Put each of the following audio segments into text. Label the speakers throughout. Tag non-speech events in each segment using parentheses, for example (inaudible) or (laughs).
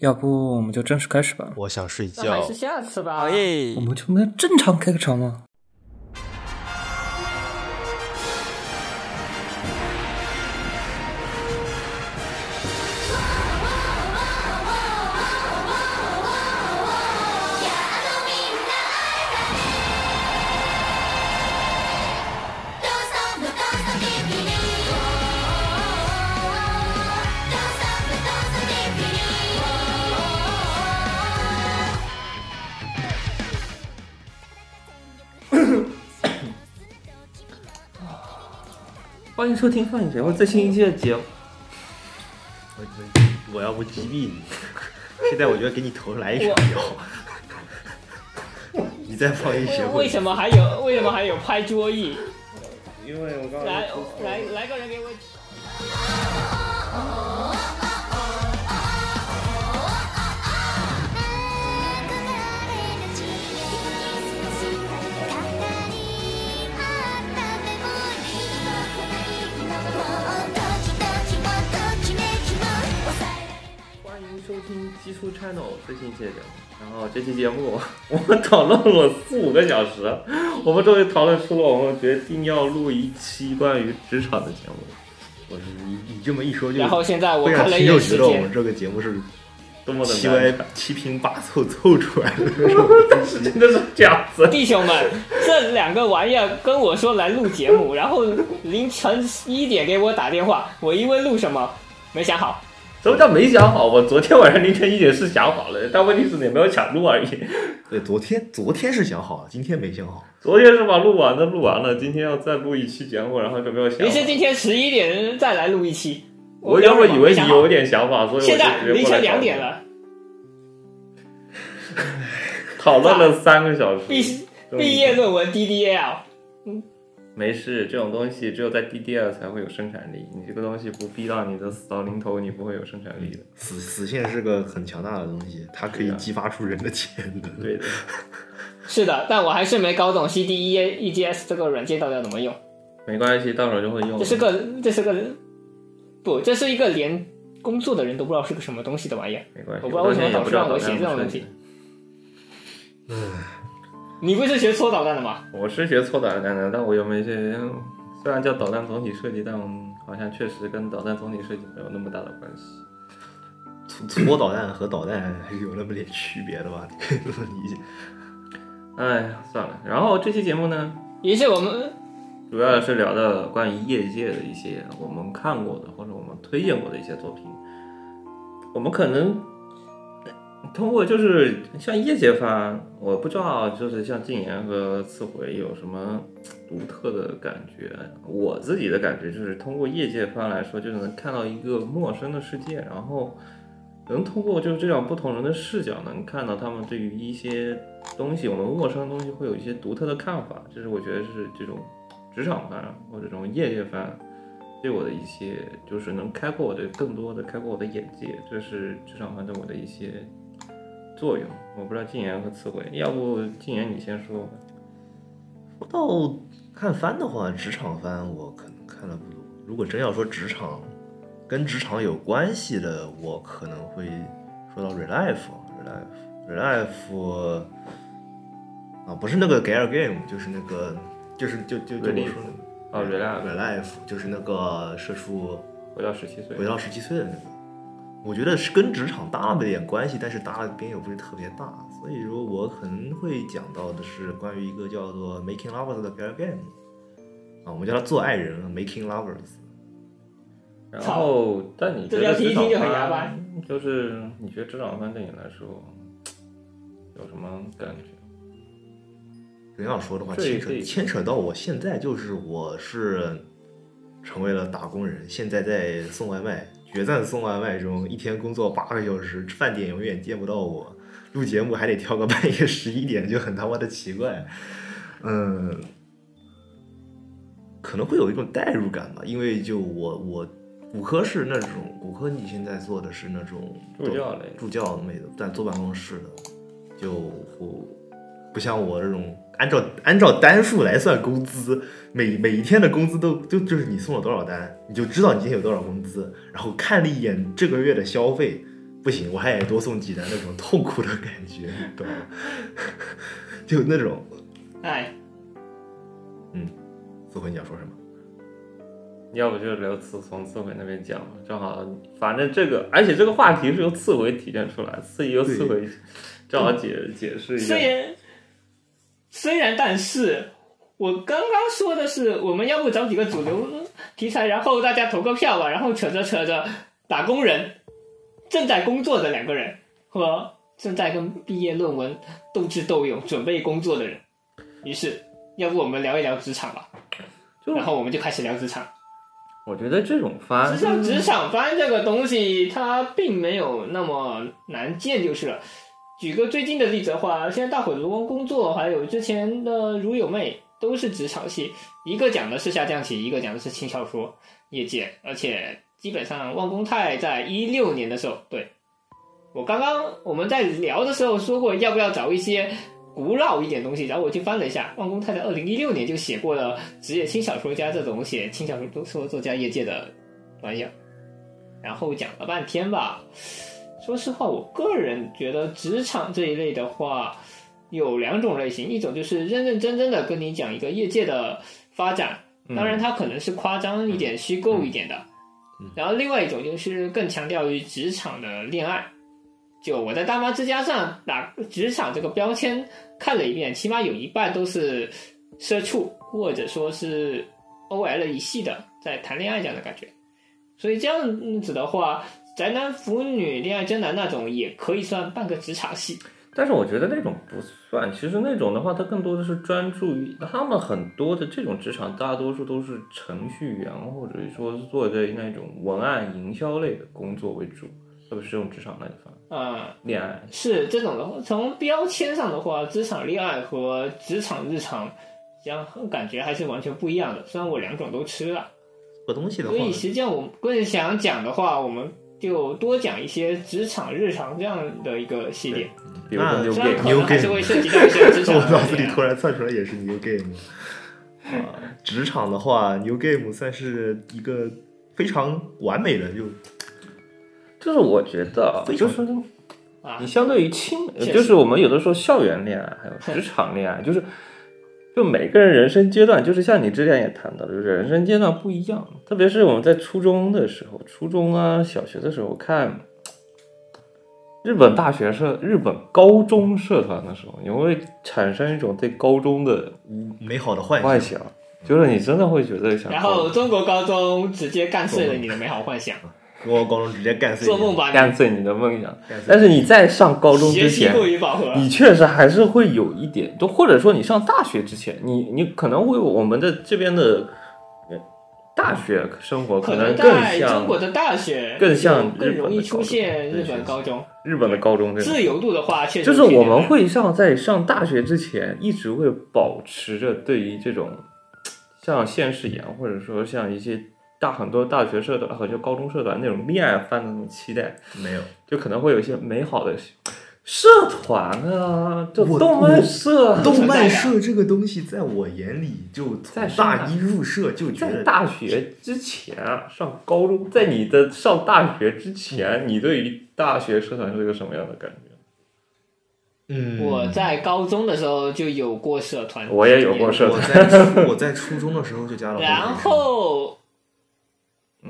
Speaker 1: 要不我们就正式开始吧？
Speaker 2: 我想睡
Speaker 3: 那还
Speaker 2: 觉
Speaker 3: 是。下次吧。
Speaker 4: 好耶
Speaker 1: 我！们就没有正常开个场吗？
Speaker 3: 欢迎收听《放映节目》最新一期的节目。
Speaker 2: 我我要不击毙你！现在我觉得给你头来一拳比较好。你再放一学
Speaker 3: 为
Speaker 2: 会，
Speaker 3: 什么还有为什么还有拍桌椅？
Speaker 2: 因为我刚
Speaker 3: 来来来个人给我。欢迎收听基础 Channel 最新一期的节目。然后这期节目我们讨论了四五个小时，我们终于讨论出了我们决定要录一期关于职场的节目。
Speaker 2: 我是你你这么一说就，
Speaker 3: 然后现在我
Speaker 2: 会让
Speaker 3: 看了
Speaker 2: 听
Speaker 3: 一
Speaker 2: 众
Speaker 3: 眼
Speaker 2: 觉
Speaker 3: 时
Speaker 2: 得我们
Speaker 3: 间，
Speaker 2: 这个节目是
Speaker 3: 多么的
Speaker 2: 七
Speaker 3: 难
Speaker 2: 歪七拼八凑凑出来的这种东西。
Speaker 3: 真的是这样子。弟兄们，这两个玩意儿跟我说来录节
Speaker 5: (laughs)
Speaker 3: 目，然后凌晨一点给我打电话，我一问录什么，没想
Speaker 5: (laughs)
Speaker 3: 好。
Speaker 5: 什么叫没想好？我昨天晚上凌晨一点是想好了，但问题是你没有想录而已。
Speaker 2: 对，昨天昨天是想好，今天没想好。
Speaker 5: 昨天是把录完的录完了，今天要再录一期节目，然后就没有想
Speaker 3: 于
Speaker 5: 好
Speaker 3: 是。今天十一点再来录一期。
Speaker 5: 我原本以
Speaker 3: 没
Speaker 5: 为你
Speaker 3: 想好
Speaker 5: 有点想法，所以我就
Speaker 3: 现在
Speaker 5: 直接
Speaker 3: 凌
Speaker 5: 过来
Speaker 3: 晨两点了。
Speaker 5: 讨论，讨论了三个小时。
Speaker 3: 毕
Speaker 5: 终于
Speaker 3: 毕业论文 DDL，
Speaker 5: 没事，这种东西只有在 DDL 才会有生产力。你这个东西不逼到你的死到临头，你不会有生产力的。
Speaker 2: 死死线是个很强大的东西，它可以
Speaker 5: 是啊
Speaker 2: 激发出人的潜能。
Speaker 5: 对的，
Speaker 3: 是的，但我还是没搞懂 E CDE EGS 这个软件到底要怎么用。
Speaker 5: 没关系，到时候就会用
Speaker 3: 这
Speaker 5: 的。
Speaker 3: 是个，这是个，不，这是一个连工作的人都不知道是个什么东西的玩意儿。
Speaker 5: 没关系，
Speaker 3: 我不知道为什么
Speaker 5: 也不知道
Speaker 3: 导师让我写
Speaker 5: 导
Speaker 3: 这种
Speaker 5: 师
Speaker 3: 东西你不是学搓导弹的吗？
Speaker 5: 我是学错导弹的，啊但我又没学。虽然叫导弹总体设计，但好像确实跟导弹总体设计没有那么大的关系。
Speaker 2: 搓搓导弹和导弹还是有那么点区别的吧？你可以这么理解。
Speaker 5: 哎呀，算了。然后这期节目呢，
Speaker 3: 于是我们
Speaker 5: 主要是聊的关于业界的一些我们看过的或者我们推荐过的一些作品。我们可能通过就是像业界番，我不知道就是像静言和次回有什么独特的感觉。我自己的感觉就是通过业界番来说，就是能看到一个陌生的世界，然后能通过就是这样不同人的视角，能看到他们对于一些东西，我们陌生的东西会有一些独特的看法。这是我觉得是这种职场番或者这种业界番对我的一些，就是能开阔我的更多的开阔我的眼界，这是职场番对我的一些作用。我不知道静言和刺猬，要不静言你先说吧。
Speaker 2: 说到看番的话，职场番我可能看的不多。如果真要说职场跟职场有关系的，我可能会说到啊 Relife，Relife，Relife 啊，不是那个 g a r Game，就是那个就是就就就我
Speaker 5: Relief
Speaker 2: 说的
Speaker 5: 哦，Relief
Speaker 2: Relife 就是那个社畜
Speaker 5: 回到十七岁，
Speaker 2: 回到十七岁的那个，我觉得是跟职场搭了点关系，但是搭的边又不是特别大，所以说我可能会讲到的是关于一个叫做 Making Lovers 的 girl game，啊，我们叫它做爱人 Making Lovers。
Speaker 5: 然后，但你觉
Speaker 3: 这标
Speaker 5: 得
Speaker 3: 题
Speaker 5: 职
Speaker 3: 一
Speaker 5: 场
Speaker 3: 听就很牙巴
Speaker 5: 番就是你觉得职场番对你来说有什么感觉？
Speaker 2: 真要说的话，
Speaker 5: 这也
Speaker 2: 牵
Speaker 5: 可
Speaker 2: 扯
Speaker 5: 以
Speaker 2: 牵扯到我现在就是我是成为了打工人，现在在送外卖，决战送外卖中，一天工作八个小时，饭点永远见不到我，录节目还得挑个半夜十一点，就很他妈的奇怪。嗯，可能会有一种代入感吧，因为就我我骨科是那种骨科，你现在做的是那种
Speaker 5: 助教类
Speaker 2: 助教类的，但坐办公室的，就不不像我这种按照按照单数来算工资，每每一天的工资都就就是你送了多少单，你就知道你今天有多少工资，然后看了一眼这个月的消费，不行，我还得多送几单那种痛苦的感觉，你懂吗？ (laughs) 就那种，
Speaker 6: 哎，
Speaker 2: 子辉你要说什么？
Speaker 5: 要不就留刺从刺回那边讲吧，正好，反正这个，而且这个话题是由刺回提炼出来，刺由刺回正好解解释一下。
Speaker 4: 虽然虽然但是，我刚刚说的是，我们要不找几个主流题材，然后大家投个票吧，然后扯着扯着，打工人、正在工作的两个人和正在跟毕业论文斗智斗勇准备工作的人，于是。要不我们聊一聊职场吧，
Speaker 5: 就
Speaker 4: 然后我们就开始聊职场。
Speaker 5: 我觉得这种番
Speaker 4: 实际上，职场番这个东西它并没有那么难见就是了。举个最近的例子的话，现在大伙的工工作，还有之前的《如有妹》都是职场戏，一个讲的是下降棋，一个讲的是轻小说业界，而且基本上望公泰在一六年的时候，对我刚刚我们在聊的时候说过，要不要找一些古老一点东西，然后我去翻了一下，望公泰在二零一六年就写过了职业轻小说家这种写轻小说作家业界的玩意儿，然后讲了半天吧。说实话，我个人觉得职场这一类的话，有两种类型，一种就是认认真真的跟你讲一个业界的发展，当然它可能是夸张一点、虚构一点的。然后另外一种就是更强调于职场的恋爱。就我在《大妈之家》上打“职场”这个标签看了一遍，起码有一半都是社畜或者说是 OL 一系的在谈恋爱这样的感觉。所以这样子的话，宅男腐女恋爱真男那种也可以算半个职场戏。
Speaker 5: 但是我觉得那种不算，其实那种的话，它更多的是专注于他们很多的这种职场，大多数都是程序员或者说是做的那种文案营销类的工作为主，特别是这种职场类的番
Speaker 4: 呃，
Speaker 5: 恋爱。
Speaker 4: 是这种的话，从标签上的话，职场恋爱和职场日常，这样感觉还是完全不一样的。虽然我两种都吃了，
Speaker 2: 这个东西的话
Speaker 4: 所，以实际上我更想讲的话，我们就多讲一些职场日常这样的一个系列。
Speaker 5: 比如说
Speaker 2: 那
Speaker 5: New
Speaker 4: 虽然
Speaker 5: Game，
Speaker 4: 可能还是会涉及到一些
Speaker 2: (laughs)
Speaker 4: 职场
Speaker 2: 我脑子
Speaker 4: 的
Speaker 2: 里
Speaker 4: 恋爱。
Speaker 2: 突然窜出来也是 New Game。啊， (laughs) 职场的话，New Game 算是一个非常完美的，就
Speaker 5: 就是我觉得啊，
Speaker 2: 非
Speaker 5: 就
Speaker 2: 常
Speaker 5: 是
Speaker 4: 啊
Speaker 5: 你相对于亲，
Speaker 4: 确实
Speaker 5: 就是我们有的时候校园恋爱，还
Speaker 4: (laughs)
Speaker 5: 有职场恋爱，就是就每个人人生阶段，就是像你之前也谈到的，就是人生阶段不一样。特别是我们在初中的时候，初中啊、小学的时候看日本大学社、日本高中社团的时候，你会产生一种对高中的
Speaker 2: 美好的幻想。
Speaker 5: 幻想，就是你真的会觉得想
Speaker 4: 然后中国高中直接干碎了你的美好
Speaker 2: (laughs)
Speaker 4: 幻想，
Speaker 2: 中国高中直接干碎你，
Speaker 4: 做梦吧
Speaker 5: 干
Speaker 4: 你！
Speaker 5: 碎你的梦想。
Speaker 2: 干碎你！
Speaker 5: 但是你在上高中
Speaker 4: 学
Speaker 5: 之
Speaker 4: 习
Speaker 5: 前，
Speaker 4: 过于饱和。
Speaker 5: 你确实还是会有一点，就或者说你上大学之前，你你可能会我们的这边的呃大学生活
Speaker 4: 可
Speaker 5: 能
Speaker 4: 能
Speaker 5: 更
Speaker 4: 在中
Speaker 5: 像
Speaker 4: 国的大学
Speaker 5: 更像
Speaker 4: 更
Speaker 5: 日本的
Speaker 4: 容易
Speaker 5: 高
Speaker 4: 出
Speaker 5: 中
Speaker 4: 现日
Speaker 2: 对
Speaker 4: 本高中。
Speaker 5: 日本的高中这种
Speaker 4: 自由度的话，确实
Speaker 5: 就是我们会上在上大学之前，一直会保持着对于这种像现实言，或者说像一些大很多大学社团和就高中社团那种恋爱番的那种期待，
Speaker 2: 没
Speaker 5: (laughs)
Speaker 2: 有，
Speaker 5: 就可能会有一些美好的社团啊，就
Speaker 2: 我
Speaker 5: 动漫社啊、
Speaker 2: 动漫社这个东西，在我眼里，就从
Speaker 5: 在上海
Speaker 2: 大一入社就觉
Speaker 5: 在
Speaker 2: 得
Speaker 5: 大学之前啊，上高中，在你的上大学之前，你对于大学社团是个什么样的感觉？
Speaker 2: 嗯，
Speaker 4: 我在高中的时候就有过社团，
Speaker 5: 我也有过社
Speaker 2: 我
Speaker 5: 团，
Speaker 2: 在初我在初中的时候就加了红黑社，
Speaker 4: 然后，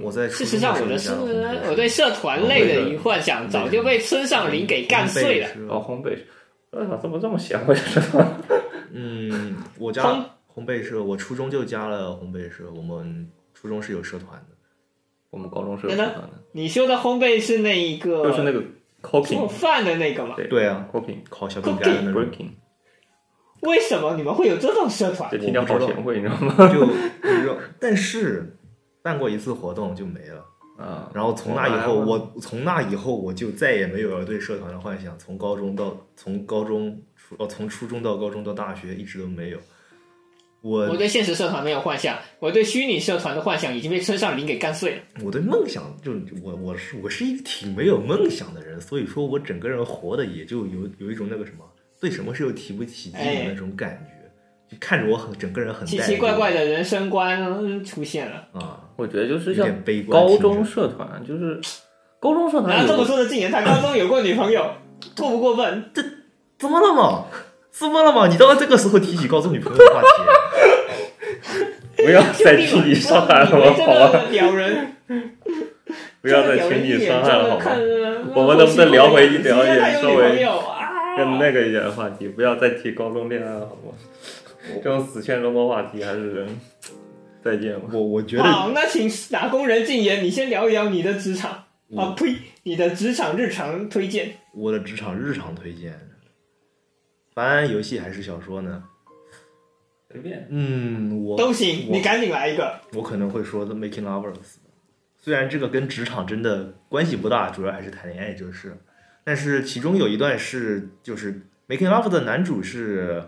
Speaker 2: 我在初
Speaker 4: 事
Speaker 2: 中
Speaker 4: 实上，
Speaker 5: 嗯
Speaker 4: 我的
Speaker 2: 的
Speaker 4: 是
Speaker 2: 时候就加了红黑社
Speaker 4: 我对社团类的一幻想早就被村上林给干碎了。。
Speaker 5: 哦，烘焙社，我操，怎么这么邪乎？ (laughs) 社团？
Speaker 2: 嗯，我加
Speaker 4: 烘
Speaker 2: 烘焙社，我初中就加了烘焙社，我们初中是有社团的，
Speaker 5: 我们高中是有
Speaker 4: 真
Speaker 5: 社
Speaker 4: 的
Speaker 5: 团的，
Speaker 4: 你说的烘焙是那一个
Speaker 5: 就是那个
Speaker 4: 做
Speaker 5: cooking
Speaker 4: 饭的那个吗？
Speaker 5: 对
Speaker 2: 对啊
Speaker 5: cooking
Speaker 2: 烤小饼干的那种。
Speaker 5: breaking，
Speaker 4: 为什么你们会有这种社团
Speaker 5: 这？听着好贤惠，你知道吗？ (laughs)
Speaker 2: 就你知道，但是办过一次活动就没了。
Speaker 5: 啊，
Speaker 2: 然后从那以后，
Speaker 5: 我
Speaker 2: 我从那以后我就再也没有了对社团的幻想。从高中到从高中初哦，从初中到高中到大学一直都没有。我
Speaker 4: 我对现实社团没有幻想，我对虚拟社团的幻想已经被村上林给干碎了。
Speaker 2: 我对梦想就我我是我是一个挺没有梦想的人，所以说我整个人活的也就有有一种那个什么，对什么事又提不起劲的那种感觉，就看着我很整个人很
Speaker 4: 哎奇
Speaker 2: 带
Speaker 4: 奇怪
Speaker 2: 劲
Speaker 4: 怪的人生观嗯出现了。
Speaker 2: 啊，
Speaker 5: 我觉得就是
Speaker 2: 有
Speaker 5: 像
Speaker 2: 点悲观。
Speaker 5: 高
Speaker 2: 听着
Speaker 5: 中社团，就是高中社
Speaker 4: (laughs) 然
Speaker 5: 团
Speaker 4: 啊后这么
Speaker 5: 有
Speaker 4: 说的竟然他高中有过女朋友，过不过分？
Speaker 2: 怎么了嘛？怎么了嘛？你到这个时候提起高中女朋友的话题，
Speaker 5: 不要
Speaker 4: 兄
Speaker 5: (laughs) 在
Speaker 4: 弟
Speaker 5: 群
Speaker 4: 们，
Speaker 5: 里伤害
Speaker 4: 你
Speaker 5: 我
Speaker 4: 们
Speaker 5: 好
Speaker 4: 真
Speaker 5: 吧？
Speaker 4: 的屌人，
Speaker 5: (laughs) 不要在群里伤害我好吧？
Speaker 4: 吧
Speaker 5: 我们能不能聊回一聊也稍微
Speaker 4: 啊
Speaker 5: 跟？那个一点的话题，不要再提高中恋爱了好吗？这种死圈中的话题还是再见吧。
Speaker 2: 我我觉得
Speaker 4: 好，那请打工人禁言，你先聊一聊你的职场
Speaker 5: 嗯
Speaker 4: 啊，呸，你的职场日常推荐。
Speaker 2: 我的职场日常推荐，翻游戏还是小说呢？
Speaker 5: 随便，
Speaker 2: 嗯，我
Speaker 4: 都行，
Speaker 2: 我
Speaker 4: 你赶紧来一个。
Speaker 2: 我可能会说《The Making Lovers》，虽然这个跟职场真的关系不大，主要还是谈恋爱就是。但是其中有一段是，就是《Making Love》的男主是，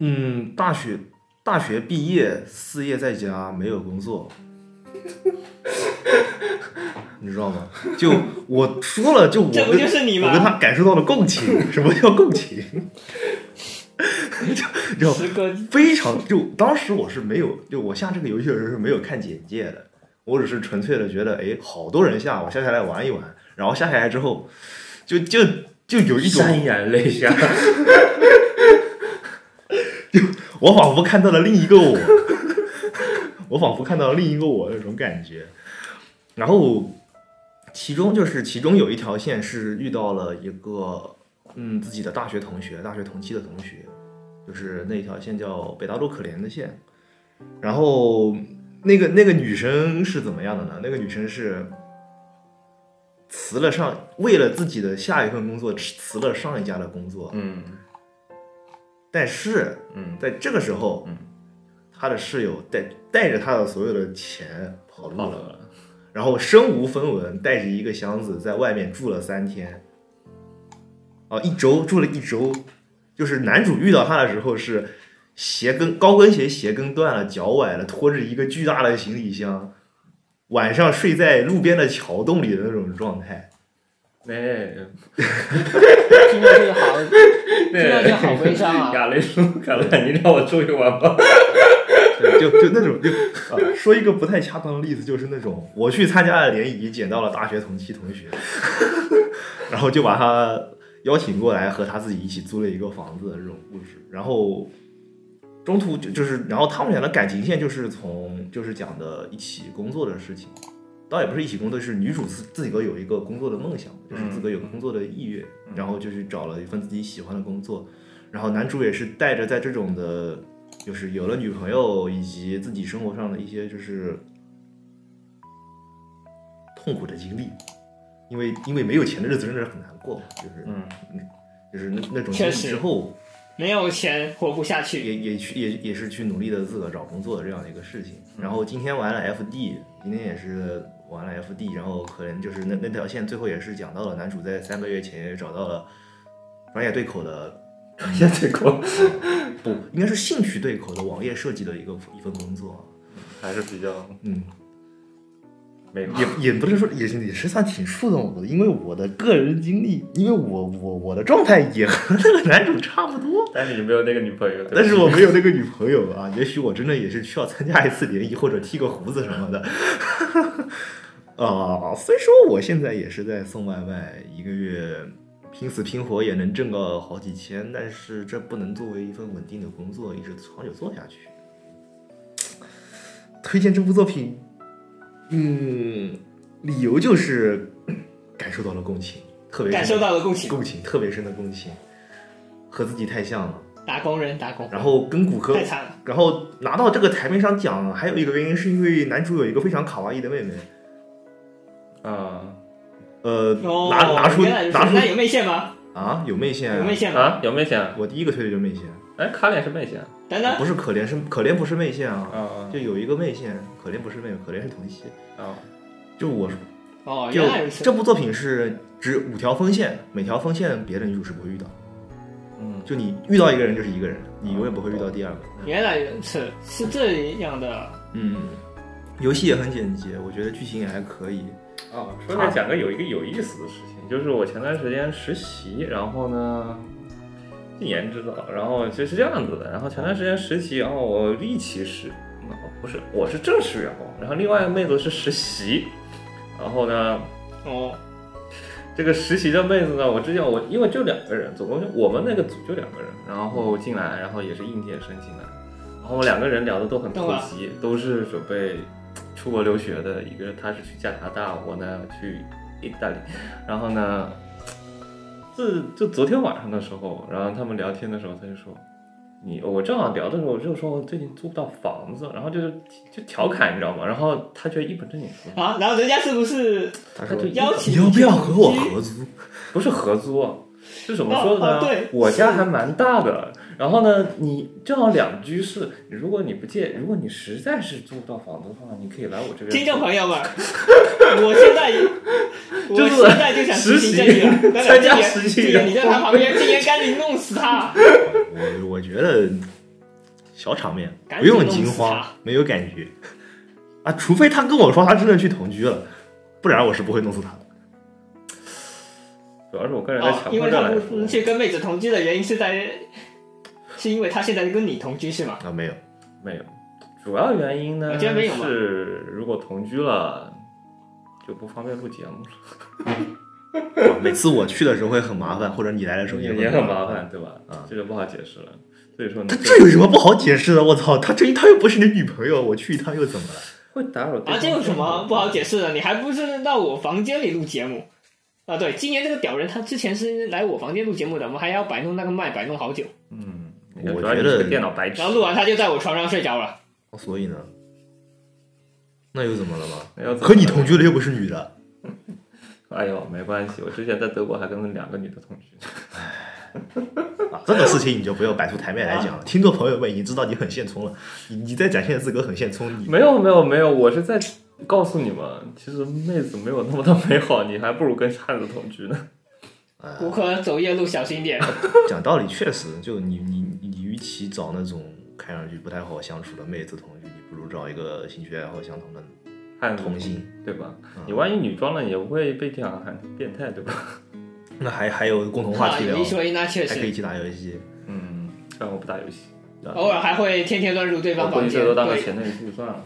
Speaker 2: 嗯，大学大学毕业，四业在家，没有工作， (laughs) 你知道吗？就我说了，就我
Speaker 4: 这不
Speaker 2: 跟
Speaker 4: 就是你吗
Speaker 2: 我跟他感受到了共情。什么叫共情？就就
Speaker 4: 十哥，
Speaker 2: 非常就当时我是没有，就我下这个游戏的时候是没有看简介的，我只是纯粹的觉得，哎，好多人下，我下下来玩一玩，然后下下来之后，就就就有一种
Speaker 5: 潸然泪下。
Speaker 2: 我仿佛看到了另一个我，我仿佛看到了另一个我那种感觉。然后，其中就是其中有一条线是遇到了一个嗯自己的大学同学，大学同期的同学，就是那条线叫北大路可怜的线。然后那个那个女生是怎么样的呢？那个女生是辞了上为了自己的下一份工作辞了上一家的工作，
Speaker 5: 嗯
Speaker 2: 但是
Speaker 5: 嗯，
Speaker 2: 在这个时候，
Speaker 5: 嗯
Speaker 2: 他的室友带带着他的所有的钱跑路
Speaker 5: 好
Speaker 2: 了，
Speaker 5: 了，
Speaker 2: 然后身无分文，带着一个箱子在外面住了三天，哦，一周住了一周，就是男主遇到他的时候是鞋跟高跟鞋鞋跟断了，脚崴了，拖着一个巨大的行李箱，晚上睡在路边的桥洞里的那种状态，
Speaker 5: 哎，
Speaker 4: 听上去好，听上去好
Speaker 5: (laughs)
Speaker 4: 悲伤啊！
Speaker 5: 亚雷叔，亚雷，你让我出去玩吧。
Speaker 2: 对就就那种就啊，说一个不太恰当的例子，就是那种我去参加了联谊，捡到了大学同期同学，然后就把他邀请过来，和他自己一起租了一个房子的这种故事。然后中途就就是，然后他们俩的感情线就是从就是讲的一起工作的事情，倒也不是一起工作，是女主自自己个有一个工作的梦想，就是自个有个工作的意愿，然后就去找了一份自己喜欢的工作。然后男主也是带着在这种的，就是有了女朋友以及自己生活上的一些就是痛苦的经历，因为因为没有钱的日子真的是很难过，就是
Speaker 5: 嗯
Speaker 2: 就是那那种经
Speaker 4: 确
Speaker 2: 历
Speaker 4: 实
Speaker 2: 之后，
Speaker 4: 没有钱活不下去。
Speaker 2: 也也去也也是去努力的自个儿找工作的这样的一个事情。然
Speaker 4: 嗯
Speaker 2: 后今天玩了 FD，今天也是玩了 FD，然后可能就是那那条线最后也是讲到了男主在三个月前也找到了专业对口的，
Speaker 5: 现在过
Speaker 4: 嗯
Speaker 2: (laughs) 不应该是兴趣对口的网页设计的一个一份工作。
Speaker 5: 还是比较
Speaker 2: 嗯，
Speaker 5: 美妙。
Speaker 2: 也也不是说也是也是算挺触动我的，因为我的个人经历，因为我我我的状态也和那个男主差不多，
Speaker 5: (laughs) 但是你没有那个女朋友，对吧
Speaker 2: 但是我没有那个女朋友啊，也许我真的也是需要参加一次联谊或者剃个胡子什么的。 (laughs) 啊、虽说我现在也是在送外卖，一个月拼死拼活也能挣个好几千，但是这不能作为一份稳定的工作一直长久做下去。推荐这部作品，嗯，理由就是感受到了共情，特别是
Speaker 4: 感受到了共情，
Speaker 2: 共情，特别深的共情，和自己太像了。
Speaker 4: 打工人打工，
Speaker 2: 然后跟骨科
Speaker 4: 太惨了。
Speaker 2: 然后拿到这个台面上讲，还有一个原因是因为男主有一个非常卡哇伊的妹妹，
Speaker 5: 啊
Speaker 2: 呃，
Speaker 4: 哦，
Speaker 2: 拿拿出
Speaker 4: 原来如此
Speaker 2: 拿出
Speaker 4: 那有内线吗？
Speaker 2: 啊，有妹线、
Speaker 4: 有内线吗？
Speaker 5: 啊，有妹线啊？
Speaker 2: 我第一个推的就是妹线，
Speaker 5: 哎，卡脸是妹线啊
Speaker 4: 等等，
Speaker 2: 不是可怜是可怜不是妹线啊，
Speaker 5: 啊
Speaker 2: 就有一个妹线，可怜不是妹妹，可怜是同系。
Speaker 5: 啊！
Speaker 2: 就我
Speaker 4: 哦，
Speaker 2: 就
Speaker 4: 原来如此。
Speaker 2: 这部作品是只五条锋线，每条锋线别的女主是不会遇到，
Speaker 5: 嗯，
Speaker 2: 就你遇到一个人就是一个人，你永远不会遇到第二个。
Speaker 4: 原来如此，是这样的。
Speaker 2: 嗯，游戏也很简洁，我觉得剧情也还可以。
Speaker 5: 哦，说来讲个有一个有意思的事情，就是我前段时间实习，然后呢，禁言知道，然后其实是这样子的，然后前段时间实习，然后我嗯一起实，哦不是，我是正式员工，然后另外一个妹子是实习，然后呢，
Speaker 4: 哦，
Speaker 5: 这个实习的妹子呢，我之前我因为就两个人，总共就我们那个组就两个人，然后进来，然后也是应届生进来，然后两个人聊的都很
Speaker 4: 懂
Speaker 5: 投
Speaker 4: 了
Speaker 5: 机，都是准备出国留学的，一个他是去加拿大，我呢去意大利，然后呢，自就昨天晚上的时候，然后他们聊天的时候，他就说。你我正好聊的时候，我就说我最近租不到房子，然后就是就调侃你知道吗？然后他就一本正经说，
Speaker 4: 啊，然后人家是不是
Speaker 2: 他说
Speaker 5: 他就
Speaker 4: 邀请
Speaker 2: 你要不要
Speaker 4: 去
Speaker 2: 和我
Speaker 4: 同居
Speaker 2: 合租？
Speaker 5: 不是合租啊，是怎么说的
Speaker 4: 哦
Speaker 5: 呢？
Speaker 4: 哦对
Speaker 5: 我家还蛮大的。然后呢，你正好两居室，如果你不介，如果你实在是租不到房子的话，你可以来我这边。
Speaker 4: 听众朋友们，我现在我
Speaker 5: 就是
Speaker 4: 现在就想实行这个，
Speaker 5: 实习参加
Speaker 4: 但是
Speaker 5: 实习
Speaker 4: 这个你在他旁边，今天赶紧弄死他！
Speaker 2: 我我觉得小场面
Speaker 4: 赶
Speaker 2: 不
Speaker 4: 紧
Speaker 2: 用
Speaker 4: 弄死
Speaker 2: 惊慌
Speaker 4: 他，
Speaker 2: 没有感觉啊，除非他跟我说他真的去同居了，不然我是不会弄死他的。
Speaker 5: 主要是我个人的
Speaker 4: 哦，
Speaker 5: 强
Speaker 4: 因
Speaker 5: 迫
Speaker 4: 为
Speaker 5: 症
Speaker 4: 他
Speaker 5: 来
Speaker 4: 不
Speaker 5: 说
Speaker 4: 不，去跟妹子同居的原因是在，是因为他现在跟你同居是吗？
Speaker 2: 啊，没有，
Speaker 5: 没有。主要原因呢
Speaker 4: 我觉得哦没有吧
Speaker 5: 是如果同居了，就不方便录节
Speaker 2: (laughs)
Speaker 5: 目了，
Speaker 2: 啊每次我去的时候会很麻烦，或者你来的时候
Speaker 5: 也
Speaker 2: 会
Speaker 5: 也很麻烦，。对吧？
Speaker 2: 啊
Speaker 5: 这就不好解释了。所以说呢，
Speaker 2: 他这有什么不好解释的？我操，他这他又不是你女朋友，我去一趟又怎么了？
Speaker 5: 会打扰对方
Speaker 4: 啊，这有什么不好解释的？你还不是到我房间里录节目？啊，对，今年这个屌人他之前是来我房间录节目的，我们还要摆弄那个麦，摆弄好久，
Speaker 5: 嗯，
Speaker 2: 我
Speaker 5: 主要
Speaker 2: 觉
Speaker 5: 你
Speaker 2: 得
Speaker 5: 是个电脑白痴
Speaker 4: 然。后录完他就在我床上睡着了。
Speaker 2: 所以呢，那又怎么了吗？
Speaker 5: 那要怎么
Speaker 2: 和你
Speaker 5: 办
Speaker 2: 同居了又不是女的，
Speaker 5: 哎呦，没关系，我之前在德国还跟两个女的同居。
Speaker 2: 啊，这个事情你就不要摆出台面来讲了。听众朋友们已经知道你很现充了，你你在展现自个很现充，你
Speaker 5: 没有没有没有，我是在告诉你们，其实妹子没有那么的美好，你还不如跟汉子同居呢。
Speaker 2: 啊
Speaker 4: 骨科走夜路小心点。
Speaker 2: 讲道理，确实，就你你你，与其找那种看上去不太好相处的妹子同居，你不如找一个兴趣爱好相同的
Speaker 5: 汉子
Speaker 2: 同性。
Speaker 5: 对吧？
Speaker 2: 嗯
Speaker 5: 你万一女装了，也不会被讲汉子变态，对吧？
Speaker 2: 那还还有共同话
Speaker 4: 啊，
Speaker 2: 题聊
Speaker 4: 有一，说一，那确
Speaker 2: 还可以
Speaker 4: 实，
Speaker 2: 一起打游戏。 (laughs)
Speaker 5: 嗯，但我不打游戏，
Speaker 4: 偶尔还会天天乱入对
Speaker 5: 我
Speaker 4: 方
Speaker 5: 估
Speaker 4: 房
Speaker 5: 计
Speaker 4: 间。
Speaker 5: 最多当个
Speaker 4: 对
Speaker 5: 前任就算了。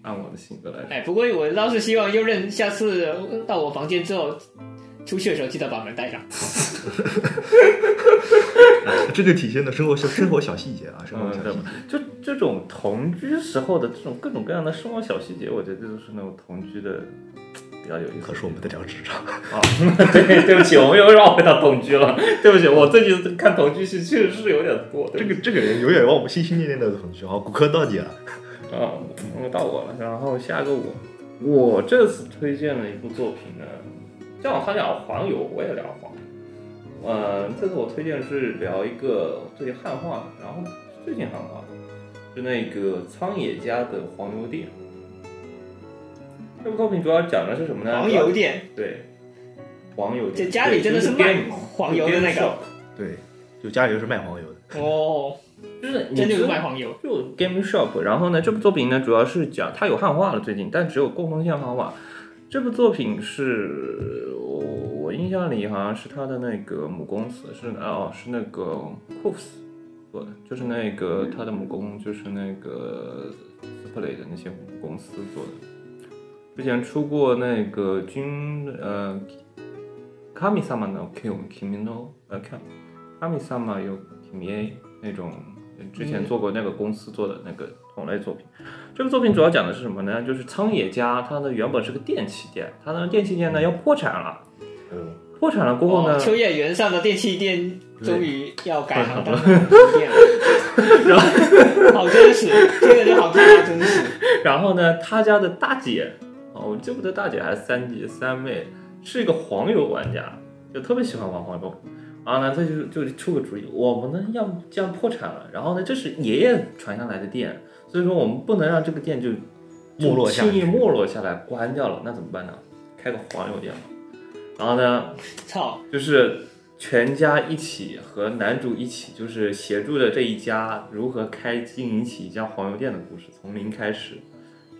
Speaker 5: 按我的性格来说，
Speaker 4: 哎，不过我倒是希望优任下次到我房间之后，出去的时候记得把门带上。
Speaker 2: 这就体现了生活小生活小细节啊，生活
Speaker 5: 嗯，
Speaker 2: 小
Speaker 5: 对
Speaker 2: 细
Speaker 5: 吧
Speaker 2: 节。？
Speaker 5: 就这种同居时候的这种各种各样的生活小细节，我觉得这就是那种同居的比较有意思的地方。
Speaker 2: 可是我们在聊职场，
Speaker 5: 啊， (laughs) 对，对不起，我们又绕回到同居了。对不起，我最近看同居戏确实是有点多。
Speaker 2: 这
Speaker 5: 这
Speaker 2: 个这个人永远往我们心心念念的同居啊，骨科到底了。
Speaker 5: 啊，嗯到我了，然后下一个我，我这次推荐的一部作品呢，正好他聊黄油，我也聊黄油。呃，这次我推荐是聊一个最近汉化的，然后最近汉化的，是那个仓野家的黄油店。这部作品主要讲的是什么呢？
Speaker 4: 黄油店，
Speaker 5: 对，黄油店
Speaker 4: 这家里真的是
Speaker 5: 对就是
Speaker 4: 卖
Speaker 5: 边
Speaker 4: 黄油的那个啊
Speaker 2: 对，就家里就是卖黄油的，
Speaker 4: 哦，
Speaker 5: 就是你
Speaker 4: 真就是
Speaker 5: 知
Speaker 4: 卖黄油。
Speaker 5: 就 Game Shop，然后呢，这部作品呢主要是讲它有汉化了最近，但只有共同线汉化。这部作品是我我印象里好像是它的那个母公司是哦是那个 c o o f s 做的，就是那个它的母公就是那个 Splay 的那些母公司做的。之前出过那个军呃神様の今日君の呃看神様有 Kimi 那种呃之前做过那个公司做的那个同类作品。这个作品主要讲的是什么呢？就是仓野家，它呢原本是个电器店，它呢电器店呢要破产了，
Speaker 2: 嗯，
Speaker 5: 破产了过后呢
Speaker 4: 哦，，秋叶原上的电器店终于要改行当电器店了，好真实，听着就好看，好真实。
Speaker 5: (laughs) 然后呢，他家的大姐，哦，我记不得大姐还是三姐三妹，是一个黄油玩家，就特别喜欢玩黄油。然后呢，他就就出个主意，我们呢要不这样破产了，然后呢，这是爷爷传下来的店，所以说我们不能让这个店就
Speaker 2: 没落下
Speaker 5: 轻
Speaker 2: 去
Speaker 5: 易没落下来，关掉了，那怎么办呢？开个黄油店吧。然后呢，
Speaker 4: 操，
Speaker 5: 就是全家一起和男主一起，就是协助着这一家如何开经营起一家黄油店的故事，从零开始。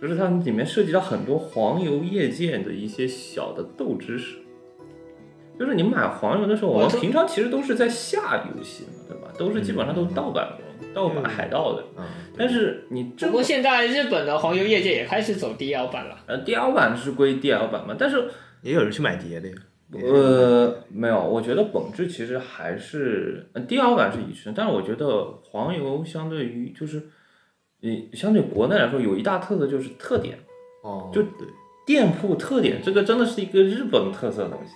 Speaker 5: 就是它里面涉及到很多黄油业界的一些小的斗知识。就是你买黄油的时候，我
Speaker 4: 我
Speaker 5: 们
Speaker 4: 这
Speaker 5: 平常其实都是在下游戏嘛，对吧？都是基本上都是盗版的，盗版海盗的。
Speaker 2: 啊，
Speaker 5: 但是你
Speaker 4: 嗯不
Speaker 5: 这
Speaker 4: 过现在日本的黄油业界也开始走 DL 版了，
Speaker 5: 呃 DL 版是归 DL 版嘛，但是
Speaker 2: 也有人去买碟的呀。也有人
Speaker 5: 呃，没有，我觉得本质其实还是呃 DL 版是一致，但是我觉得黄油相对于就是，你相对国内来说有一大特色就是特点，
Speaker 2: 哦，
Speaker 5: 就
Speaker 2: 对，
Speaker 5: 店铺特点，这个真的是一个日本特色的东西。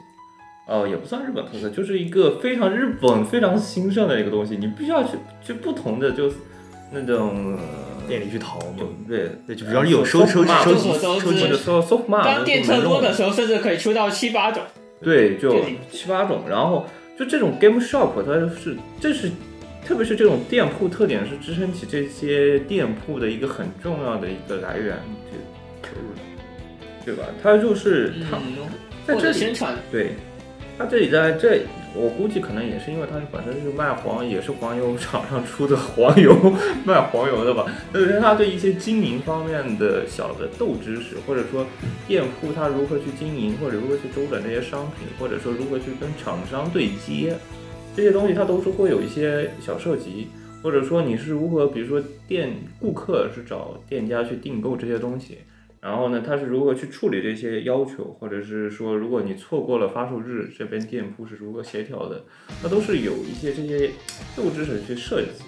Speaker 5: 哦、也不算日本特色，就是一个非常日本、非常兴盛的一个东西。你必须要去去不同的，就是那种呃
Speaker 2: 店里去淘
Speaker 5: 有
Speaker 2: 嘛，
Speaker 5: 对
Speaker 2: 对，就比方说有收收
Speaker 5: 啊
Speaker 2: 收集
Speaker 4: 众所周
Speaker 2: 收
Speaker 4: 知
Speaker 5: 或
Speaker 2: 集
Speaker 5: 者说 soft m a
Speaker 4: 当店特多的时候，甚至可以出到七八种。
Speaker 5: 对，就
Speaker 4: 对
Speaker 5: 七八种。然后就这种 game shop，它是这是特别是这种店铺特点是支撑起这些店铺的一个很重要的一个来源，就对吧？它就是它
Speaker 4: 嗯，
Speaker 5: 在
Speaker 4: 或
Speaker 5: 这
Speaker 4: 者
Speaker 5: 里
Speaker 4: 宣传，
Speaker 5: 对，它这里在这，我估计可能也是因为它是本身是卖黄，也是黄油厂商出的黄油， (laughs) 卖黄油的吧。但是它对一些经营方面的小的斗知识，或者说店铺它如何去经营，或者如何去周转这些商品，或者说如何去跟厂商对接，这些东西它都是会有一些小涉及。或者说你是如何，比如说店顾客是找店家去订购这些东西，然后呢，他是如何去处理这些要求，或者是说，如果你错过了发售日，这边店铺是如何协调的，那都是有一些这些斗知识去涉及。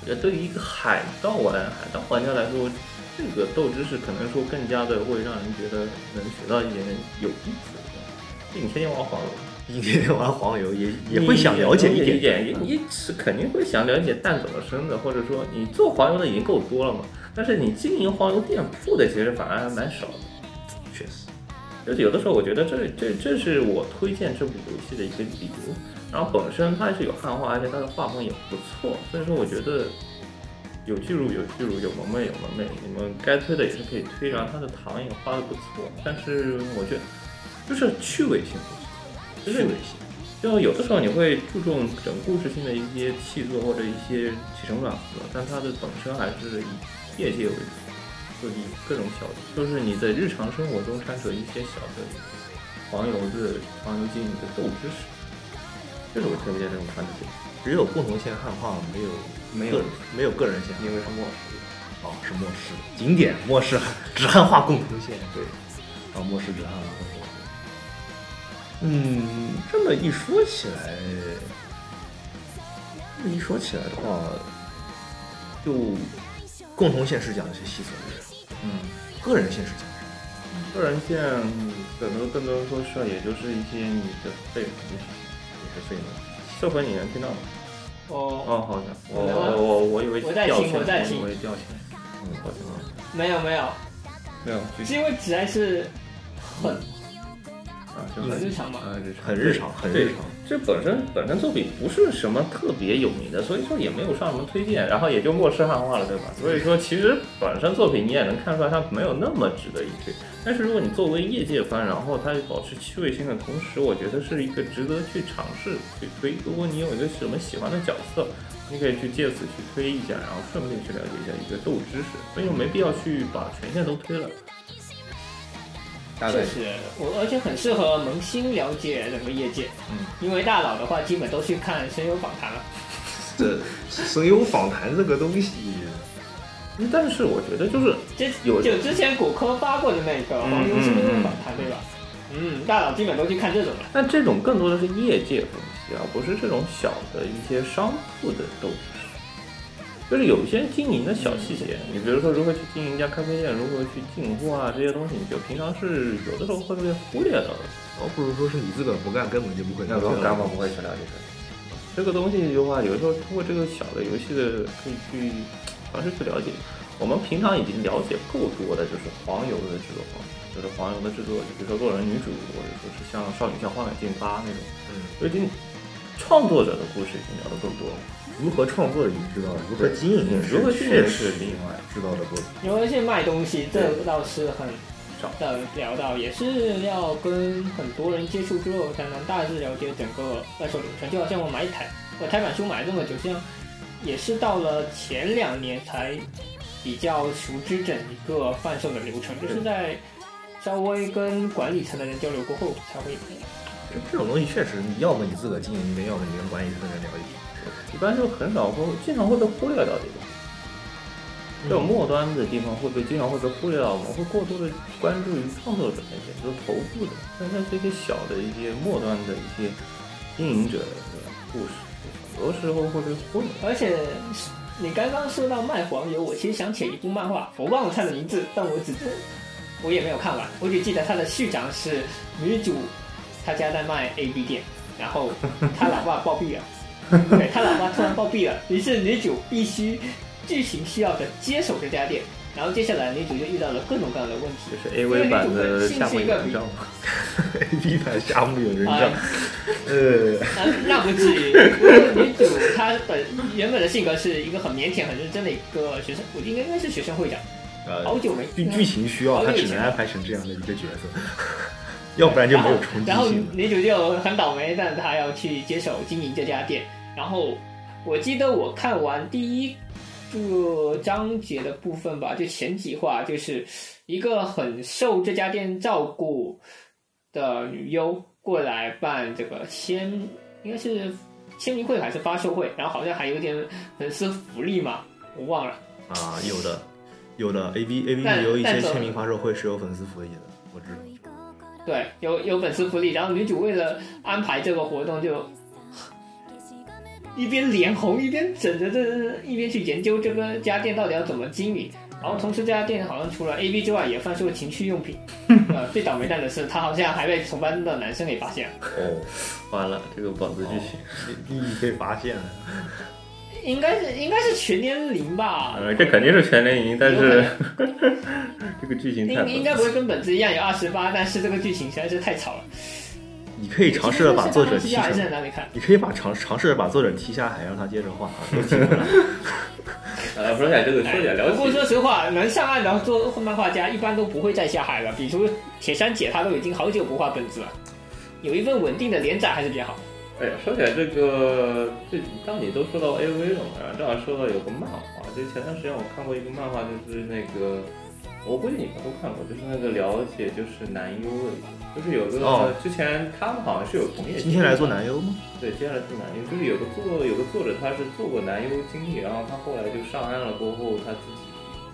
Speaker 5: 我觉得对于一个海盗玩、海盗玩家来说，这个斗知识可能说更加的会让人觉得能学到一点有意思的东西。就你天天玩黄油，
Speaker 2: 一天玩黄油也也
Speaker 5: 你
Speaker 2: 会想了解一
Speaker 5: 一
Speaker 2: 点，
Speaker 5: 点，你是肯定会想了解蛋怎么生的，或者说你做黄油的已经够多了嘛。但是你经营黄油店铺的，其实反而还蛮少的。
Speaker 2: 确实，
Speaker 5: 就是有的时候我觉得这这这是我推荐这部游戏的一个理由。然后本身它是有汉化，而且它的画风也不错，所以说我觉得有巨乳有巨乳，有萌妹有萌妹，你们该推的也是可以推。啊然后它的糖也画的不错，但是我觉得就是趣味性不足，趣味性。就有的时候你会注重整故事性的一些细作或者一些起承转合，但它的本身还是以业界为主。就你各种小，就是你在日常生活中掺扯一些小的黄油的黄油精，你的豆知识，这是我推荐这种番的点，
Speaker 2: 只有共同线汉化，没有
Speaker 5: 没有
Speaker 2: 个没有个人线
Speaker 5: 因为是末世，
Speaker 2: 哦，是末世景点末世只汉化共同线，对，啊，末世只汉化共同线。嗯，这么一说起来，这么一说起来的话，就共同线是讲一些细碎的，
Speaker 5: 嗯，
Speaker 2: 个人线是讲什么？
Speaker 5: 个人线很多更多人说是，也就是一些你的背景知识，
Speaker 2: 也是费能。
Speaker 5: 这回你能听到吗？
Speaker 4: 哦，
Speaker 5: 哦，好的，我我我我以为
Speaker 4: 我在
Speaker 5: 掉
Speaker 4: 听
Speaker 5: 线，
Speaker 4: 我在听
Speaker 5: 我以为掉线，嗯，好的，
Speaker 4: 没有没有，
Speaker 5: 没有，继续
Speaker 4: 因为实在是很
Speaker 5: 啊，就
Speaker 4: 很
Speaker 5: 很
Speaker 4: 日常嘛。
Speaker 5: 啊，日常
Speaker 2: 很日常，很日常。
Speaker 5: 这本身本身作品不是什么特别有名的，所以说也没有上什么推荐，然后也就末世汉化了，对吧？所以说其实本身作品你也能看出来它没有那么值得一推，但是如果你作为业界番，然后它保持趣味性的同时，我觉得是一个值得去尝试去推。如果你有一个什么喜欢的角色，你可以去借此去推一下，然后顺便去了解一下一个斗知识，所以说没必要去把全线都推了。大概
Speaker 4: 确实，我而且很适合萌新了解整个业界，
Speaker 5: 嗯，
Speaker 4: 因为大佬的话基本都去看声优访谈了，
Speaker 2: 这声优访谈这个东西，
Speaker 5: 嗯但是我觉得就是
Speaker 4: 这
Speaker 5: 有
Speaker 4: 就之前骨科发过的那个
Speaker 5: 嗯
Speaker 4: 黄油声
Speaker 5: 嗯
Speaker 4: 优
Speaker 5: 嗯
Speaker 4: 访谈对吧？嗯，大佬基本都去看这种了。
Speaker 5: 但这种更多的是业界分析，而不是这种小的一些商铺的斗士。就是有一些经营的小细节，你比如说如何去经营一家咖啡店，如何去进货啊，这些东西，你就平常是有的时候会被忽略到的。
Speaker 2: 倒不如说是你自个儿不干，根本就不会干。
Speaker 5: 那时候干嘛不会去了解这个？这个东西的话，有时候通过这个小的游戏的可以去尝试去了解。我们平常已经了解够多的，就是黄油的制作方式，就是黄油的制作，就比如说洛人女主，或者说是像少女像花满剑八那种，
Speaker 2: 嗯，
Speaker 5: 我已经创作者的故事已经聊得够多了，
Speaker 2: 如何创作已经知道了，如何经营
Speaker 5: 如何去
Speaker 2: 确
Speaker 5: 认
Speaker 2: 实
Speaker 5: 识另外
Speaker 2: 知道的多。
Speaker 4: 因为现在卖东西，这倒是很
Speaker 5: 少
Speaker 4: 的聊到，也是要跟很多人接触之后，才能大致了解整个二手流程。就好像我买一台，我台版书买了这么久，像也是到了前两年才比较熟知整一个贩售的流程，就是在稍微跟管理层的人交流过后才会。
Speaker 2: 这这种东西确实，你要么你自个儿经营一遍，要么你跟管理层的人聊一遍。
Speaker 5: 一般就很少会，经常会被忽略到这个。
Speaker 4: 嗯
Speaker 5: 这种末端的地方会被经常会被忽略到，我们会过多的关注于创作者那些，就是头部的，但像这些小的一些末端的一些经营者的故事，很多时候会被忽略。
Speaker 4: 而且你刚刚说到卖黄油，我其实想起一部漫画，我忘了它的名字，但我只我也没有看完，我只记得它的序章是女主她家在卖 AB 店，然后她老爸暴毙了，对，她老爸突然暴毙了，于是女主必须剧情需要的接手这家店。然后接下来女主就遇到了各种各样的问题
Speaker 5: 就，是 A V 版的夏目友人帐，
Speaker 2: (laughs) A B 版夏目友人
Speaker 4: 啊、
Speaker 2: 帐，呃，
Speaker 5: 哎
Speaker 4: 那那不至于，女主她本原本的性格是一个很腼腆、很认真的一个学生，我应该应该是学生会长，好
Speaker 2: 呃，
Speaker 4: 久没
Speaker 2: 剧剧情需要，
Speaker 4: 好
Speaker 2: 他
Speaker 4: 久
Speaker 2: 只
Speaker 4: 以
Speaker 2: 能
Speaker 4: 前
Speaker 2: 安排成这样的一个角
Speaker 5: (laughs)
Speaker 2: 色，要不然就没有冲击
Speaker 4: 然后
Speaker 2: 性了。
Speaker 4: 女主就很倒霉，但她要去接手经营这家店。然后我记得我看完第一个章节的部分吧，就前几话，就是一个很受这家店照顾的女优过来办这个签，应该是签名会还是发售会，然后好像还有点粉丝福利嘛，我忘了。
Speaker 2: 啊，有的，有的，A B A B
Speaker 4: 但
Speaker 2: 有一些
Speaker 4: 但总
Speaker 2: 签名发售会是有粉丝福利的，我知道。
Speaker 4: 对，有有粉丝福利，然后女主为了安排这个活动就。一边脸红一边整着这，一边去研究这个家店到底要怎么经营。然后同时这家店好像除了 A B 之外也贩售情趣用品。呃，最倒霉蛋的是，他好像还被同班的男生给发现了，
Speaker 2: 哦，
Speaker 5: 完了这个本子剧情，
Speaker 2: 你你被发现啊了，
Speaker 4: 应该是应该是全年龄吧，
Speaker 5: 呃，这肯定是全联营，但
Speaker 4: 有可
Speaker 5: 是这个剧情太
Speaker 4: 应应该不
Speaker 5: 多了
Speaker 4: 会跟本子一样有二十八，但是这个剧情实在是太吵了。
Speaker 2: 你可以尝试着把作者踢
Speaker 4: 其实是还是
Speaker 2: 成
Speaker 4: 在哪里看？
Speaker 2: 你可以把尝尝试着把作者踢下海，让他接着画啊。都挺好的
Speaker 5: 啊，说起来这个，说起来聊
Speaker 4: 不过
Speaker 5: 起
Speaker 4: 说实话，能上岸的做漫画家一般都不会再下海了。比如铁山姐，她都已经好久不画本子了，有一份稳定的连载还是比较好。
Speaker 5: 哎呀，说起来这个，这当你都说到 A V 了嘛，然后正好说到有个漫画，就前段时间我看过一个漫画，就是那个，我估计你们都看过，就是那个了解就是男优的，就是有个、呃
Speaker 2: 哦
Speaker 5: 之前他们好像是有从业经历的，
Speaker 2: 今天来做男优吗？
Speaker 5: 对，接下来做男优，就是有个作有个作者他是做过男优经历，然后他后来就上岸了，过后他自己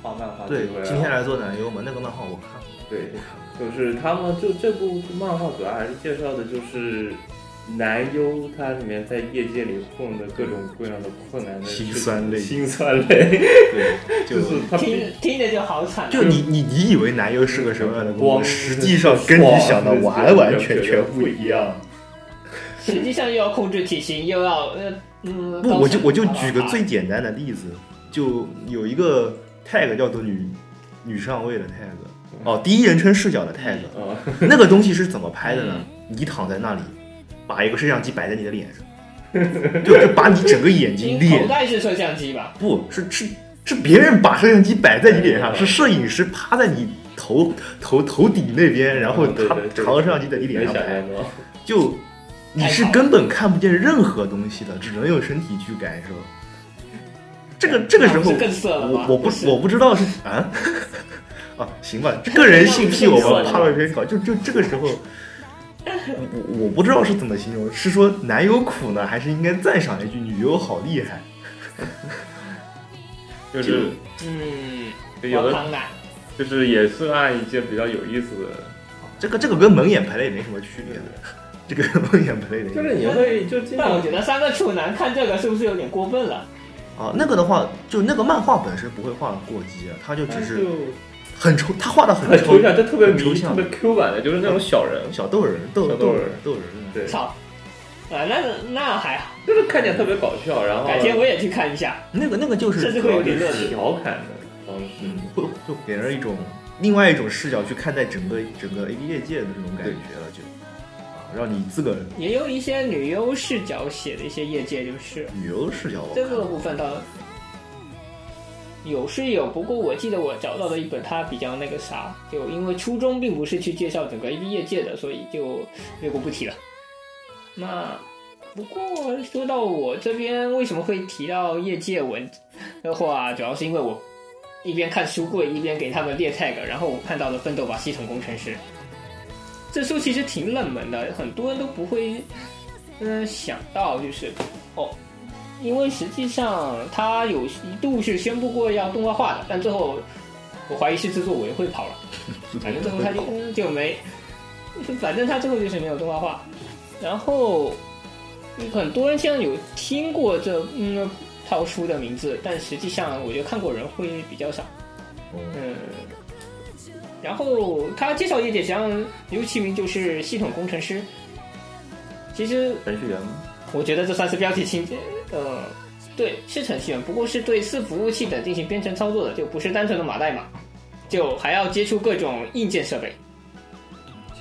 Speaker 5: 画漫画
Speaker 2: 对
Speaker 5: 这个，
Speaker 2: 今天来做男优嘛，那个漫画我看了，
Speaker 5: 对
Speaker 2: 我看了。
Speaker 5: 就是他们就这部漫画主要还是介绍的就是男优他里面在业界里碰的各种各样的困难的事情
Speaker 2: 辛酸泪
Speaker 5: 辛酸泪，
Speaker 2: (laughs) 对，
Speaker 5: 就
Speaker 2: 就是
Speaker 5: 他
Speaker 4: 听
Speaker 5: 并
Speaker 4: 听着就好惨啊。
Speaker 2: 就你你你以为男优是个什么样的工作，
Speaker 5: 光
Speaker 2: 实际上跟你想的完完全全不一样。
Speaker 4: 实际上又要控制体型，又要呃嗯。
Speaker 2: 不，
Speaker 4: 高
Speaker 2: 我就
Speaker 4: 产
Speaker 2: 我就举个
Speaker 4: 好吧
Speaker 2: 最简单的例子，就有一个 tag 叫做女女上位的 tag，哦，第一人称视角的 tag，
Speaker 5: 啊，
Speaker 2: (laughs) 那个东西是怎么拍的
Speaker 5: 嗯
Speaker 2: 呢？你躺在那里，把一个摄像机摆在你的脸上，就就把你整个眼睛
Speaker 4: 口 (laughs)
Speaker 2: 脸
Speaker 4: 袋是摄像机吧？
Speaker 2: 不是是是别人把摄像机摆在你脸
Speaker 5: 嗯
Speaker 2: 上，是摄影师趴在你头头头顶那边，然后
Speaker 5: 嗯对
Speaker 2: 他
Speaker 5: 对对
Speaker 2: 扛着摄像机在你
Speaker 5: 没
Speaker 2: 脸上
Speaker 5: 想
Speaker 2: 拍，
Speaker 5: 象到，
Speaker 2: 就你是根本看不见任何东西的，只能用身体去感受。这个这个时
Speaker 4: 那不
Speaker 2: 候
Speaker 4: 是，更色了吗
Speaker 2: 我？我不
Speaker 4: 是
Speaker 2: 我不知道是啊 (laughs) 啊，行吧，个人性癖我们怕了别人搞，就就这个时候，我我不知道是怎么形容，是说男友苦呢，还是应该赞赏一句女友好厉害？
Speaker 5: 就是
Speaker 4: 嗯，
Speaker 5: 就有
Speaker 4: 我
Speaker 5: 的
Speaker 4: 当然。
Speaker 5: 就是也是按一些比较有意思的。
Speaker 2: 这个这个跟蒙眼 play 没什么区别的，这个跟蒙眼 play 的
Speaker 5: 就是你会就经
Speaker 4: 但我
Speaker 5: 常
Speaker 4: 觉得三个处男看这个是不是有点过分了？
Speaker 2: 啊，那个的话，就那个漫画本身不会画的过激啊，他就只是
Speaker 5: 就
Speaker 2: 很抽，他画的很
Speaker 5: 很抽
Speaker 2: 抽
Speaker 5: 象，就特别
Speaker 2: 抽
Speaker 5: 迷，特
Speaker 2: 象
Speaker 5: 别 Q 版的，就是那种小人，
Speaker 2: 小豆人，豆
Speaker 5: 小
Speaker 2: 豆
Speaker 5: 豆
Speaker 2: 人
Speaker 5: 人，
Speaker 2: 豆人，
Speaker 5: 对，
Speaker 4: 操！啊，那那还好，
Speaker 5: 就是看起来特别搞笑，然后
Speaker 2: 哦
Speaker 4: 改天我也去看一下。
Speaker 2: 那个那个就是
Speaker 4: 甚至会有点乐趣
Speaker 5: 调侃的方式。
Speaker 2: 嗯，会就给人一种另外一种视角去看待整个整个 A B 业界的这种感觉了，就啊，让你自个儿
Speaker 4: 也有一些女优视角写的一些业界，就是
Speaker 2: 旅游视角我
Speaker 4: 这个
Speaker 2: 看
Speaker 4: 部分倒有是有，不过我记得我找到了一本，它比较那个啥，就因为初衷并不是去介绍整个 A B 业界的，所以就略过不提了。那不过说到我这边为什么会提到业界文的话，主要是因为我一边看书柜一边给他们列 tag，然后我看到了《奋斗吧系统工程师》这书，其实挺冷门的，很多人都不会嗯、呃想到，就是哦，因为实际上它有一度是宣布过要动画化的，但最后我怀疑是制作委员会跑了，反正最后他就嗯就没，反正他最后就是没有动画化。然后很多人像有听过这嗯套书的名字，但实际上我觉得看过人会比较少。
Speaker 2: 嗯
Speaker 4: 嗯，然后他介绍业界实际上刘其明就是系统工程师。其实
Speaker 5: 程序员吗？
Speaker 4: 我觉得这算是标题清，呃，对，是程序员，不过是对伺服务器等进行编程操作的，就不是单纯的码代码，就还要接触各种硬件设备，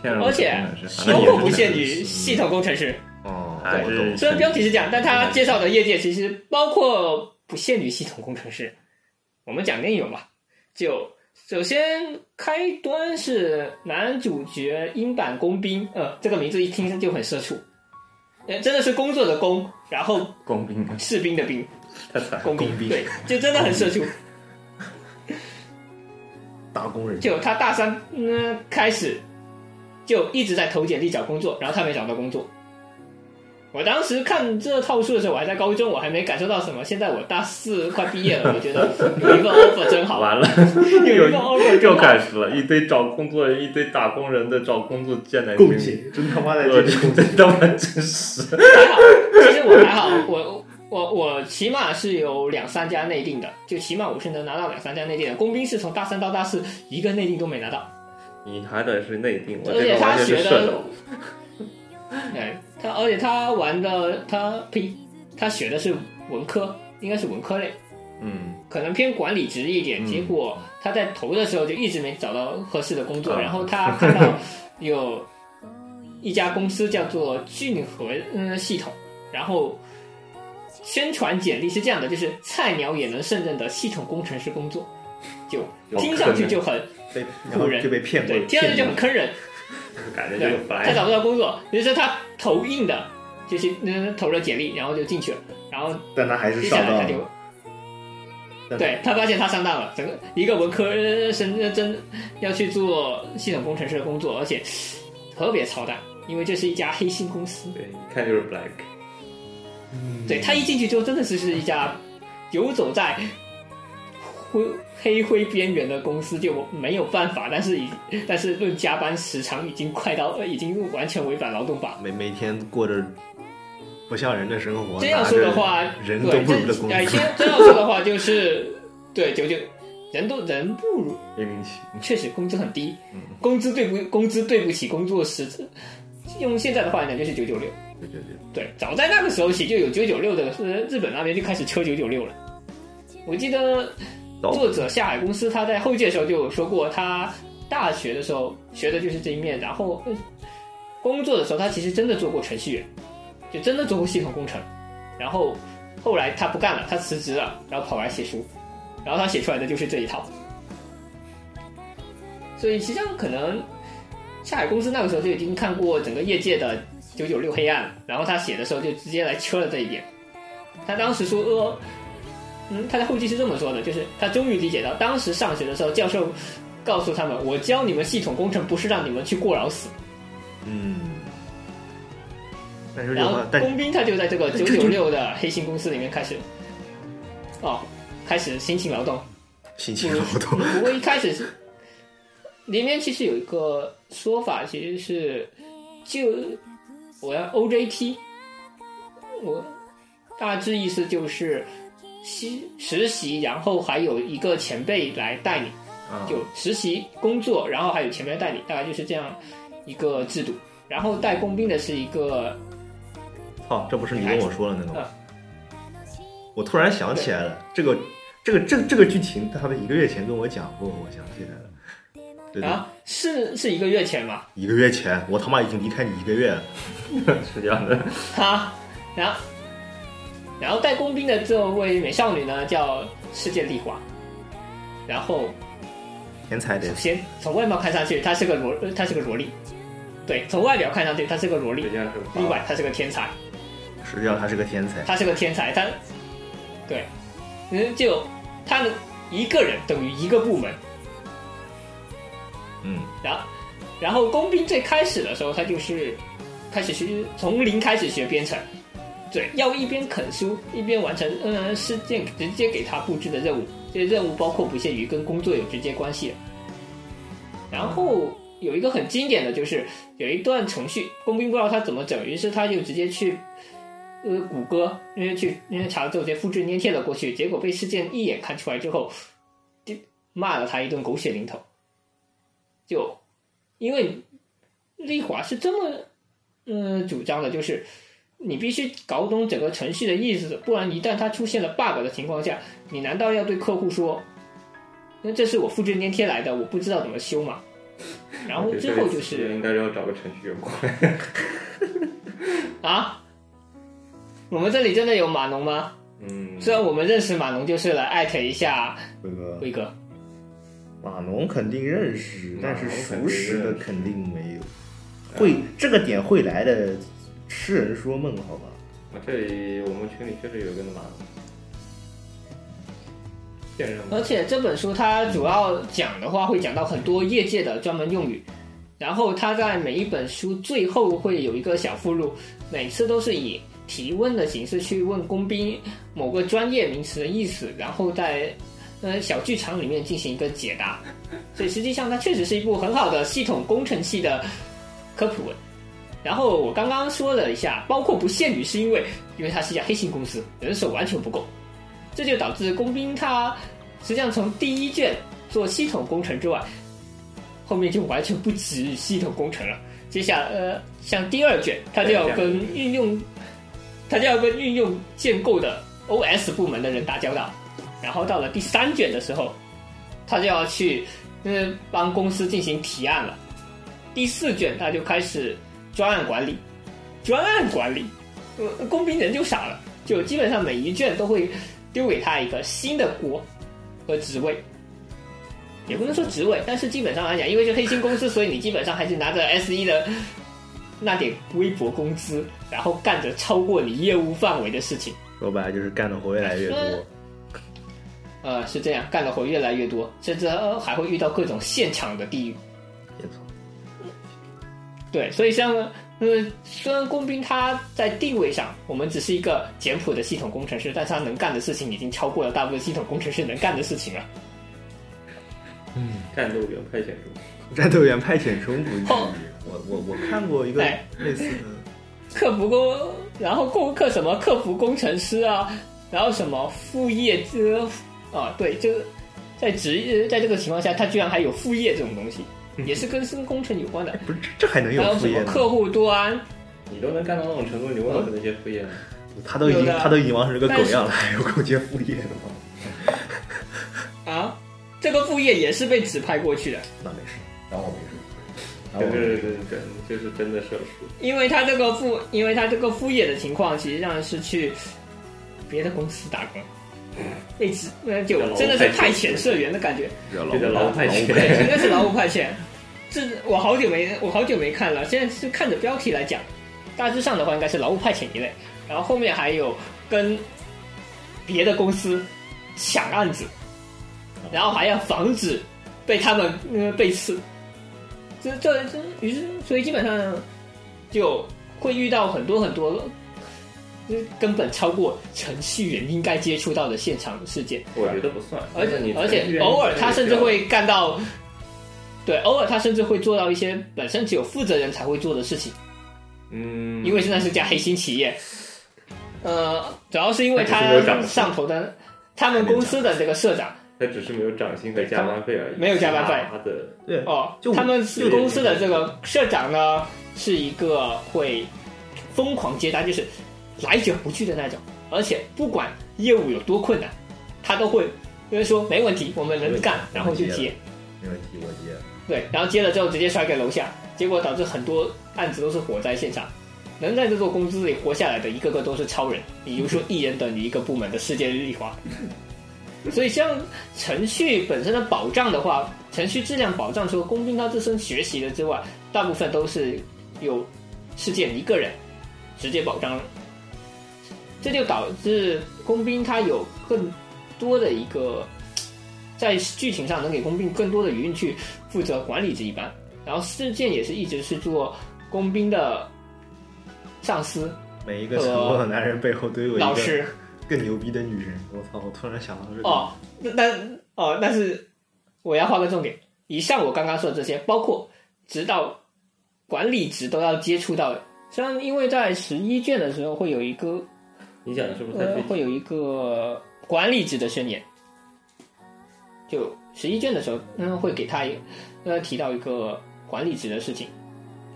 Speaker 5: 嵌入
Speaker 4: 而且
Speaker 5: 程嗯序员是
Speaker 4: 包括
Speaker 5: 那也
Speaker 4: 不
Speaker 5: 是嗯
Speaker 4: 限于系统工程师。
Speaker 2: 哦，
Speaker 5: 还
Speaker 2: 我
Speaker 5: 是
Speaker 2: 懂。
Speaker 4: 虽然标题是这样，但他介绍的业界其实包括不限于系统工程师。我们讲内容吧，就首先开端是男主角英版工兵，呃，这个名字一听就很社畜，呃，真的是工作的工，然后
Speaker 5: 工兵，
Speaker 4: 士兵的兵，
Speaker 5: 太惨了。
Speaker 4: 工兵
Speaker 2: 工兵
Speaker 4: 对，就真的很社畜。
Speaker 2: 打工人，
Speaker 4: 就他大三嗯开始，就一直在投简历找工作，然后他没找到工作。我当时看这套书的时候，我还在高中，我还没感受到什么。现在我大四快毕业了，我觉得有一份 offer 真好，啊 (laughs)
Speaker 5: 完了，
Speaker 4: 有
Speaker 5: 又
Speaker 4: 一份 offer
Speaker 5: 又
Speaker 4: 真好。
Speaker 5: 开始了，一堆找工作人，一堆打工人的找工作艰难
Speaker 2: 共
Speaker 5: 经历，
Speaker 2: 情，真他妈在这
Speaker 5: 我
Speaker 2: 里 (laughs) 共情。
Speaker 5: 真他妈真是。
Speaker 4: 还好，其实我还好，我我我起码是有两三家内定的，就起码我是能拿到两三家内定的。工兵是从大三到大四一个内定都没拿到。
Speaker 5: 你还得是内定，我
Speaker 4: 而
Speaker 5: 这
Speaker 4: 且
Speaker 5: 个
Speaker 4: 他
Speaker 5: 完全
Speaker 4: 学
Speaker 5: 是射
Speaker 4: 的
Speaker 5: 手，，
Speaker 4: 对，哎他而且他玩的他呸，他学的是文科，应该是文科类，
Speaker 5: 嗯，
Speaker 4: 可能偏管理职一点。结果他在投的时候就一直没找到合适的工作，
Speaker 5: 啊
Speaker 4: 然后他看到有一家公司叫做俊和嗯系统，然后。宣传简历是这样的，就是菜鸟也能胜任的系统工程师工作，就
Speaker 5: 有
Speaker 4: 听
Speaker 5: 可
Speaker 4: 上去
Speaker 5: 能
Speaker 4: 就很
Speaker 2: 被然后就被骗过
Speaker 4: 对，，听上去就很坑人。
Speaker 5: 感觉
Speaker 4: 对
Speaker 5: 就，
Speaker 4: 他
Speaker 5: 白
Speaker 4: 找不到工作，于是他投硬的，就是嗯投了简历，然后就进去了，然后
Speaker 2: 但他还是
Speaker 4: 接
Speaker 2: 上
Speaker 4: 下来
Speaker 2: 当
Speaker 4: 他就
Speaker 2: 了。但
Speaker 4: 对他发现他上当了，整个一个文科呃生呃真要去做系统工程师的工作，而且特别操蛋，因为这是一家黑心公司。
Speaker 5: 对，一看就是 black，
Speaker 2: 嗯
Speaker 4: 对他一进去就真的是是一家游走在灰黑灰边缘的公司，就没有办法，但是已但是论加班时长已经快到呃已经完全违反劳动法了。
Speaker 2: 每每天过着不像人的生活。
Speaker 4: 真要说的话
Speaker 2: 拿，着人都
Speaker 4: 对，
Speaker 2: 不如的
Speaker 4: 真哎，
Speaker 2: 工
Speaker 4: 真
Speaker 2: 资。
Speaker 4: 真要说的话，就是对九九，人都人不如，
Speaker 5: 零零七，
Speaker 4: 确实工资很低，工资对不工资对不起工作时，用现在的话来讲就是九九六。
Speaker 2: 对对对，
Speaker 4: 对，早在那个时候起就有九九六的，呃，日本那边就开始抽九九六了。我记得
Speaker 5: 懂
Speaker 4: 作者下海公司他在后记的时候就有说过，他大学的时候学的就是这一面，然后呃工作的时候他其实真的做过程序员，就真的做过系统工程，然后后来他不干了，他辞职了，然后跑来写书，然后他写出来的就是这一套。所以实际上可能下海公司那个时候就已经看过整个业界的九九六黑暗，然后他写的时候就直接来敲了这一点。他当时说，呃，嗯，他在后记是这么说的，就是他终于理解到，当时上学的时候，教授告诉他们，我教你们系统工程不是让你们去过劳死。
Speaker 2: 嗯。但是这
Speaker 4: 然后
Speaker 2: 话，但
Speaker 4: 工兵他就在这个九九六的黑心公司里面开始，哦，开始辛勤劳动。
Speaker 2: 辛勤劳动，
Speaker 4: 不过一开始是，里面其实有一个说法，其实是就我要 OJT，我大致意思就是实实习，然后还有一个前辈来带你，
Speaker 5: 啊，
Speaker 4: 就实习工作，然后还有前辈带你，大概就是这样一个制度。然后带工兵的是一个
Speaker 2: 操，哦这不是你跟我说的那个吗
Speaker 4: 啊？
Speaker 2: 我突然想起来了，这个这个这个这个剧情，他们一个月前跟我讲过，我想起来了。对对，
Speaker 4: 啊，是是一个月前嘛，
Speaker 2: 一个月前，我他妈已经离开你一个月了。
Speaker 5: 是这样的，
Speaker 4: 哈，然后然后带工兵的这位美少女呢叫世界丽华，然后
Speaker 2: 天才得
Speaker 4: 首先从外貌看上去她是个萝呃她是个萝莉，对，从外表看上去她是个萝莉
Speaker 5: 实际，上是
Speaker 4: 另外她是个天才，
Speaker 2: 实际上他是个天才，
Speaker 4: 她是个天才，她对，嗯就她能一个人等于一个部门，
Speaker 2: 嗯，
Speaker 4: 然后然后工兵最开始的时候他就是开始学从零开始学编程，对，要一边啃书一边完成嗯事件直接给他布置的任务，这些任务包括不限于跟工作有直接关系的。然后有一个很经典的就是有一段程序，工兵不知道他怎么整，于是他就直接去呃谷歌，因为去因为查了之后直接复制粘贴了过去，结果被事件一眼看出来之后，就骂了他一顿狗血淋头，就因为丽华是这么嗯、主张的，就是你必须搞懂整个程序的意思，不然一旦它出现了 bug 的情况下，你难道要对客户说，那这是我复制粘贴来的，我不知道怎么修嘛？然后最后就是
Speaker 5: 应该要找个程序员过来。
Speaker 4: 啊，我们这里真的有码农吗？
Speaker 5: 嗯，
Speaker 4: 虽然我们认识码农，就是来艾特一下
Speaker 2: 辉哥，
Speaker 4: 辉哥。
Speaker 2: 码农肯定认识，但是熟识的肯定没有。啊
Speaker 5: 嗯
Speaker 2: 会这个点会来的，痴人说梦，好吧？
Speaker 5: 我这里我们群里确实有一个那么现任
Speaker 4: 而且这本书它主要讲的话，会讲到很多业界的专门用语，然后它在每一本书最后会有一个小附录，每次都是以提问的形式去问工兵某个专业名词的意思，然后在呃小剧场里面进行一个解答。所以实际上它确实是一部很好的系统工程系的科普文。然后我刚刚说了一下，包括不限于，是因为因为它是一家黑心公司，人手完全不够，这就导致工兵他实际上从第一卷做系统工程之外，后面就完全不止于系统工程了。接下来，呃，像第二卷，他就要跟运用，他就要跟运用建构的 OS 部门的人打交道。然后到了第三卷的时候，他就要去，呃，帮公司进行提案了。第四卷他就开始专案管理，专案管理，呃，工兵人就傻了，就基本上每一卷都会丢给他一个新的锅，和职位，也不能说职位，但是基本上来讲，因为是黑心公司，所以你基本上还是拿着 S 一的那点微薄工资，然后干着超过你业务范围的事情。
Speaker 2: 说白了就是干的活越来越多
Speaker 4: 嗯。呃，是这样，干的活越来越多，甚至、呃、还会遇到各种现场的地狱。
Speaker 2: 没错
Speaker 4: 对，所以像嗯，虽然工兵他在定位上，我们只是一个简朴的系统工程师，但是他能干的事情已经超过了大部分系统工程师能干的事情了。
Speaker 5: 战斗员派遣中，
Speaker 2: 战斗员派遣冲不至于
Speaker 4: 哦
Speaker 2: 我我我看过一个
Speaker 4: 哎
Speaker 2: 类似的，
Speaker 4: 客服工，然后顾客什么客服工程师啊，然后什么副业之啊，对，这个在职业在这个情况下，他居然还有副业这种东西，也是跟跟工程有关的。
Speaker 2: 不是这这嗯还能
Speaker 4: 还
Speaker 2: 有
Speaker 4: 有
Speaker 2: 副
Speaker 4: 什
Speaker 2: 业
Speaker 4: 么
Speaker 2: 呢？
Speaker 4: 客户端，
Speaker 5: 你都能干到那种程度，你为什么那些副业呢？
Speaker 2: 他都已经
Speaker 4: 有的
Speaker 2: 他都已经忙成个狗
Speaker 4: 但是
Speaker 2: 样了，还有空接副业的吗？
Speaker 4: 啊，这个副业也是被指派过去的，
Speaker 2: 那没事，当我没事。当
Speaker 5: 对
Speaker 2: 我没
Speaker 5: 对
Speaker 2: 事
Speaker 5: 对对，就是真的社畜。
Speaker 4: 因为他这个副，因为他这个副业的情况，其实上是去别的公司打工，被指那就真的是派遣社员的感觉。
Speaker 5: 这个劳派遣，
Speaker 4: 对，真的是劳务派遣。这我好久没我好久没看了，现在是看着标题来讲，大致上的话应该是劳务派遣一类，然后后面还有跟别的公司抢案子，然后还要防止被他们呃被刺，这这这，于是所以基本上就会遇到很多很多。就是根本超过程序员应该接触到的现场事件，
Speaker 5: 我觉得不算。
Speaker 4: 而
Speaker 5: 就是
Speaker 4: 且
Speaker 5: 你
Speaker 4: 而
Speaker 5: 程序
Speaker 4: 且
Speaker 5: 员
Speaker 4: 偶尔
Speaker 5: 你
Speaker 4: 他甚至
Speaker 5: 需要
Speaker 4: 会干到，对，偶尔他甚至会做到一些本身只有负责人才会做的事情，
Speaker 5: 嗯，
Speaker 4: 因为现在是家黑心企业。呃，主要是因为他
Speaker 5: 那就是没有涨薪
Speaker 4: 上头的，他们公司的这个社长
Speaker 5: 他只是没有涨薪和加班费而已，
Speaker 4: 没有加班费
Speaker 5: 他的
Speaker 2: 对，
Speaker 4: 哦
Speaker 2: 就，
Speaker 4: 他们
Speaker 5: 就
Speaker 4: 公司的这个社长呢，是一个会疯狂接单，就是来者不拒的那种，而且不管业务有多困难，他都会就是说没问题，我们能干，然后去接。
Speaker 2: 没问题，我接。
Speaker 4: 对，然后接了之后直接甩给楼下，结果导致很多案子都是火灾现场。能在这座公司里活下来的，一个个都是超人，比如说一人等于一个部门的世界丽华。 (laughs) 所以，像程序本身的保障的话，程序质量保障除了工兵他自身学习的之外，大部分都是有事件一个人直接保障，这就导致工兵他有更多的一个在剧情上能给工兵更多的余韵去负责管理这一班，然后事件也是一直是做工兵的上司
Speaker 2: 每一个成功的男人背后都有一
Speaker 4: 老
Speaker 2: 个
Speaker 4: 师
Speaker 2: 更牛逼的女人。我操！我突然想到这个，
Speaker 4: 哦，那但哦，但是我要画个重点。以上我刚刚说的这些，包括直到管理职都要接触到的。虽然因为在十一卷的时候会有一个
Speaker 5: 你讲的是不是太
Speaker 4: 呃
Speaker 5: 费，
Speaker 4: 会有一个管理职的宣言，就十一卷的时候，嗯，会给他一个呃提到一个管理职的事情，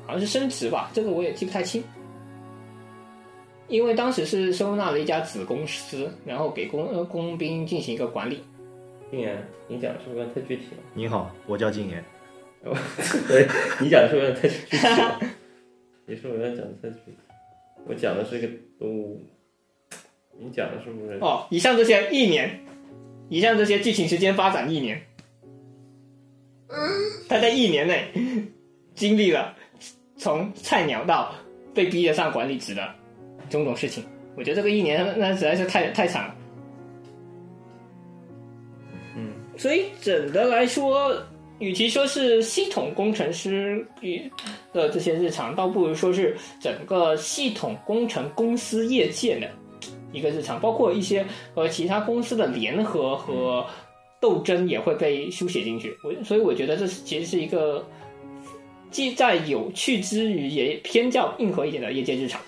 Speaker 4: 好像是升职吧，这个我也记不太清。因为当时是收纳了一家子公司，然后给工呃工兵进行一个管理。
Speaker 5: 静言，你讲的是不是太具体了？
Speaker 2: 你好，我叫静言。
Speaker 5: 对，你讲的是不是太具体
Speaker 4: (laughs)
Speaker 5: 了？你是不是讲的太具体？我讲的是一个动物，你讲的是不是？
Speaker 4: 哦，以上这些一年，以上这些剧情时间发展一年，他在一年内 (laughs) 经历了从菜鸟到被逼得上管理职的种种事情。我觉得这个一年那实在是太太长了。
Speaker 5: 嗯，
Speaker 4: 所以整的来说，与其说是系统工程师与的这些日常，倒不如说是整个系统工程公司业界的一个日常，包括一些和其他公司的联合和斗争也会被书写进去。我所以我觉得这是其实是一个既在有趣之余，也偏较硬核一点的业界日常。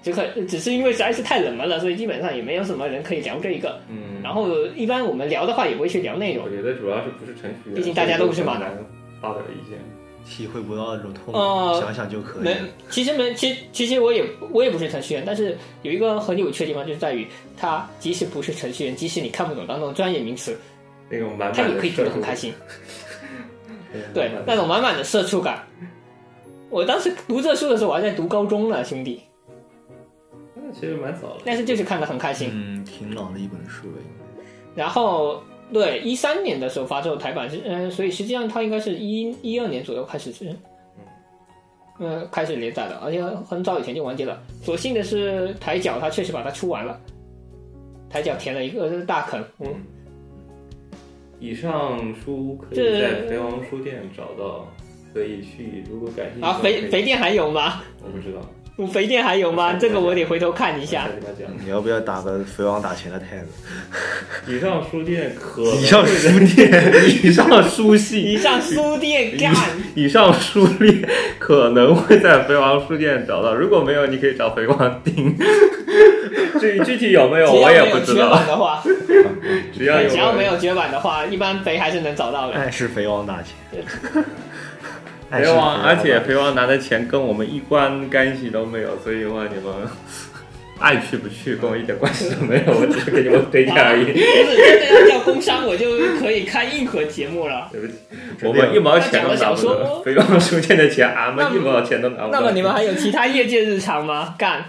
Speaker 4: 只可只是因为实在是太冷门了，所以基本上也没有什么人可以聊这一个。
Speaker 5: 嗯，
Speaker 4: 然后一般我们聊的话也不会去聊内容
Speaker 5: 我，觉得主要是不是程序员，
Speaker 4: 毕竟大家都是码
Speaker 5: 男，发表意见。
Speaker 2: 体会不到那种痛苦，
Speaker 4: 哦
Speaker 2: 想想就可以
Speaker 4: 没
Speaker 2: 了。，
Speaker 4: 其实没，其其实我也我也不是程序员，但是有一个很有趣的地方就是在于，他即使不是程序员，即使你看不懂当中的专业名词，
Speaker 5: 那种满满
Speaker 4: 他
Speaker 5: 的嗯
Speaker 4: 也可以读得很开心。对，那
Speaker 5: 种
Speaker 4: 种满满的社畜感。我当时读这书的时候，我还在读高中呢，兄弟，
Speaker 5: 其实蛮早的。
Speaker 4: 但是就是看得很开心。
Speaker 2: 嗯，挺老的一本书了，应该
Speaker 4: 然后对一三年的时候发售台版是，嗯、所以实际上它应该是一一二年左右开始，嗯、呃，开始连载的，而且很早以前就完结了。所幸的是台角它确实把它出完了，台角填了一个大坑，嗯，
Speaker 5: 以上书可以
Speaker 4: 这
Speaker 5: 在肥王书店找到，可以去。如果感兴趣
Speaker 4: 啊，肥肥店还有吗？
Speaker 5: 我不知道，
Speaker 4: 肥店还有吗？
Speaker 5: 嗯
Speaker 4: 这个我得回头看一下。
Speaker 5: 跟他讲。
Speaker 2: 你要不要打个肥王打钱的太子？
Speaker 5: 以上书店可能
Speaker 2: 以上书
Speaker 4: (laughs)
Speaker 2: 店，
Speaker 5: 以上书系
Speaker 4: 以上书店 (laughs) 干，
Speaker 5: 以上书列可能会在肥王书店找到，如果没有，你可以找肥王订。至 (laughs) 于具体有没有，
Speaker 4: 只要
Speaker 5: (laughs) 我
Speaker 4: 没
Speaker 5: 也
Speaker 4: 有
Speaker 5: 不知
Speaker 4: 绝
Speaker 5: 道
Speaker 4: 版。的话，
Speaker 5: (laughs) 只要有，哎
Speaker 4: 只要没有绝版的话，一般肥还是能找到的。
Speaker 2: 爱是肥王打钱。 (laughs) 爱是
Speaker 5: 肥王，而且
Speaker 2: 打
Speaker 5: 肥王拿的钱跟我们一关干系都没有，所以的话你们爱去不去跟我一点关系都没有，我只是给你们推荐而
Speaker 4: 不
Speaker 5: 已。
Speaker 4: 是真的
Speaker 5: (laughs)
Speaker 4: 要叫工商，我就可以开硬核节目了。
Speaker 5: 对不起，我们一毛钱都拿不到，肥王书店的钱，俺们一毛钱都拿不
Speaker 4: (laughs) 那
Speaker 5: 到。
Speaker 4: 么你们还有其他业界日常 (laughs) 吗？干，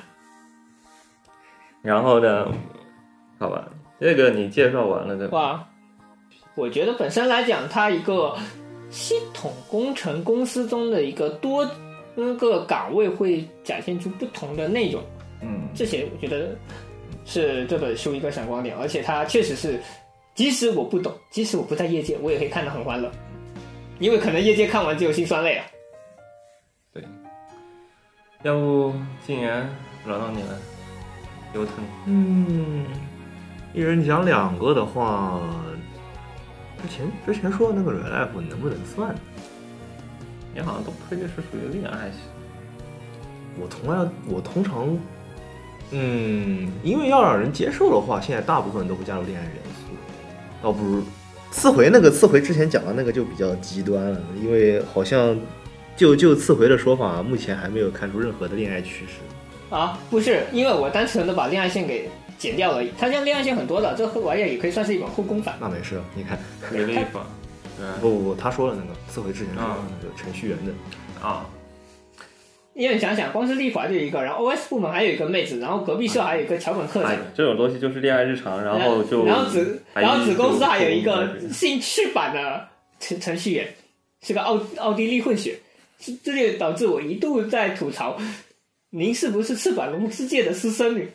Speaker 5: 然后呢？好吧，这个你介绍完了对吧？
Speaker 4: 哇！我觉得本身来讲，它一个系统工程公司中的一个多那个岗位会展现出不同的内容，
Speaker 2: 嗯，
Speaker 4: 这些我觉得是这本书一个闪光点，而且它确实是，即使我不懂，即使我不在业界，我也可以看得很欢乐，因为可能业界看完只有辛酸泪啊。
Speaker 5: 要不静言轮到你了，油疼。
Speaker 2: 嗯，一人讲两个的话，之前之前说的那个 real life 能不能算？
Speaker 5: 你好像都推的是属于恋爱型，
Speaker 2: 我从来我通常，嗯，因为要让人接受的话，现在大部分都会加入恋爱元素，倒不如次回那个次回之前讲的那个就比较极端了，因为好像就就次回的说法，目前还没有看出任何的恋爱趋势。
Speaker 4: 啊，不是，因为我单纯的把恋爱线给剪掉而已。它像恋爱线很多的，这玩意儿也可以算是一本后宫版。
Speaker 2: 那没事，你看，
Speaker 5: 没立
Speaker 4: (laughs)
Speaker 5: 法。对
Speaker 2: 不不不，他说了那个次回之前说的那个程序员的，
Speaker 5: 啊，
Speaker 4: 因为你想想，光是丽华就一个，然后 OS 部门还有一个妹子，然后隔壁社还有一个桥本克展
Speaker 5: 哎呀，，这种东西就是恋爱日常，然后就
Speaker 4: 然后子
Speaker 5: 还
Speaker 4: 然后子
Speaker 5: 就
Speaker 4: 公司还有一
Speaker 5: 后
Speaker 4: 个
Speaker 5: 宫的
Speaker 4: 兴趣版的程程序员，是个奥奥地利混血，这这就导致我一度在吐槽，您是不是翅膀龙之界的私生女？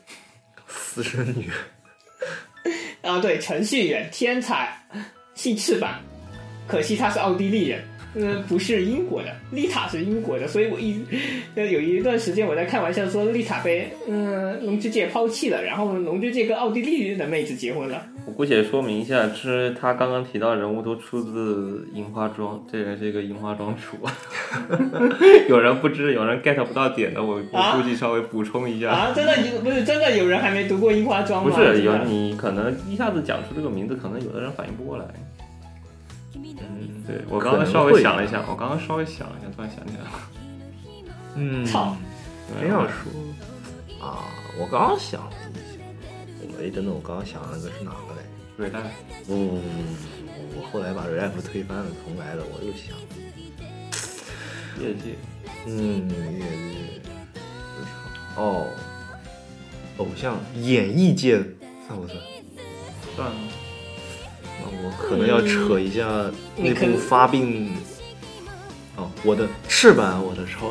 Speaker 2: 私生女，
Speaker 4: 啊，对，程序员天才，系翅膀，可惜他是奥地利人，呃，不是英国的，丽塔是英国的，所以我一呃有一段时间我在开玩笑说丽塔被嗯、龙之介抛弃了，然后龙之介跟奥地利的妹子结婚了。
Speaker 5: 我姑且说明一下，是他刚刚提到人物都出自《樱花庄》，这人是一个樱花
Speaker 4: (laughs)
Speaker 5: 庄主。 (laughs) 有人不知，有人 get 不到点的，我我估计稍微补充一下。
Speaker 4: 啊，真的不是真的有人还没读过樱花庄
Speaker 5: 不
Speaker 4: 吗？
Speaker 5: 是
Speaker 4: 真的
Speaker 5: 有你可能一下子讲出这个名字，可能有的人反应不过来。
Speaker 2: 嗯，
Speaker 5: 对我
Speaker 2: 可
Speaker 5: 刚刚
Speaker 2: 能
Speaker 5: 稍微
Speaker 2: 会
Speaker 5: 想了一下，我刚刚稍微想了一下，突然想起来了。
Speaker 2: 嗯，
Speaker 4: 操
Speaker 5: 哎
Speaker 2: 非要说啊，我刚刚想了一下，哎，等等，我刚刚想了个是哪个来着？
Speaker 5: 对，但是
Speaker 2: 不不不不不，我后来把 rap 推翻了，重来了，我又想，
Speaker 5: 业界
Speaker 2: 嗯，也也，哦，偶像演艺界算不算？
Speaker 5: 算了，
Speaker 2: 那我可能要扯一下那
Speaker 4: 你可以
Speaker 2: 部发病。哦，我的翅膀，我的超，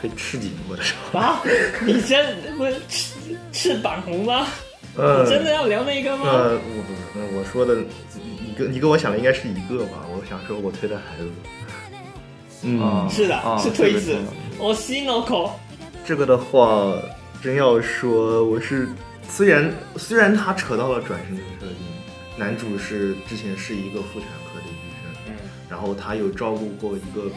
Speaker 2: 会吃紧我的超。
Speaker 4: 啊，你真不是翅翅膀红吗？
Speaker 2: 呃
Speaker 4: 真的要聊那个吗？
Speaker 2: 呃，我不是，我说的，你跟你跟我想的应该是一个吧？我想说，我推的孩子。嗯，
Speaker 5: 啊
Speaker 4: 是的，
Speaker 5: 啊
Speaker 4: 是
Speaker 5: 这
Speaker 4: 推
Speaker 5: 个
Speaker 4: 子
Speaker 5: 是的。
Speaker 4: 我西诺口，
Speaker 2: 这个的话，真要说，我是虽然虽然他扯到了转身的设定，男主是之前是一个妇产科的医生，然后他有照顾过一个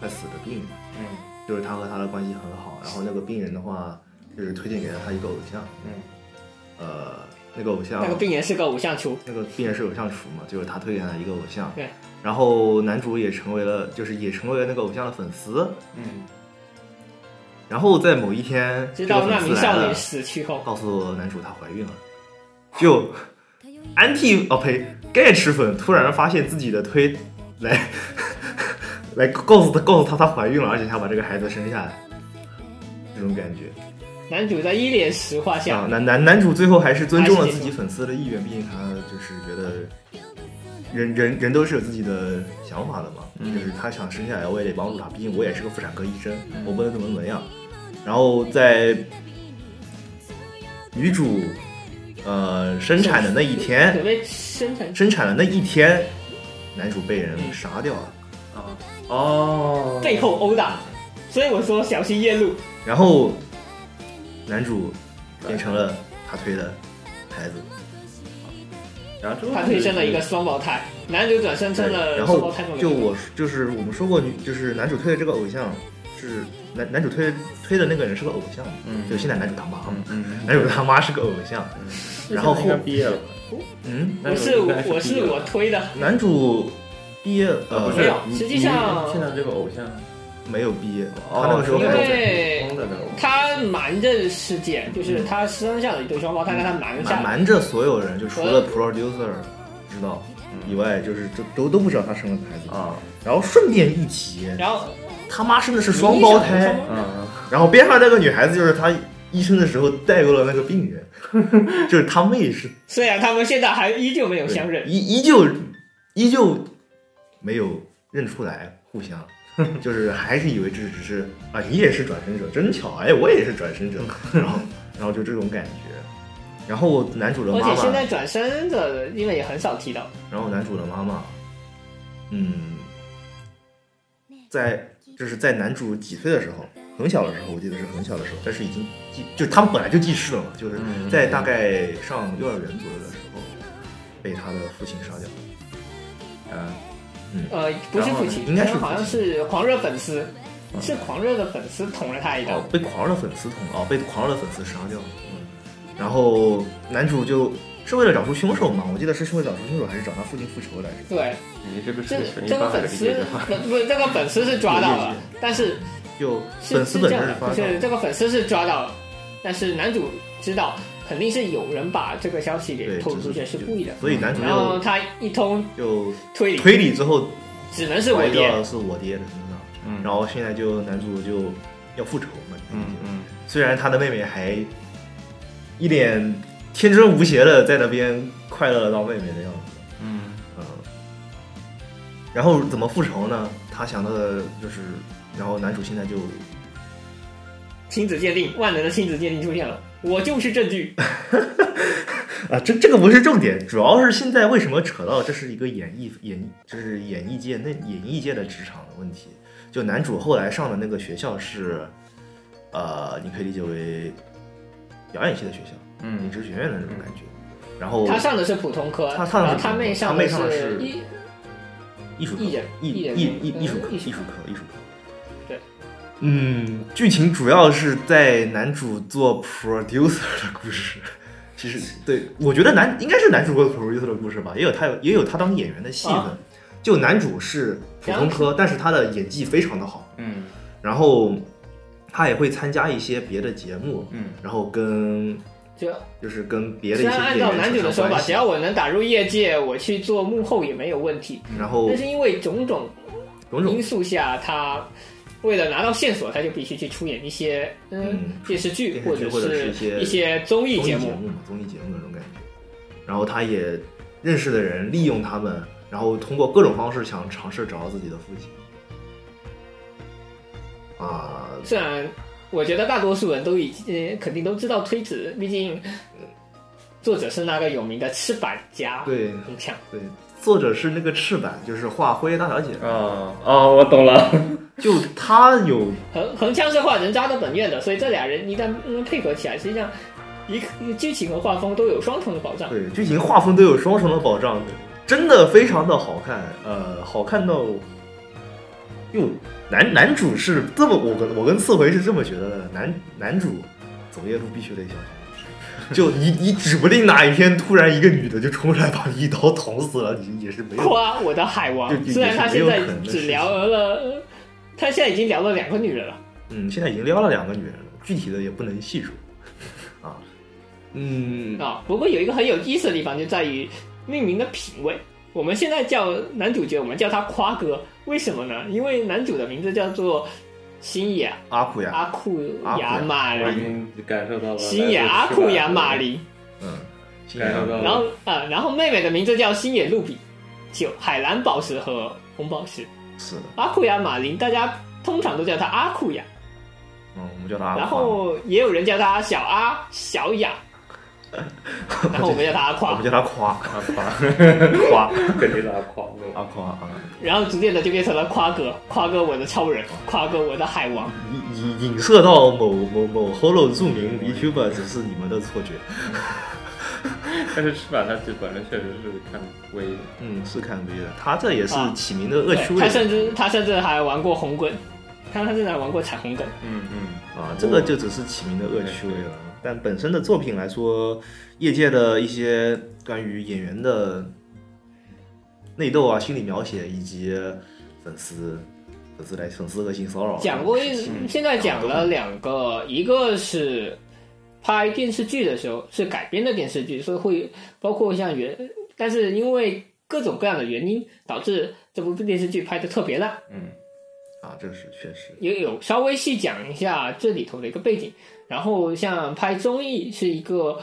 Speaker 2: 快死的病人，
Speaker 1: 嗯
Speaker 2: 就是他和他的关系很好，然后那个病人的话，就是推荐给了他一个偶像，
Speaker 1: 嗯，
Speaker 2: 呃，那个偶像
Speaker 4: 那个病人是个偶像厨，
Speaker 2: 那个必然是偶像厨嘛，就是他推荐的一个偶像。
Speaker 4: 对。
Speaker 2: 然后男主也成为了，就是也成为了那个偶像的粉丝。
Speaker 1: 嗯
Speaker 2: 然后在某一天，
Speaker 4: 直到
Speaker 2: 这个
Speaker 4: 那
Speaker 2: 粉丝
Speaker 4: 名
Speaker 2: 来
Speaker 4: 少
Speaker 2: 了
Speaker 4: 女死去后，
Speaker 2: 告诉男主她怀孕了，就 anti 哦呸 gay 吃粉突然发现自己的推来来告诉他告诉他她怀孕了，而且她把这个孩子生下来，这种感觉。
Speaker 4: 男主在一脸石化
Speaker 2: 啊
Speaker 4: 下，，
Speaker 2: 男男男主最后还是尊重了
Speaker 4: 还是
Speaker 2: 自己粉丝的意愿，毕竟他就是觉得人人人都是有自己的想法的嘛，就是他想生下来我也得帮助他，毕竟我也是个妇产科医生，我不能怎么怎么样。然后在女主呃生产的那一天
Speaker 4: 准，备生产
Speaker 2: 生产的那一天，男主被人杀掉了。
Speaker 5: 啊哦，
Speaker 4: 背后殴打，所以我说小心夜路。
Speaker 2: 然后男主变成了他推的孩子，
Speaker 5: 然后之后
Speaker 4: 他
Speaker 5: 就
Speaker 4: 推
Speaker 5: 是
Speaker 4: 生了一个双胞胎，男主转生成
Speaker 2: 对，
Speaker 4: 了
Speaker 2: 然
Speaker 4: 双胞
Speaker 2: 后
Speaker 4: 胎妹妹
Speaker 2: 就我就是我们说过，女就是男主推的这个偶像是男男主推推的那个人是个偶像，
Speaker 5: 嗯
Speaker 2: 就现在男主他妈嘛，
Speaker 5: 嗯嗯，
Speaker 2: (laughs) 男主他妈是个偶像， (laughs) 然后
Speaker 5: 现在应
Speaker 2: 后
Speaker 5: 该毕业了吧，
Speaker 2: 嗯，
Speaker 5: 那
Speaker 4: 我
Speaker 5: 有
Speaker 4: 是
Speaker 5: 应该
Speaker 4: 我
Speaker 5: 毕业
Speaker 4: 是
Speaker 5: 了
Speaker 4: 我推的，
Speaker 2: 男主毕业呃
Speaker 5: 哦啊不
Speaker 4: 没
Speaker 5: 是
Speaker 4: 有，
Speaker 5: 你
Speaker 4: 实际
Speaker 5: 你
Speaker 4: 上
Speaker 5: 现在这个偶像，
Speaker 2: 没有毕业，
Speaker 5: 哦
Speaker 2: 他那个时候
Speaker 4: 因
Speaker 2: 还在
Speaker 4: 为
Speaker 5: 通的那个偶像，
Speaker 4: 他瞒着世界，就是他生下了一对双胞胎，但他瞒
Speaker 2: 嗯瞒
Speaker 4: 下了。
Speaker 2: 瞒着所有人，就除了
Speaker 5: 嗯
Speaker 2: producer 知道以外，就是都都都不知道他生了个孩子，
Speaker 5: 啊
Speaker 2: 然后顺便一提，
Speaker 4: 然后
Speaker 2: 他妈生的是双胞胎，
Speaker 5: 嗯，
Speaker 2: 然后边上那个女孩子就是她医生的时候带过了那个病
Speaker 4: (laughs)
Speaker 2: 人，就是她妹是
Speaker 4: 虽然他们现在还依旧没有相认，
Speaker 2: 依依旧依旧没有认出来互
Speaker 4: (laughs)
Speaker 2: 相，就是还是以为这只是啊你也是转生者，真巧哎我也是转
Speaker 4: (laughs)
Speaker 2: 生者，然后然后就这种感觉，然后男主的
Speaker 4: 而
Speaker 2: 妈
Speaker 4: 且现
Speaker 2: 妈
Speaker 4: 在，转生的，因为也很少提到。
Speaker 2: 然后男主的妈妈，嗯，在就是在男主几岁的时候，很小的时候，我记得是很小的时候，但是已经记，就他们本来就记事了嘛，就是
Speaker 5: 嗯
Speaker 2: 在大概上幼儿园左右的时候，被他的父亲杀掉。
Speaker 5: 啊
Speaker 4: 呃，不是父亲，
Speaker 2: 应该是
Speaker 4: 他好像
Speaker 2: 父亲
Speaker 4: 是狂热粉丝，是狂热的粉丝捅了他一刀
Speaker 2: 哦。，被狂热粉丝捅哦，被狂热的粉丝杀掉。嗯，然后男主就是为了找出凶手嘛，我记得是为了找出凶手，还是找他父亲复仇来着？
Speaker 4: 对，
Speaker 5: 你这个是
Speaker 4: 这
Speaker 5: 悬疑
Speaker 4: 这个
Speaker 5: 方法
Speaker 4: 粉
Speaker 5: 的
Speaker 4: 丝
Speaker 5: 理解法，
Speaker 4: 不不，这个粉丝是抓到了，但是
Speaker 2: 就是粉丝
Speaker 4: 是
Speaker 2: 本身
Speaker 4: 这样
Speaker 2: 是
Speaker 4: 的，
Speaker 2: 发
Speaker 4: 就
Speaker 2: 烧，
Speaker 4: 是这个粉丝是抓到了，但是男主知道肯定是有人把这个消息给
Speaker 2: 对，
Speaker 4: 透出
Speaker 2: 就
Speaker 4: 去，是故意的。
Speaker 2: 所以男主
Speaker 4: 然后
Speaker 2: 就
Speaker 4: 他一通
Speaker 2: 就
Speaker 4: 推理，
Speaker 2: 推 Oh 理之后
Speaker 4: 只能是我
Speaker 2: 怀
Speaker 4: 爹
Speaker 2: 掉。了是我爹的身上。
Speaker 5: 嗯
Speaker 2: 然后现在就男主就要复仇嘛，
Speaker 5: 嗯嗯，
Speaker 2: 虽然他的妹妹还一脸天真无邪的在那边快乐的当妹妹的样子，
Speaker 5: 嗯
Speaker 2: 嗯，然后怎么复仇呢？他想到的就是，然后男主现在就
Speaker 4: 亲子鉴定，万能的亲子鉴定出现了，我就是证据。
Speaker 2: 啊，这这个不是重点，主要是现在为什么扯到这是一个演艺演艺，就是演艺界那演艺界的职场的问题。就男主后来上的那个学校是，呃，你可以理解为表演系的学校，影
Speaker 5: 嗯，
Speaker 2: 视学院的那种感觉。然后
Speaker 4: 他上的是普通科，
Speaker 2: 他上的是
Speaker 4: 然后他妹上
Speaker 2: 他妹上的
Speaker 4: 的
Speaker 2: 是
Speaker 4: 艺
Speaker 2: 艺术课
Speaker 4: 艺人
Speaker 2: 艺
Speaker 4: 艺
Speaker 2: 艺
Speaker 4: 人
Speaker 2: 艺
Speaker 4: 嗯
Speaker 2: 艺术课，
Speaker 4: 艺
Speaker 2: 艺
Speaker 4: 术
Speaker 2: 术
Speaker 4: 课
Speaker 2: 课，艺术课。
Speaker 4: 对，
Speaker 2: 嗯，剧情主要是在男主做 producer 的故事。其实，对我觉得男应该是男主做 producer 的故事吧，也有他有也有他当演员的戏份。
Speaker 4: 啊
Speaker 2: 就男主是普通科，但是他的演技非常的好。
Speaker 5: 嗯
Speaker 2: 然后他也会参加一些别的节目，
Speaker 5: 嗯，
Speaker 2: 然后跟
Speaker 4: 就
Speaker 2: 就是跟别的
Speaker 4: 虽
Speaker 2: 一些
Speaker 4: 然按
Speaker 2: 演
Speaker 4: 照
Speaker 2: 员
Speaker 4: 男主
Speaker 2: 扯
Speaker 4: 的说
Speaker 2: 上
Speaker 4: 法，
Speaker 2: 关系
Speaker 4: 只要我能打入业界，我去做幕后也没有问题。
Speaker 2: 然后
Speaker 4: 但是因为种种
Speaker 2: 种种
Speaker 4: 因素下，他为了拿到线索，他就必须去出演一些嗯
Speaker 2: 嗯
Speaker 4: 电视剧
Speaker 2: 电视
Speaker 4: 或
Speaker 2: 剧
Speaker 4: 者
Speaker 2: 或者是一
Speaker 4: 是
Speaker 2: 些
Speaker 4: 一些综艺
Speaker 2: 综艺
Speaker 4: 节
Speaker 2: 节
Speaker 4: 目。
Speaker 2: 目嘛，综艺节目那种感觉。然后他也认识的人利用他们，然后通过各种方式想尝试找到自己的父亲。啊，
Speaker 4: 虽然我觉得大多数人都已经、呃肯定都知道推子，毕竟作者是那个有名的赤坂家
Speaker 2: 对
Speaker 4: 影响。
Speaker 2: 对，作者是那个赤坂，就是画《辉夜大小姐》
Speaker 5: 哦哦，我懂了，
Speaker 2: 就他有
Speaker 4: 横横枪是画人渣的本愿的，所以这俩人一旦嗯配合起来，实际上一个剧情和画风都有双重的保障。
Speaker 2: 对剧情画风都有双重的保障，真的非常的好看，呃，好看到哟，男男主是这么，我跟我跟刺回是这么觉得的，男男主走夜路必须得小心，就你你指不定哪一天突然一个女的就冲来把你一刀捅死了，你也是没有。
Speaker 4: 夸我的海王
Speaker 2: 就，就
Speaker 4: 虽然他现在
Speaker 2: 也是没有可能的
Speaker 4: 只聊了，他现在已经聊了两个女人了。
Speaker 2: 嗯，现在已经撩了两个女人了，具体的也不能细说啊。嗯，
Speaker 4: 啊、不过有一个很有意思的地方就在于命名的品味。我们现在叫男主角，我们叫他夸哥，为什么呢？因为男主的名字叫做星野
Speaker 2: 阿库呀，
Speaker 4: 阿库亚马
Speaker 2: 啊
Speaker 5: 我已
Speaker 4: 林，
Speaker 5: 经感受到了
Speaker 4: 星野阿库亚马林。
Speaker 2: 嗯，新
Speaker 5: 感受到
Speaker 2: 娘
Speaker 5: 了，
Speaker 4: 然后啊、然后妹妹的名字叫星野露比，就海蓝宝石和红宝石。
Speaker 2: 是的，
Speaker 4: 阿库亚马林，大家通常都叫他阿库亚，
Speaker 2: 嗯，我们叫他阿
Speaker 4: 然
Speaker 2: 夸嘛
Speaker 4: 后也有人叫他小阿、小雅，然后我们叫他阿
Speaker 2: 我
Speaker 4: 夸
Speaker 2: 们，叫他夸
Speaker 5: 阿夸，
Speaker 2: 夸
Speaker 5: 肯定是阿夸，
Speaker 4: 哦
Speaker 5: 对吧
Speaker 2: 阿夸啊。
Speaker 4: 然后逐渐的就变成了夸哥，夸哥我的超人，夸哥我的海王。
Speaker 2: 影影射到某某某 Holo 著名 VTuber 只是你们的错觉。
Speaker 5: 但是吃饭它这本身确实是看微的，
Speaker 2: 嗯，是看 V 的，他这也是
Speaker 4: 啊
Speaker 2: 起名的恶
Speaker 4: 对
Speaker 2: 趣，味
Speaker 4: 他甚至他甚至还玩过红滚，他他甚至还玩过彩虹梗。
Speaker 5: 嗯嗯，
Speaker 2: 啊，这个就只是起名的恶趣味了。但本身的作品来说，业界的一些关于演员的内斗啊、心理描写，以及粉丝粉丝来粉丝和性骚扰啊
Speaker 4: 讲过
Speaker 2: 这种事情，
Speaker 4: 一，嗯现在讲了两个，一个是拍电视剧的时候是改编的电视剧，所以会包括像原，但是因为各种各样的原因，导致这部电视剧拍的特别烂。
Speaker 2: 啊，这是确实。
Speaker 4: 也有稍微细讲一下这里头的一个背景。然后像拍综艺是一个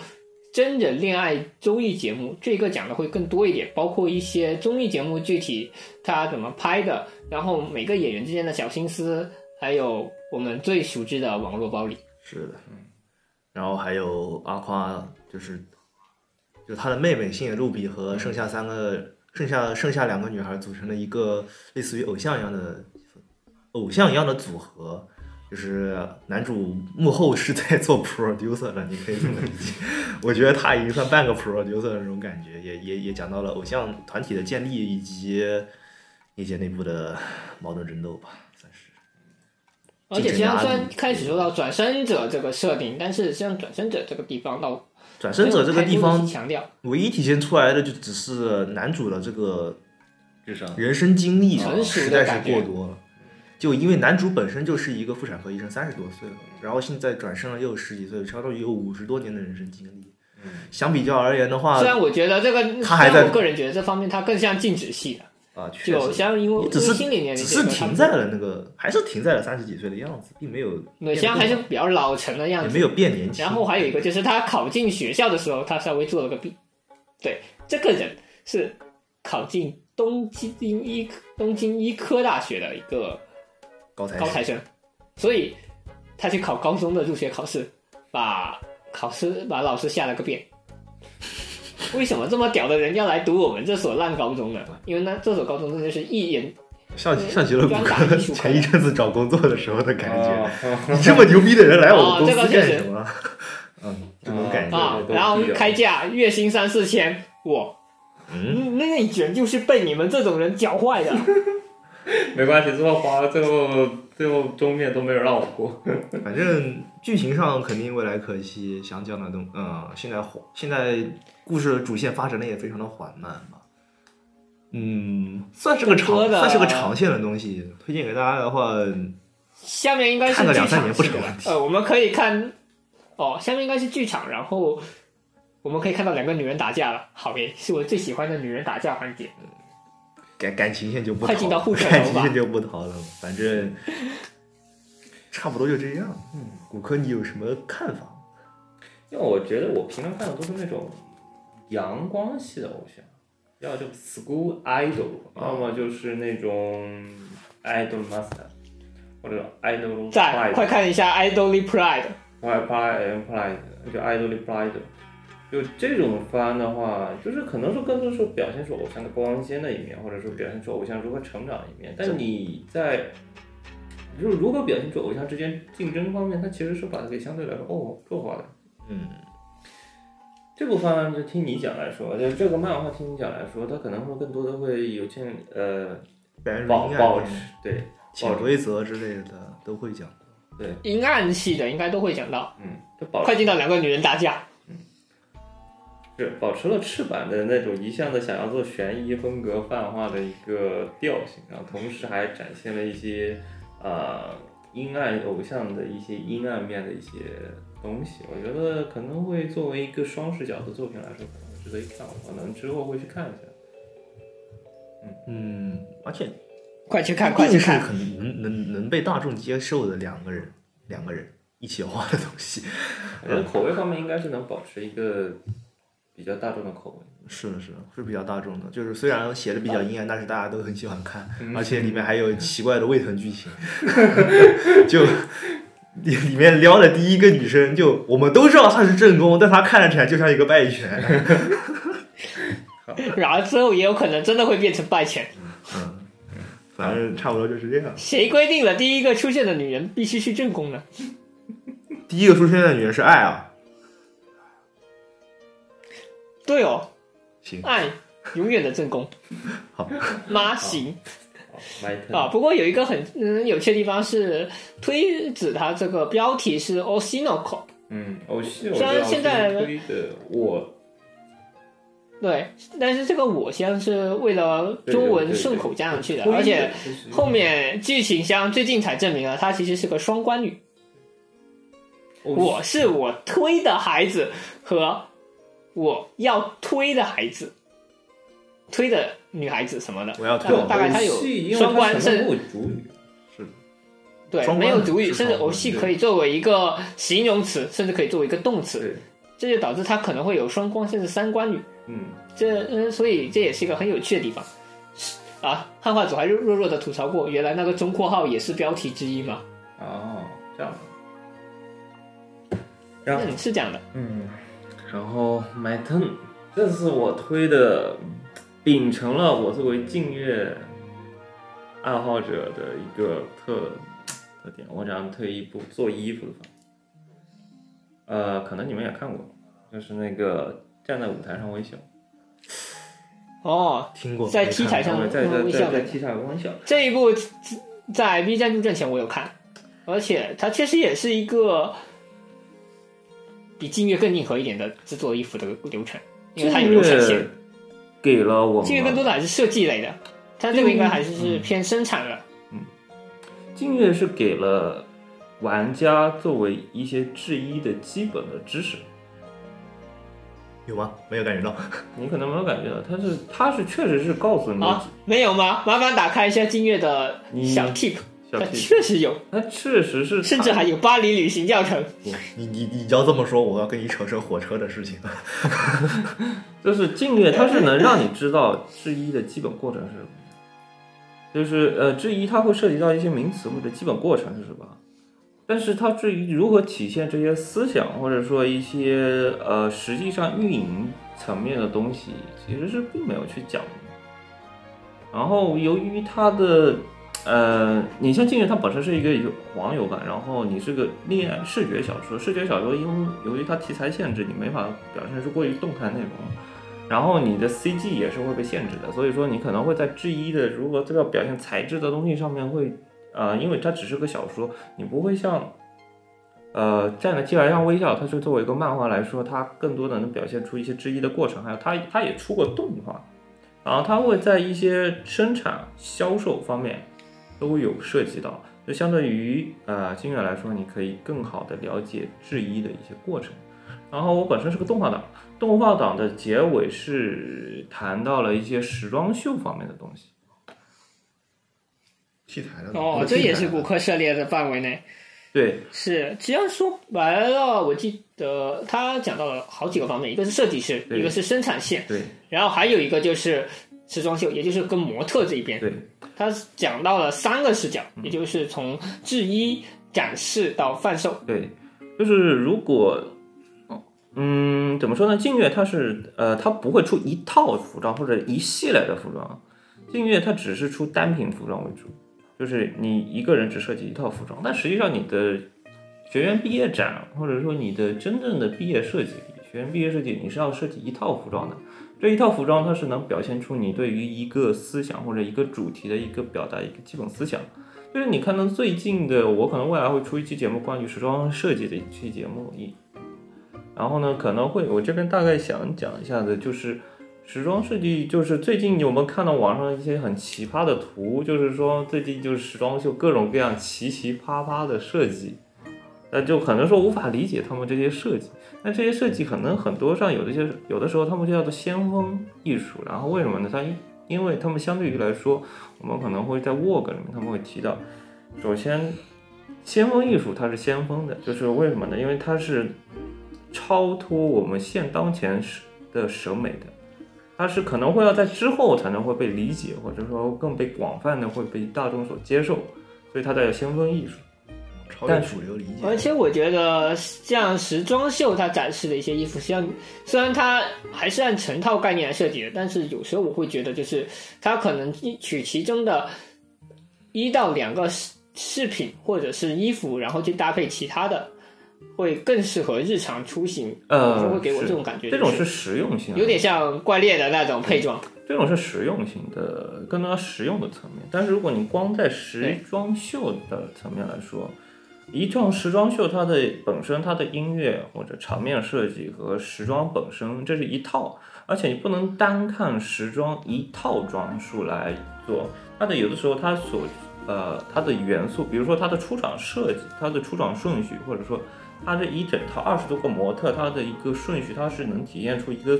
Speaker 4: 真人恋爱综艺节目，这个讲的会更多一点，包括一些综艺节目具体它怎么拍的，然后每个演员之间的小心思，还有我们最熟知的网络暴力。
Speaker 2: 是的，然后还有阿夸，就是就他的妹妹星野露比和剩下三个剩下剩下两个女孩组成了一个类似于偶像一样的偶像一样的组合，就是男主幕后是在做 producer 的，你可以这么理解。我觉得他已经算半个 producer 的那种感觉，也也也讲到了偶像团体的建立以及业界内部的矛盾争斗吧，算是。
Speaker 4: 而且
Speaker 2: 竞
Speaker 4: 虽
Speaker 2: 争
Speaker 4: 然
Speaker 2: 压
Speaker 4: 虽
Speaker 2: 力
Speaker 4: 然开始说到转生者这个设定，但是实际上转生者这个地方到
Speaker 2: 转身者这个地
Speaker 4: 没有太多
Speaker 2: 方
Speaker 4: 地去强调
Speaker 2: 唯一体现出来的就只是男主的这个
Speaker 5: 智商
Speaker 2: 人生经历啊
Speaker 4: 成熟的
Speaker 2: 实在
Speaker 4: 感
Speaker 2: 是过
Speaker 4: 觉
Speaker 2: 多了。就因为男主本身就是一个妇产科医生，三十多岁了，
Speaker 4: 嗯
Speaker 2: 然后现在转身了又十几岁，相当于有五十多年的人生经历。相比较而言的话
Speaker 4: 嗯虽，然我觉得这个，
Speaker 2: 他还
Speaker 4: 虽
Speaker 2: 在
Speaker 4: 然我个人觉得这方面它更像静止系的，
Speaker 2: 啊，确
Speaker 4: 就
Speaker 2: 实，
Speaker 4: 相因为
Speaker 2: 只
Speaker 4: 因
Speaker 2: 是
Speaker 4: 为心理年龄
Speaker 2: 只
Speaker 4: 阶
Speaker 2: 是
Speaker 4: 段它
Speaker 2: 停在了那个，还是停在了三十几岁的样子，并没有
Speaker 4: 对，现在还是比较老成的样
Speaker 2: 也
Speaker 4: 子。
Speaker 2: 没有变年轻。
Speaker 4: (laughs) 然后还有一个就是他考进学校的时候，他稍微做了个弊。对，这个人是考进东京医东京医科大学的一个
Speaker 2: 高材
Speaker 4: 高
Speaker 2: 生
Speaker 4: 材生，所以他去考高中的入学考试，把考试把老师吓了个遍。为什么这么屌的人要来读我们这所烂高中呢？因为那这所高中真的是一言
Speaker 2: 像
Speaker 4: 嗯
Speaker 2: 像极了谷
Speaker 4: 专打
Speaker 2: 歌
Speaker 4: 艺术课
Speaker 2: 前一阵子找工作的时候的感觉。
Speaker 5: 啊
Speaker 2: 你这么牛逼的人来我们公司
Speaker 4: 哦这个
Speaker 2: 干
Speaker 4: 确实
Speaker 2: 什么？嗯，这种感觉，
Speaker 4: 啊
Speaker 5: 对对，哦对
Speaker 4: 然后
Speaker 5: 都低了
Speaker 4: 开价月薪三四千，我
Speaker 2: 嗯，
Speaker 4: 那一卷就是被你们这种人搅
Speaker 2: (laughs)
Speaker 4: 坏的。
Speaker 5: 没关系，最后花最后最后终面都没有让我过。
Speaker 2: 反正剧情上肯定未来可期，想讲的东，嗯，现在缓现在故事主线发展的也非常的缓慢吧，嗯，算是个长
Speaker 4: 多的
Speaker 2: 算是个长线的东西，推荐给大家的话，
Speaker 4: 下面应该是
Speaker 2: 看个
Speaker 4: 剧
Speaker 2: 两
Speaker 4: 场
Speaker 2: 三年不
Speaker 4: 系
Speaker 2: 成
Speaker 4: 的
Speaker 2: 问题
Speaker 4: 呃，我们可以看哦，下面应该是剧场，然后我们可以看到两个女人打架了。好耶，是我最喜欢的女人打架环节。
Speaker 2: 感感情线就不
Speaker 4: 快进
Speaker 2: 讨
Speaker 4: 到护城
Speaker 2: 感
Speaker 4: 楼
Speaker 2: 情
Speaker 4: 吧
Speaker 2: 线就不讨论了，反
Speaker 4: (laughs)
Speaker 2: 正差不多就这样。嗯，骨科你有什么看法？
Speaker 5: 因为我觉得我平常看的都是那种阳光系的偶像，要就 school idol，要
Speaker 4: 啊
Speaker 5: 么就是那种 idol master，或者 idol
Speaker 4: 再
Speaker 5: pride
Speaker 4: 快看一下《Idol Pride》，
Speaker 5: pride 嗯 pride pride 就 idol pride，就这种番的话，就是可能说更多是表现出偶像的光鲜的一面，或者说表现出偶像如何成长的一面。但你在就是如何表现出偶像之间竞争方面，它其实是把它给相对来说哦弱化了。
Speaker 2: 嗯，
Speaker 5: 这部分就听你讲来说，就这个漫画听你讲来说，它可能会更多的会有些呃
Speaker 2: 白人啊
Speaker 5: 保
Speaker 2: 应该
Speaker 5: 保持对
Speaker 2: 潜规则之类的都会讲。
Speaker 4: 阴暗系的应该都会讲到。
Speaker 5: 嗯，就保
Speaker 4: 快进到两个女人打架，
Speaker 5: 是保持了赤坂的那种一向的想要做悬疑风格泛化的一个调性，然后同时还展现了一些呃阴暗偶像的一些阴暗面的一些东西。我觉得可能会作为一个双视角的作品来说，可能会值得一看。我可能之后会去看一下。
Speaker 2: 嗯，而且
Speaker 4: 快去看，快
Speaker 2: 一
Speaker 4: 去
Speaker 2: 定是
Speaker 4: 看。
Speaker 2: 可能能能能被大众接受的两个人，两个人一起画的东西。 (laughs)
Speaker 5: 我觉得口味方面应该是能保持一个比较大众的口味。
Speaker 2: 是的，是的，是比较大众的。就是虽然写的比较阴暗，但是大家都很喜欢看，而且里面还有奇怪的胃疼剧情。 (laughs) 就里里面撩的第一个女生，就我们都知道她是正宫，但她看起来就像一个败犬。
Speaker 4: 然后之后也有可能真的会变成败犬。
Speaker 2: 嗯，反正差不多就是这样。
Speaker 4: 谁规定了第一个出现的女人必须是正宫呢？
Speaker 2: 第一个出现的女人是爱啊，
Speaker 4: 对哦，
Speaker 2: 行，
Speaker 4: 爱永远的正宫。
Speaker 2: (laughs) 好，
Speaker 4: (laughs) 妈行。
Speaker 5: 好，my turn
Speaker 4: 啊，不过有一个很嗯有趣的地方是，推指它这个标题是 Osino Corp，
Speaker 5: 嗯，偶戏我
Speaker 4: 虽然
Speaker 5: 知道
Speaker 4: 现在
Speaker 5: 是推的，我
Speaker 4: 对，但是这个我先是为了中文顺口加上去的，而且后面剧情箱最近才证明了它其实是个双关语，
Speaker 5: 哦
Speaker 4: 我是我推的孩子和我要推的孩子，推的女孩子什么的，
Speaker 2: 我要
Speaker 4: 大
Speaker 2: 推
Speaker 4: 概
Speaker 2: 我
Speaker 4: 大概
Speaker 5: 哦
Speaker 4: 它有双关，甚至
Speaker 5: 至主语，
Speaker 4: 对，
Speaker 2: 双关
Speaker 4: 没有主语，
Speaker 2: 是
Speaker 4: 甚至
Speaker 2: 双关
Speaker 4: 偶戏
Speaker 2: 对
Speaker 4: 可以作为一个形容词，甚至可以作为一个动词。
Speaker 5: 对，
Speaker 4: 这就导致它可能会有双关甚至三关语。
Speaker 5: 嗯，
Speaker 4: 这嗯，所以这也是一个很有趣的地方。啊，汉化组还弱弱弱的吐槽过，原来那个中括号也是标题之一嘛。
Speaker 5: 哦，这样，然后
Speaker 4: 嗯，是这样的。
Speaker 5: 嗯，然后 my turn，这次我推的，秉承了我作为静月爱好者的一个特特点，我想推一部做衣服的方法，呃，可能你们也看过，就是那个站在舞台上微笑。
Speaker 4: 哦，
Speaker 2: 听过，
Speaker 4: 在
Speaker 2: 没
Speaker 4: T
Speaker 2: 看
Speaker 4: 台
Speaker 2: 过
Speaker 4: 上
Speaker 5: 在在
Speaker 4: 微笑
Speaker 5: 在在
Speaker 4: 的
Speaker 5: 踢上微笑，
Speaker 4: 这一部，在 B 站入站前我有看，而且它确实也是一个比静月更硬核一点的制作衣服的流程，因为它有流程线。
Speaker 5: 给了嗯我
Speaker 4: 静月
Speaker 5: 们
Speaker 4: 更多的还是设计类的，它这个应该还是是偏生产了。
Speaker 5: 静月是给了玩家作为一些制衣的基本的知识，
Speaker 2: 有吗？没有感觉到。
Speaker 5: 你可能没有感觉到，它是它是确实是告诉你
Speaker 4: 啊，没有吗？麻烦打开一下金月的小 tip，
Speaker 5: 嗯小
Speaker 4: 它
Speaker 5: T，
Speaker 4: 确实有，
Speaker 5: 它确实是
Speaker 4: 甚至还有巴黎旅行教程。
Speaker 2: 你你你要这么说，我要跟你扯扯火车的事情了。
Speaker 5: 就是静月，它是能让你知道制衣的基本过程是什么。就是呃，制衣它会涉及到一些名词或者基本过程是什么，但是它至于如何体现这些思想，或者说一些呃实际上运营层面的东西，其实是并没有去讲的。然后由于它的呃，你像《禁月》，它本身是一个有网友感，然后你是个恋爱视觉小说，视觉小说因为由于它题材限制，你没法表现出过于动态内容，然后你的 CG 也是会被限制的，所以说你可能会在质疑的如何这个表现材质的东西上面会，呃，因为它只是个小说，你不会像。呃，站在既然让微笑，它是作为一个漫画来说，它更多的能表现出一些质疑的过程，还有它它也出过动画，然后它会在一些生产、销售方面都会有涉及到，就相对于呃金月来说，你可以更好的了解质疑的一些过程。然后我本身是个动画党，动画党的结尾是谈到了一些时装秀方面的东西。
Speaker 2: T 台
Speaker 5: 嗯
Speaker 2: 了
Speaker 4: 哦，这也
Speaker 2: 啊
Speaker 4: 是骨科涉猎的范围内。
Speaker 5: 对，
Speaker 4: 是，其实说白了，我记得他讲到了好几个方面，一个是设计师，
Speaker 5: 对
Speaker 4: 一个是生产线，
Speaker 5: 对，
Speaker 4: 然后还有一个就是时装秀，也就是跟模特这一边，
Speaker 5: 对，嗯
Speaker 4: 他讲到了三个视角，也就是从制衣、展示到贩售。
Speaker 5: 对，就是如果，哦嗯，怎么说呢？静月它是呃，它不会出一套服装或者一系列的服装，静月它只是出单品服装为主，就是你一个人只设计一套服装，但实际上你的学员毕业展或者说你的真正的毕业设计，学员毕业设计你是要设计一套服装的。这一套服装，它是能表现出你对于一个思想或者一个主题的一个表达，一个基本思想。就是你看到最近的，我可能未来会出一期节目，关于时装设计的一期节目。一，然后呢，可能会我这边大概想讲一下的，就是时装设计，就是最近有没有看到网上一些很奇葩的图，就是说最近就是时装秀各种各样奇奇葩葩的设计，那就可能说无法理解他们这些设计。那这些设计可能很多上有的些有的时候他们就叫做先锋艺术，然后为什么呢？它因因为他们相对于来说，我们可能会在 work 里面他们会提到，首先先锋艺术它是先锋的，就是为什么呢？因为它是超脱我们现当前时的审美的，它是可能会要在之后才能会被理解，或者说更被广泛的会被大众所接受，所以它叫先锋艺术。
Speaker 2: 超越主流理解，
Speaker 4: 而且我觉得像时装秀，它展示的一些衣服，像虽然它还是按成套概念来设计的，但是有时候我会觉得，就是它可能取其中的一到两个饰饰品或者是衣服，然后去搭配其他的，会更适合日常出行。
Speaker 5: 呃
Speaker 4: 就会给我
Speaker 5: 是
Speaker 4: 这种感觉，
Speaker 5: 这种
Speaker 4: 就是
Speaker 5: 实用性的，
Speaker 4: 有点像怪猎的那种配装。
Speaker 5: 这种是实用性的，更多实用的层面。但是如果你光在时
Speaker 4: 对
Speaker 5: 装秀的层面来说，一场时装秀它的本身它的音乐或者场面设计和时装本身这是一套，而且你不能单看时装一套装束来做，它的有的时候它所呃它的元素，比如说它的出场设计、它的出场顺序，或者说它这一整套二十多个模特它的一个顺序，它是能体现出一个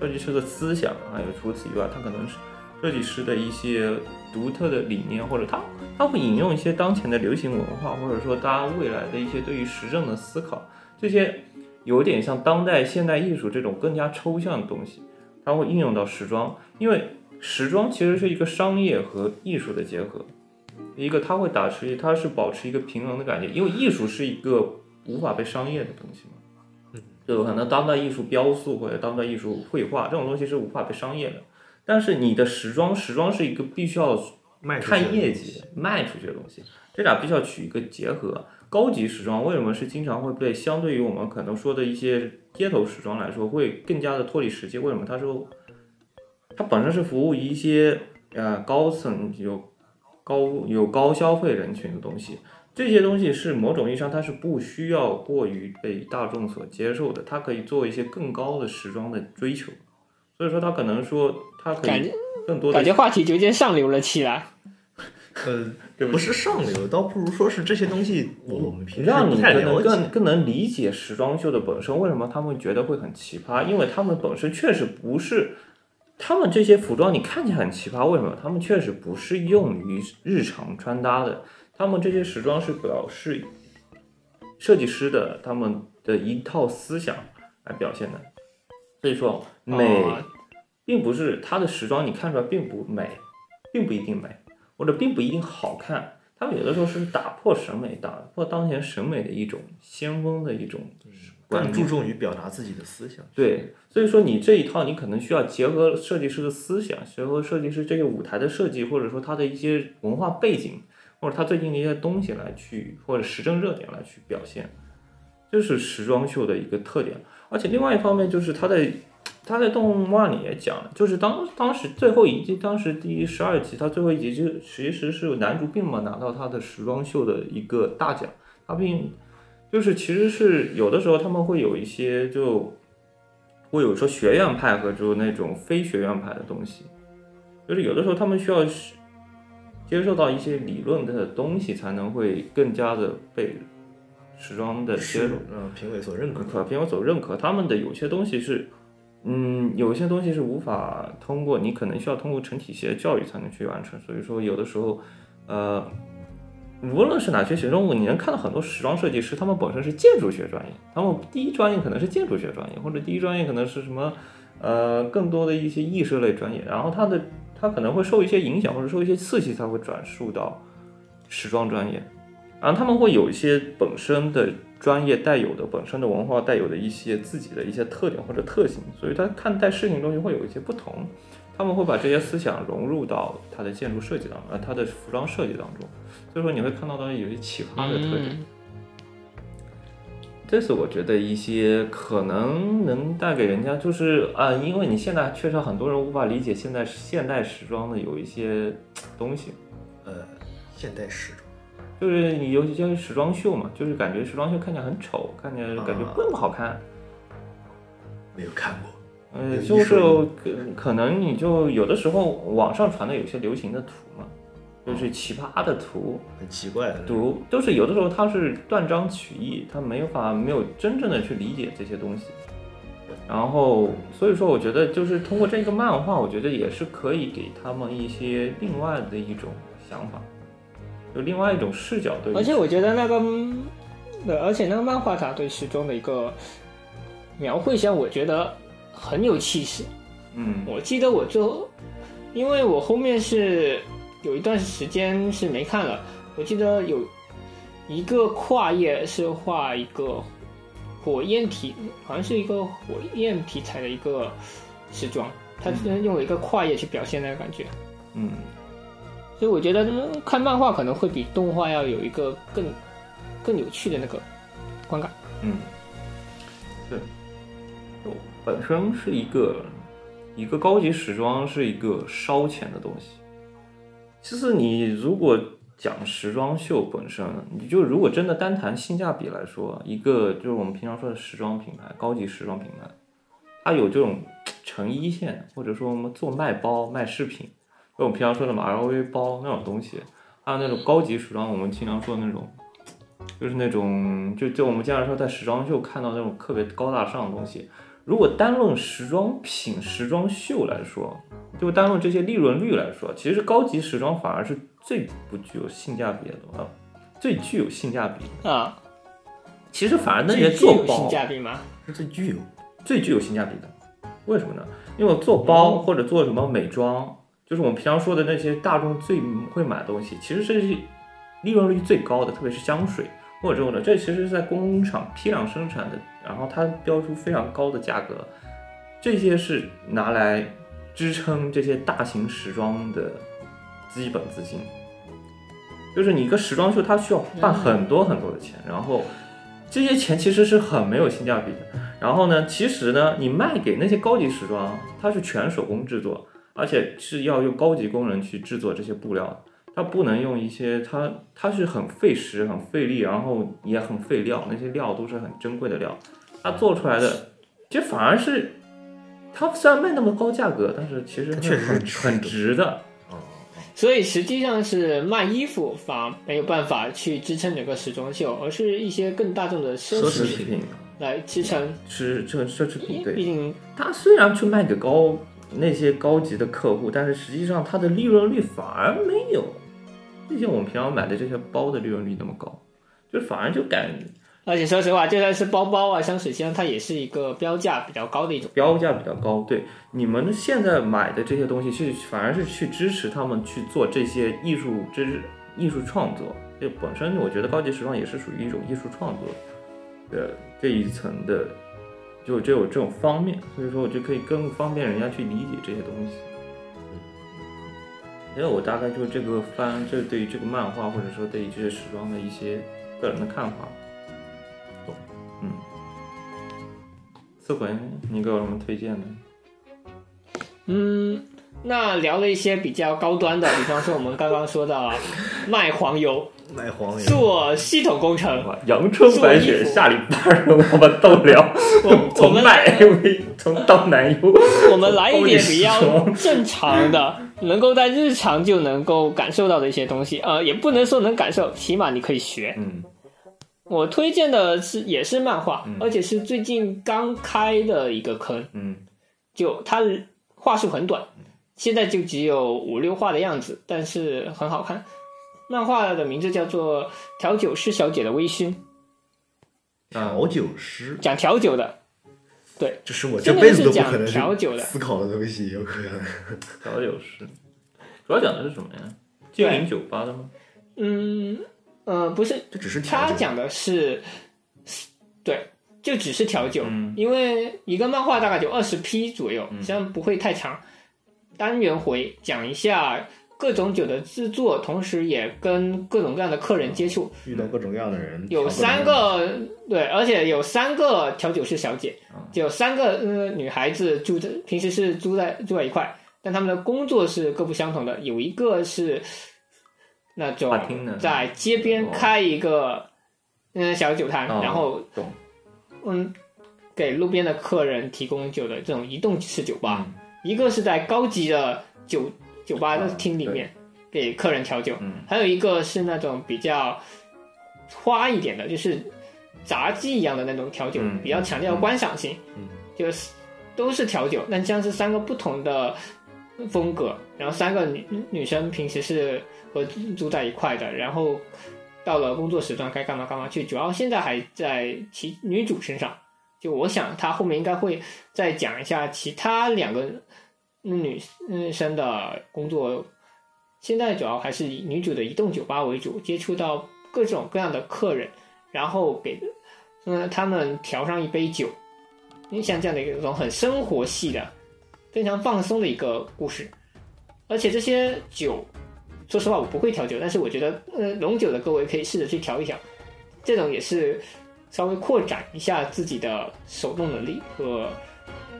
Speaker 5: 设计师的思想，还有除此以外，他可能是设计师的一些独特的理念，或者他他会引用一些当前的流行文化，或者说大家未来的一些对于时政的思考，这些有点像当代现代艺术这种更加抽象的东西，它会应用到时装，因为时装其实是一个商业和艺术的结合，一个它会打持，它是保持一个平衡的感觉，因为艺术是一个无法被商业的东西嘛。就可能当代艺术雕塑或者当代艺术绘画这种东西是无法被商业的，但是你的时装，时装是一个必须要
Speaker 2: 卖出去
Speaker 5: 看业绩卖出去的东西，这俩必须要取一个结合。高级时装为什么是经常会被相对于我们可能说的一些街头时装来说，会更加的脱离实际？为什么它是它本身是服务于一些呃高层有高有高消费人群的东西，这些东西是某种意义上它是不需要过于被大众所接受的，它可以做一些更高的时装的追求，所以说它可能说它可
Speaker 4: 感
Speaker 5: 以
Speaker 4: 觉
Speaker 5: 更嗯多的
Speaker 4: 感觉话题逐渐上流了起来。
Speaker 2: 呃，
Speaker 5: 对不
Speaker 2: 不是上流，倒不如说是这些东西我们平时
Speaker 5: 嗯让你
Speaker 2: 不太
Speaker 5: 更
Speaker 2: 了
Speaker 5: 能
Speaker 2: 解
Speaker 5: 更。更能理解时装秀的本身，为什么他们觉得会很奇葩？因为他们本身确实不是，他们这些服装你看起来很奇葩，为什么？他们确实不是用于日常穿搭的，他们这些时装是表示设计师的他们的一套思想来表现的。所以说美、
Speaker 4: 哦
Speaker 5: 并不是它的时装你看出来并不美，并不一定美，或者并不一定好看。他们有的时候是打破审美，打破当前审美的一种先锋的一种观
Speaker 2: 更
Speaker 5: 念
Speaker 2: 注。重于表达自己的思想。
Speaker 5: 对，所以说你这一套你可能需要结合设计师的思想，结合设计师这个舞台的设计，或者说他的一些文化背景，或者他最近的一些东西来去，或者时政热点来去表现，这是时装秀的一个特点。而且另外一方面就是他在他在动漫里也讲了，就是当当时最后一季，当时第十二集，他最后一集就其实是男主并没有拿到他的时装秀的一个大奖，他并就是其实是有的时候他们会有一些就。会有说学院派和就那种非学院派的东西，就是有的时候他们需要是接受到一些理论的东西，才能会更加的被时装的接
Speaker 2: 是
Speaker 5: 受。
Speaker 2: 嗯，评委所认可。
Speaker 5: 可偏我所认可，他们的有些东西是，嗯，有些东西是无法通过，你可能需要通过成体系的教育才能去完成。所以说，有的时候，呃，无论是哪学学生物，你能看到很多时装设计师，他们本身是建筑学专业，他们第一专业可能是建筑学专业，或者第一专业可能是什么，呃，更多的一些艺术类专业，然后他的他可能会受一些影响或者受一些刺激，才会转述到时装专业。然后他们会有一些本身的专业带有的、本身的文化带有的一些自己的一些特点或者特性，所以他看待事情东西会有一些不同。他们会把这些思想融入到他的建筑设计当中，呃，他的服装设计当中。所以说你会看到到有一些奇葩的特点。
Speaker 4: 嗯
Speaker 5: 这是我觉得一些可能能带给人家，就是啊、因为你现在确实很多人无法理解现在现代时装的有一些嘖东西，
Speaker 2: 呃，现代时装，
Speaker 5: 就是你尤其像时装秀嘛，就是感觉时装秀看起来很丑，看起来
Speaker 2: 啊
Speaker 5: 感觉更不好看。
Speaker 2: 没有看过。
Speaker 5: 嗯、
Speaker 2: 有
Speaker 5: 就
Speaker 2: 艺
Speaker 5: 是
Speaker 2: 术
Speaker 5: 可可能你就有的时候网上传的有些流行的图嘛，就是奇葩的图，
Speaker 2: 很奇怪的。
Speaker 5: 读，就是有的时候它是断章取义，它没有法没有真正的去理解这些东西。然后，所以说我觉得就是通过这个漫画，我觉得也是可以给他们一些另外的一种想法，就另外一种视角对于。
Speaker 4: 而且我觉得那个，嗯对，而且那个漫画它对时钟的一个描绘上，我觉得很有气势。
Speaker 5: 嗯，
Speaker 4: 我记得我最后，因为我后面是有一段时间是没看了，我记得有一个跨页是画一个火焰题，好像是一个火焰题材的一个时装，它用了一个跨页去表现那个感觉，
Speaker 5: 嗯，
Speaker 4: 所以我觉得嗯看漫画可能会比动画要有一个更更有趣的那个观感。
Speaker 5: 嗯，对，我本身是一个一个高级时装是一个烧钱的东西。其实你如果讲时装秀本身，你就如果真的单谈性价比来说，一个就是我们平常说的时装品牌，高级时装品牌，它有这种成衣线，或者说我们做卖包、卖饰品，就我们平常说的嘛 LV 包那种东西，还有那种高级时装，我们经常说的那种就是那种就就我们经常说在时装秀看到那种特别高大上的东西。如果单论时装品、时装秀来说，就单论这些利润率来说，其实高级时装反而是最不具有性价比的东西啊，最具有性价比的。
Speaker 4: 啊，
Speaker 5: 其实反而那
Speaker 4: 这
Speaker 5: 些
Speaker 4: 具
Speaker 5: 做
Speaker 4: 有性
Speaker 5: 包
Speaker 4: 价比吗？
Speaker 2: 是最具有
Speaker 5: 最具有性价比的，为什么呢？因为我做包或者做什么美妆，就是我们平常说的那些大众最会买的东西，其实这是利润率最高的，特别是香水或者这种的，这其实是在工厂批量生产的，然后它标出非常高的价格，这些是拿来支撑这些大型时装的基本资金。就是你一个时装秀，它需要办很多很多的钱，然后这些钱其实是很没有性价比的。然后呢，其实呢，你卖给那些高级时装，它是全手工制作，而且是要用高级工人去制作这些布料的，它不能用一些它它是很费时、很费力，然后也很费料，那些料都是很珍贵的料，它做出来的，其实反而是它虽然卖那么高价格，但是其实
Speaker 2: 它确实
Speaker 5: 很
Speaker 2: 是
Speaker 5: 很值的。
Speaker 2: 哦，
Speaker 4: 所以实际上是卖衣服反而没有办法去支撑整个时装秀，而是一些更大众的奢
Speaker 2: 奢
Speaker 4: 侈
Speaker 2: 侈品
Speaker 4: 品
Speaker 5: 品
Speaker 4: 来支撑。
Speaker 5: 是这个奢侈品，对，
Speaker 4: 毕竟
Speaker 5: 它虽然去卖给高那些高级的客户，但是实际上它的利润率反而没有这些我们平常买的这些包的利润率那么高，就反而就感
Speaker 4: 而且说实话，就算是包包啊、香水箱，它也是一个标价比较高的一种。
Speaker 5: 标价比较高。对，你们现在买的这些东西是反而是去支持他们去做这些艺术知艺术创作。这本身我觉得高级时装也是属于一种艺术创作，的这一层的，就就有这种方面，所以说我就可以更方便人家去理解这些东西。因为我大概就是这个番，这对于这个漫画或者说对于这些时装的一些个人的看法。
Speaker 2: 懂，
Speaker 5: 嗯。四魂，你给我什么推荐的？
Speaker 4: 嗯，那聊了一些比较高端的，比方说我们刚刚说的卖黄油、
Speaker 2: 卖黄油，
Speaker 4: 做系统工程，
Speaker 5: 啊阳春白雪下里巴人，我们都聊，
Speaker 4: (laughs) 我我
Speaker 5: 从
Speaker 4: 们
Speaker 5: 卖
Speaker 4: 来
Speaker 5: AV 从到男优，
Speaker 4: 我们来一点比较
Speaker 5: 欧里
Speaker 4: 正常的，能够在日常就能够感受到的一些东西。呃，也不能说能感受，起码你可以学。
Speaker 5: 嗯，
Speaker 4: 我推荐的是也是漫画
Speaker 5: 嗯，
Speaker 4: 而且是最近刚开的一个坑，
Speaker 5: 嗯
Speaker 4: 就它话术很短，现在就只有五六话的样子，但是很好看。漫画的名字叫做《调酒师小姐的微醺》，
Speaker 2: 调酒师，
Speaker 4: 讲调酒的，
Speaker 2: 这是我这
Speaker 4: 真
Speaker 2: 辈
Speaker 4: 的
Speaker 2: 子
Speaker 4: 是
Speaker 2: 都不
Speaker 4: 讲
Speaker 2: 可能
Speaker 4: 调酒的。
Speaker 2: 思考的东西，有可能。
Speaker 5: 调酒师，主要讲的是什么呀？精灵酒吧的吗？
Speaker 4: 嗯呃，不是，
Speaker 2: 这只是调
Speaker 4: 他
Speaker 2: 酒，
Speaker 4: 讲的是，对，就只是调酒，
Speaker 5: 嗯
Speaker 4: 因为一个漫画大概就二十批左右，
Speaker 5: 嗯
Speaker 4: 这样不会太长。单元回讲一下各种酒的制作，同时也跟各种各样的客人接触。
Speaker 2: 遇到各种各样的
Speaker 5: 嗯
Speaker 2: 人，
Speaker 4: 有三个对，而且有三个调酒师小姐
Speaker 5: 嗯，
Speaker 4: 就有三个呃女孩子住在平时是住在住在一块，但她们的工作是各不相同的。有一个是那种
Speaker 5: 大厅的
Speaker 4: 在街边开一个嗯小酒摊，
Speaker 5: 哦
Speaker 4: 然后
Speaker 5: 懂
Speaker 4: 嗯给路边的客人提供酒的这种移动式酒吧，
Speaker 5: 嗯
Speaker 4: 一个是在高级的酒酒吧的厅里面给客人调酒，
Speaker 5: 嗯
Speaker 4: 还有一个是那种比较花一点的，就是杂技一样的那种调酒，
Speaker 5: 嗯
Speaker 4: 比较强调观赏性，
Speaker 2: 嗯
Speaker 4: 就是都是调酒，但像是三个不同的风格，然后三个女女生平时是和住在一块的，然后到了工作时段该干嘛干嘛去，主要现在还在其女主身上，就我想她后面应该会再讲一下其他两个女嗯生的工作，现在主要还是以女主的移动酒吧为主，接触到各种各样的客人，然后给嗯他们调上一杯酒，你想这样的一种很生活系的、非常放松的一个故事，而且这些酒，说实话我不会调酒，但是我觉得呃龙酒的各位可以试着去调一调，这种也是稍微扩展一下自己的手动能力和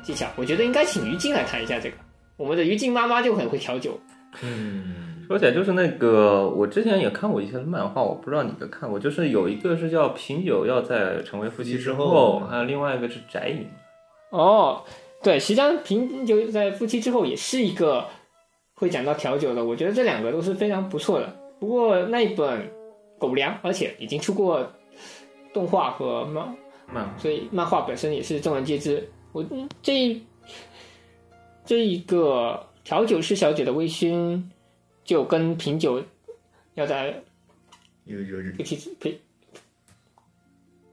Speaker 4: 技巧，我觉得应该请于静来谈一下这个。我们的于静妈妈就很会调酒，
Speaker 2: 嗯，
Speaker 5: 说起来就是那个，我之前也看过一些漫画，我不知道你有没有看过，就是有一个是叫《品酒要在成为夫
Speaker 2: 夫
Speaker 5: 妻之
Speaker 2: 妻之
Speaker 5: 后
Speaker 2: 后》，
Speaker 5: 还有另外一个是《宅饮
Speaker 4: 哦，对，实际上平就在夫妻之后也是一个会讲到调酒的，我觉得这两个都是非常不错的。不过那一本狗不良，而且已经出过动画和漫，》
Speaker 5: 漫画。
Speaker 4: 所以漫画本身也是众人皆知。我嗯这一这一个调酒师小姐的微醺，就跟品酒要在
Speaker 2: 有有有
Speaker 4: 夫妻之呸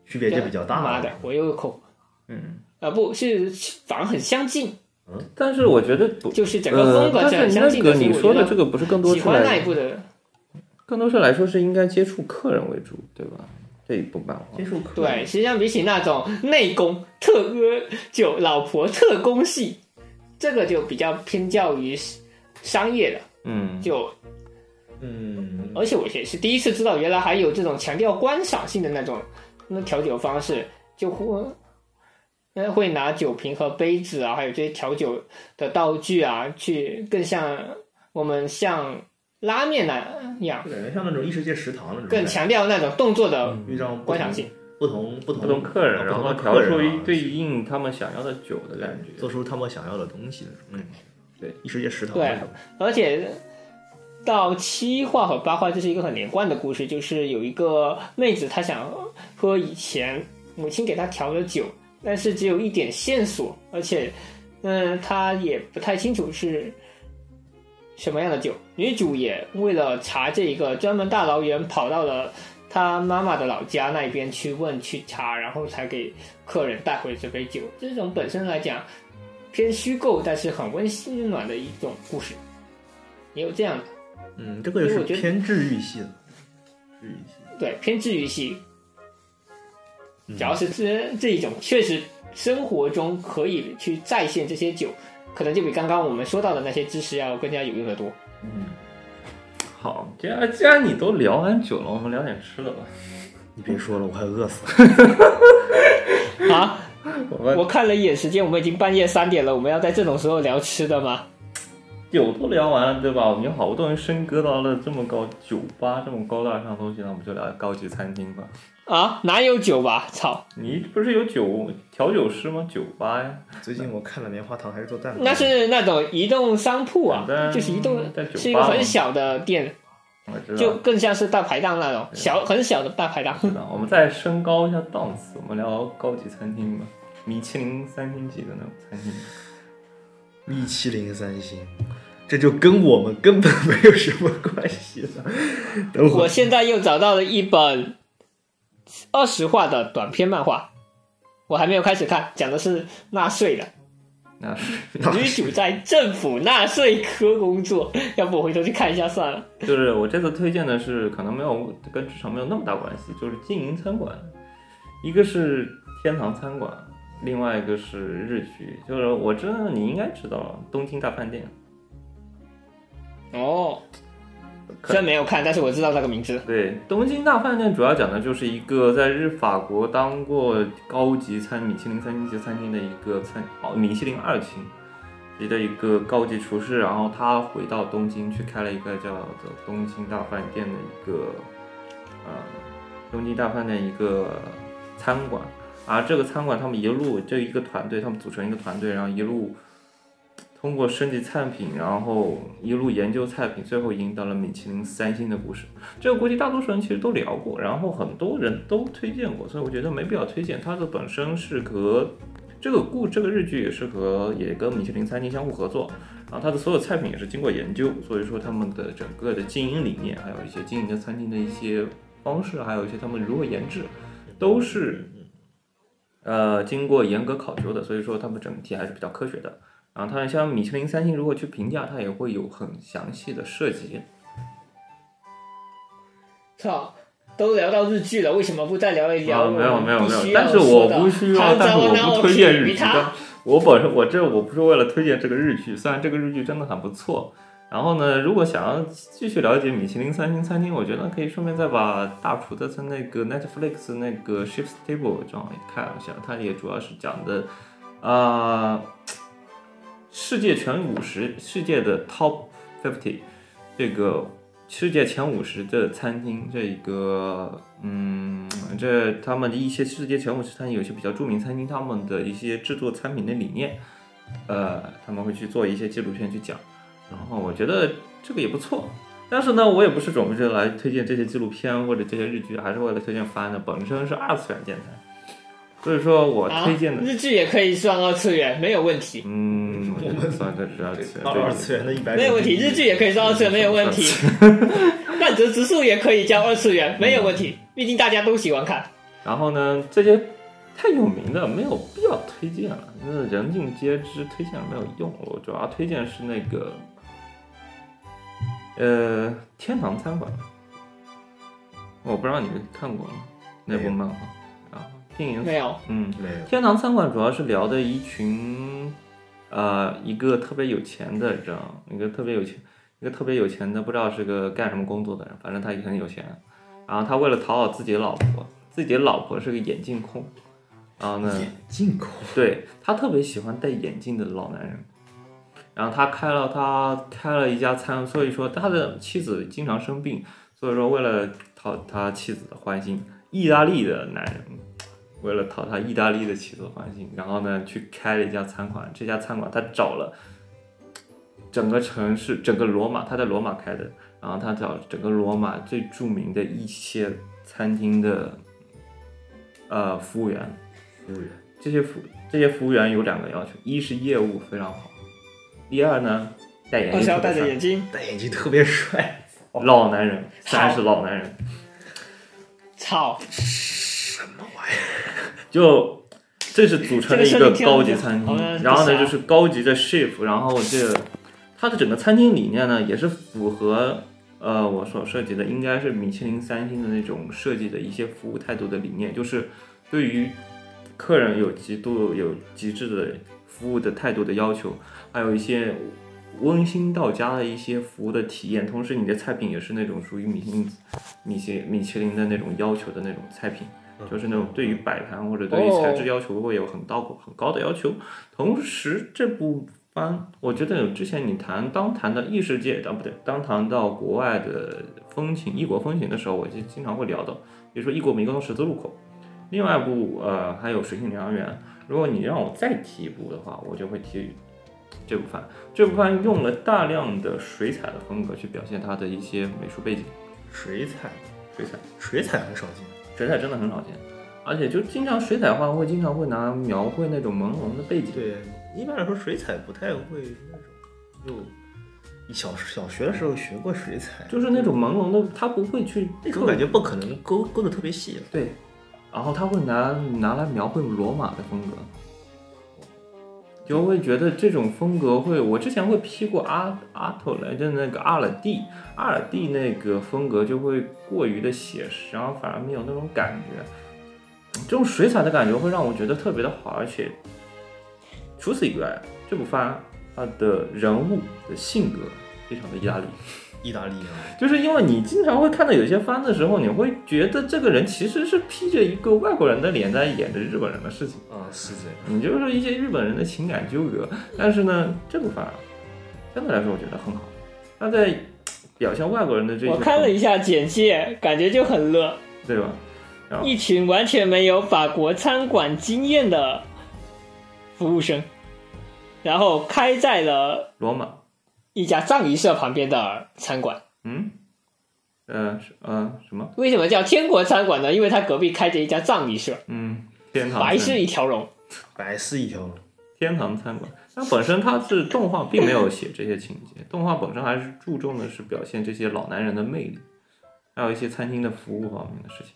Speaker 2: 区别就比较大
Speaker 4: 妈
Speaker 2: 了
Speaker 4: 的，，我又有口
Speaker 5: 嗯，
Speaker 4: 啊、不是反而很相近，
Speaker 5: 但是我觉得不，
Speaker 4: 就是整个风，
Speaker 5: 呃
Speaker 4: 格是
Speaker 5: 但
Speaker 4: 很
Speaker 5: 是
Speaker 4: 相近
Speaker 5: 那
Speaker 4: 的。
Speaker 5: 个
Speaker 4: 所以
Speaker 5: 你
Speaker 4: 我
Speaker 5: 说
Speaker 4: 觉
Speaker 5: 的
Speaker 4: 得
Speaker 5: 这个不是更多
Speaker 4: 喜
Speaker 5: 是
Speaker 4: 欢那一
Speaker 5: 来，
Speaker 4: 部的
Speaker 5: 更多是来说是应该接触客人为主，对吧？这一部漫画
Speaker 2: 接，触客
Speaker 4: 对，
Speaker 5: 嗯
Speaker 2: 人，
Speaker 4: 实际上比起那种内功特呃就老婆特工系，这个就比较偏较于商业的。
Speaker 5: 嗯，
Speaker 4: 就
Speaker 2: 嗯，
Speaker 4: 而且我也是第一次知道，原来还有这种强调观赏性的那种那调酒方式，就会那会拿酒瓶和杯子啊，还有这些调酒的道具啊，去更像我们像拉面那样，
Speaker 2: 就感觉像那种异世界食堂那种
Speaker 4: 更
Speaker 2: 感觉，
Speaker 4: 强调那种动作的
Speaker 2: 遇上不
Speaker 4: 观赏
Speaker 2: 同
Speaker 4: 性。
Speaker 2: 不同不同
Speaker 5: 不同客人，
Speaker 2: 不
Speaker 5: 然
Speaker 2: 同
Speaker 5: 后
Speaker 2: 的
Speaker 5: 调
Speaker 2: 客人
Speaker 5: 出
Speaker 2: 啊
Speaker 5: 一对应他们想要的酒的感觉
Speaker 2: 做。出他们想要的东西那种，嗯，
Speaker 5: 对，
Speaker 2: 异世界食堂
Speaker 4: 对
Speaker 2: 那种，
Speaker 4: 而且到七话和八话，这是一个很连贯的故事，就是有一个妹子她想喝以前母亲给她调的酒，但是只有一点线索，而且嗯，她也不太清楚是。什么样的酒？女主也为了查这一个，专门大老远跑到了她妈妈的老家那边去问去查，然后才给客人带回这杯酒。这种本身来讲偏虚构，但是很温馨暖的一种故事。也有这样的，
Speaker 2: 嗯，这个就是
Speaker 4: 因为我觉得
Speaker 2: 偏治愈系的，治愈系，
Speaker 4: 对，偏治愈系。只要是这这一种，确实生活中可以去再现这些酒，可能就比刚刚我们说到的那些知识要更加有用的多。
Speaker 2: 嗯，
Speaker 5: 好，既然既然你都聊完酒了，我们聊点吃的吧。
Speaker 2: 你别说了，我快饿死了。
Speaker 4: 啊，
Speaker 5: 我
Speaker 4: (laughs)
Speaker 5: 们
Speaker 4: 我看了一眼时间，我们已经半夜三点了，我们要在这种时候聊吃的吗？
Speaker 5: 酒都聊完了，对吧？我们有好多人升格到了这么高酒吧这么高大上的东西，那我们就聊聊高级餐厅吧。
Speaker 4: 啊，哪有酒吧？操，
Speaker 5: 你不是有酒调酒师吗？酒吧呀，
Speaker 2: (laughs) 最近我看了棉花糖，还是做蛋糕。
Speaker 4: 那是那种移动商铺啊
Speaker 5: 反，正
Speaker 4: 就是移动
Speaker 5: 在酒吧，
Speaker 4: 是一个很小的店，
Speaker 5: 我知道，
Speaker 4: 就更像是啊大排档那种小很小的大排档。
Speaker 5: 知道。我们再升高一下档次，我们聊高级餐厅吧，米其林三星级的那种餐厅。
Speaker 2: 米其林三星，这就跟我们根本没有什么关系了。等会
Speaker 4: (laughs) 我
Speaker 2: 儿，
Speaker 4: 现在又找到了一本二十话的短篇漫画，我还没有开始看，讲的是纳税的
Speaker 5: 那是
Speaker 4: 女主在政府纳税科工作，要不我回头去看一下算了。
Speaker 5: 就是我这次推荐的是，可能没有跟职场没有那么大关系，就是经营餐馆，一个是天堂餐馆，另外一个是日剧，就是我知道你应该知道东京大饭店，
Speaker 4: 哦，
Speaker 5: 可
Speaker 4: 虽然没有看，但是我知道那个名字。
Speaker 5: 对，东京大饭店主要讲的就是一个在日法国当过高级餐米其林三星级餐厅的一个餐哦，米其林二星级的一个高级厨师，然后他回到东京去开了一个叫做东京大饭店的一个呃东京大饭店一个餐馆，而这个餐馆他们一路这一个团队，他们组成一个团队，然后一路。通过升级菜品，然后一路研究菜品，最后赢得了米其林三星的故事。这个估计大多数人其实都聊过，然后很多人都推荐过，所以我觉得没必要推荐。它的本身是和这个故这个日剧也是和也跟米其林餐厅相互合作，然后它的所有菜品也是经过研究，所以说他们的整个的经营理念，还有一些经营的餐厅的一些方式，还有一些他们如何研制，都是呃经过严格考究的，所以说他们整体还是比较科学的。然后它像米其林三星，如果去评价，它也会有很详细的涉及。
Speaker 4: 操，都聊到日剧了，为什么不再聊一聊
Speaker 5: 啊，
Speaker 4: 我
Speaker 5: 没
Speaker 4: 们必须
Speaker 5: 有
Speaker 4: 要说的？
Speaker 5: 没有没有，但是我不需要，但是我不推荐
Speaker 4: 韩
Speaker 5: 日剧。
Speaker 4: 国 (laughs)
Speaker 5: 但我本身我这我不是为了推荐这个日剧，虽然这个日剧真的很不错。然后呢，如果想要继续了解米其林三星餐厅，我觉得可以顺便再把大厨的他那个 Netflix 那个 Shift's Table 正好也看了一下，它也主要是讲的啊、世界前五十，世界的 Top Fifty 这个世界前五十的餐厅，这一个嗯，这他们的一些世界前五十餐厅，有些比较著名餐厅，他们的一些制作产品的理念，呃，他们会去做一些纪录片去讲，然后我觉得这个也不错。但是呢，我也不是准备着来推荐这些纪录片或者这些日剧，还是为了推荐番的，本身是二次元电台，所以说我
Speaker 4: 啊
Speaker 5: 推荐的，
Speaker 4: 日剧也可以算二次元，没有问题，
Speaker 5: 嗯，我们算这是二次元，
Speaker 2: 到
Speaker 5: 对
Speaker 2: 二次元的一百
Speaker 4: 没有问题，日剧也可以算二次元，没有问
Speaker 5: (laughs)
Speaker 4: 题。半泽直树也可以叫二次元，没有问题，毕竟大家都喜欢看。
Speaker 5: 然后呢，这些太有名的没有必要推荐了，那人尽皆知，推荐了没有用。我主要推荐是那个，呃，天堂餐馆。我不知道你看过吗那部漫画啊，电影
Speaker 4: 没有，
Speaker 5: 嗯，
Speaker 2: 没有。
Speaker 5: 天堂餐馆主要是聊的一群，呃，一个特别有钱的人，一个特别有钱，一个特别有钱的，不知道是个干什么工作的人，反正他也很有钱。然后他为了讨好自己的老婆，自己的老婆是个眼镜控，然后呢，
Speaker 2: 眼镜控，
Speaker 5: 对他特别喜欢戴眼镜的老男人。然后他开了他开了一家餐，所以说他的妻子经常生病，所以说为了讨他妻子的欢心，意大利的男人为了讨他意大利的妻子欢心，然后呢去开了一家餐馆，这家餐馆他找了整个城市，整个罗马，他在罗马开的，然后他找整个罗马最著名的一些餐厅的呃服务员，
Speaker 2: 服务员
Speaker 5: 这些服这些服务员有两个要求，一是业务非常好，第二呢戴眼
Speaker 4: 二
Speaker 5: 镜
Speaker 4: 哦是要
Speaker 5: 特
Speaker 4: 戴
Speaker 5: 别
Speaker 4: 着哦
Speaker 5: 帅，
Speaker 4: 眼镜，
Speaker 2: 戴眼镜特别帅，
Speaker 5: 老男人，三是老男人，
Speaker 4: 操，
Speaker 5: 就这是组成了一个高级
Speaker 4: 这个设定
Speaker 5: 餐
Speaker 4: 挺好的
Speaker 5: 厅，然后
Speaker 4: 好
Speaker 5: 呢
Speaker 4: 的
Speaker 5: 就是高级的 chef，然后这它的整个餐厅理念呢也是符合呃我所涉及的，应该是米其林三星的那种设计的一些服务态度的理念，就是对于客人有极度有极致的服务的态度的要求，还有一些温馨到家的一些服务的体验。同时，你的菜品也是那种属于米其林、米其米其林的那种要求的那种菜品，就是那种对于摆盘或者对于材质要求会有很高很高的要求。同时，这部番我觉得之前你谈当谈到异世界，啊不对，当谈到国外的风情、异国风情的时候，我就经常会聊到，比如说《异国迷宫》《十字路口》，另外一部呃还有《水性良缘》。如果你让我再提一部的话，我就会提这部番。这部番用了大量的水彩的风格去表现它的一些美术背景，
Speaker 2: 水彩，
Speaker 5: 水彩
Speaker 2: 水彩很少见。
Speaker 5: 水彩真的很少见，而且就经常水彩画会经常会拿描绘那种朦胧的背景。
Speaker 2: 对，一般来说水彩不太会那种，就小小学的时候学过水彩，
Speaker 5: 就是那种朦胧的，他不会去
Speaker 2: 那
Speaker 5: 刻
Speaker 2: 种感觉不可能勾勾的特别细。
Speaker 5: 对，然后他会拿拿来描绘罗马的风格，就会觉得这种风格会，我之前会批过阿阿头来的那个阿尔蒂，阿尔蒂那个风格就会过于的写实，然后反而没有那种感觉，这种水彩的感觉会让我觉得特别的好，而且除此以外，这部番它的人物的性格非常的意大利。
Speaker 2: 意大利啊，
Speaker 5: 就是因为你经常会看到有些番的时候，你会觉得这个人其实是披着一个外国人的脸在演着日本人的事情，
Speaker 2: 啊是这样。
Speaker 5: 你就是一些日本人的情感纠葛。但是呢，这部番啊相对来说我觉得很好，他在表现外国人的这一
Speaker 4: 我
Speaker 5: 些，
Speaker 4: 看了一下简介，感觉就很乐，
Speaker 5: 对吧？啊
Speaker 4: 一群完全没有法国餐馆经验的服务生，然后开在了
Speaker 5: 罗马，
Speaker 4: 一家葬仪社旁边的餐馆。
Speaker 5: 嗯，呃，是呃，什么？
Speaker 4: 为什么叫天国餐馆呢？因为它隔壁开着一家葬仪社，
Speaker 5: 嗯，天堂
Speaker 4: 白
Speaker 5: 餐
Speaker 4: 事一条龙。
Speaker 2: 白是一条龙，
Speaker 5: 天堂餐馆，它本身它是动画并没有写这些情节， (laughs) 动画本身还是注重的是表现这些老男人的魅力，还有一些餐厅的服务方面的事情。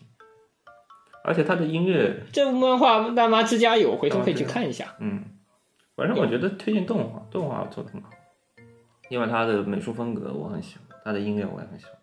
Speaker 5: 而且它的音乐，
Speaker 4: 这部漫画《大妈之家》有，回头可以去看一下。
Speaker 5: 嗯，反正我觉得推荐动画，动画做得很好。另外，它的美术风格我很喜欢，它的音乐我也很喜欢。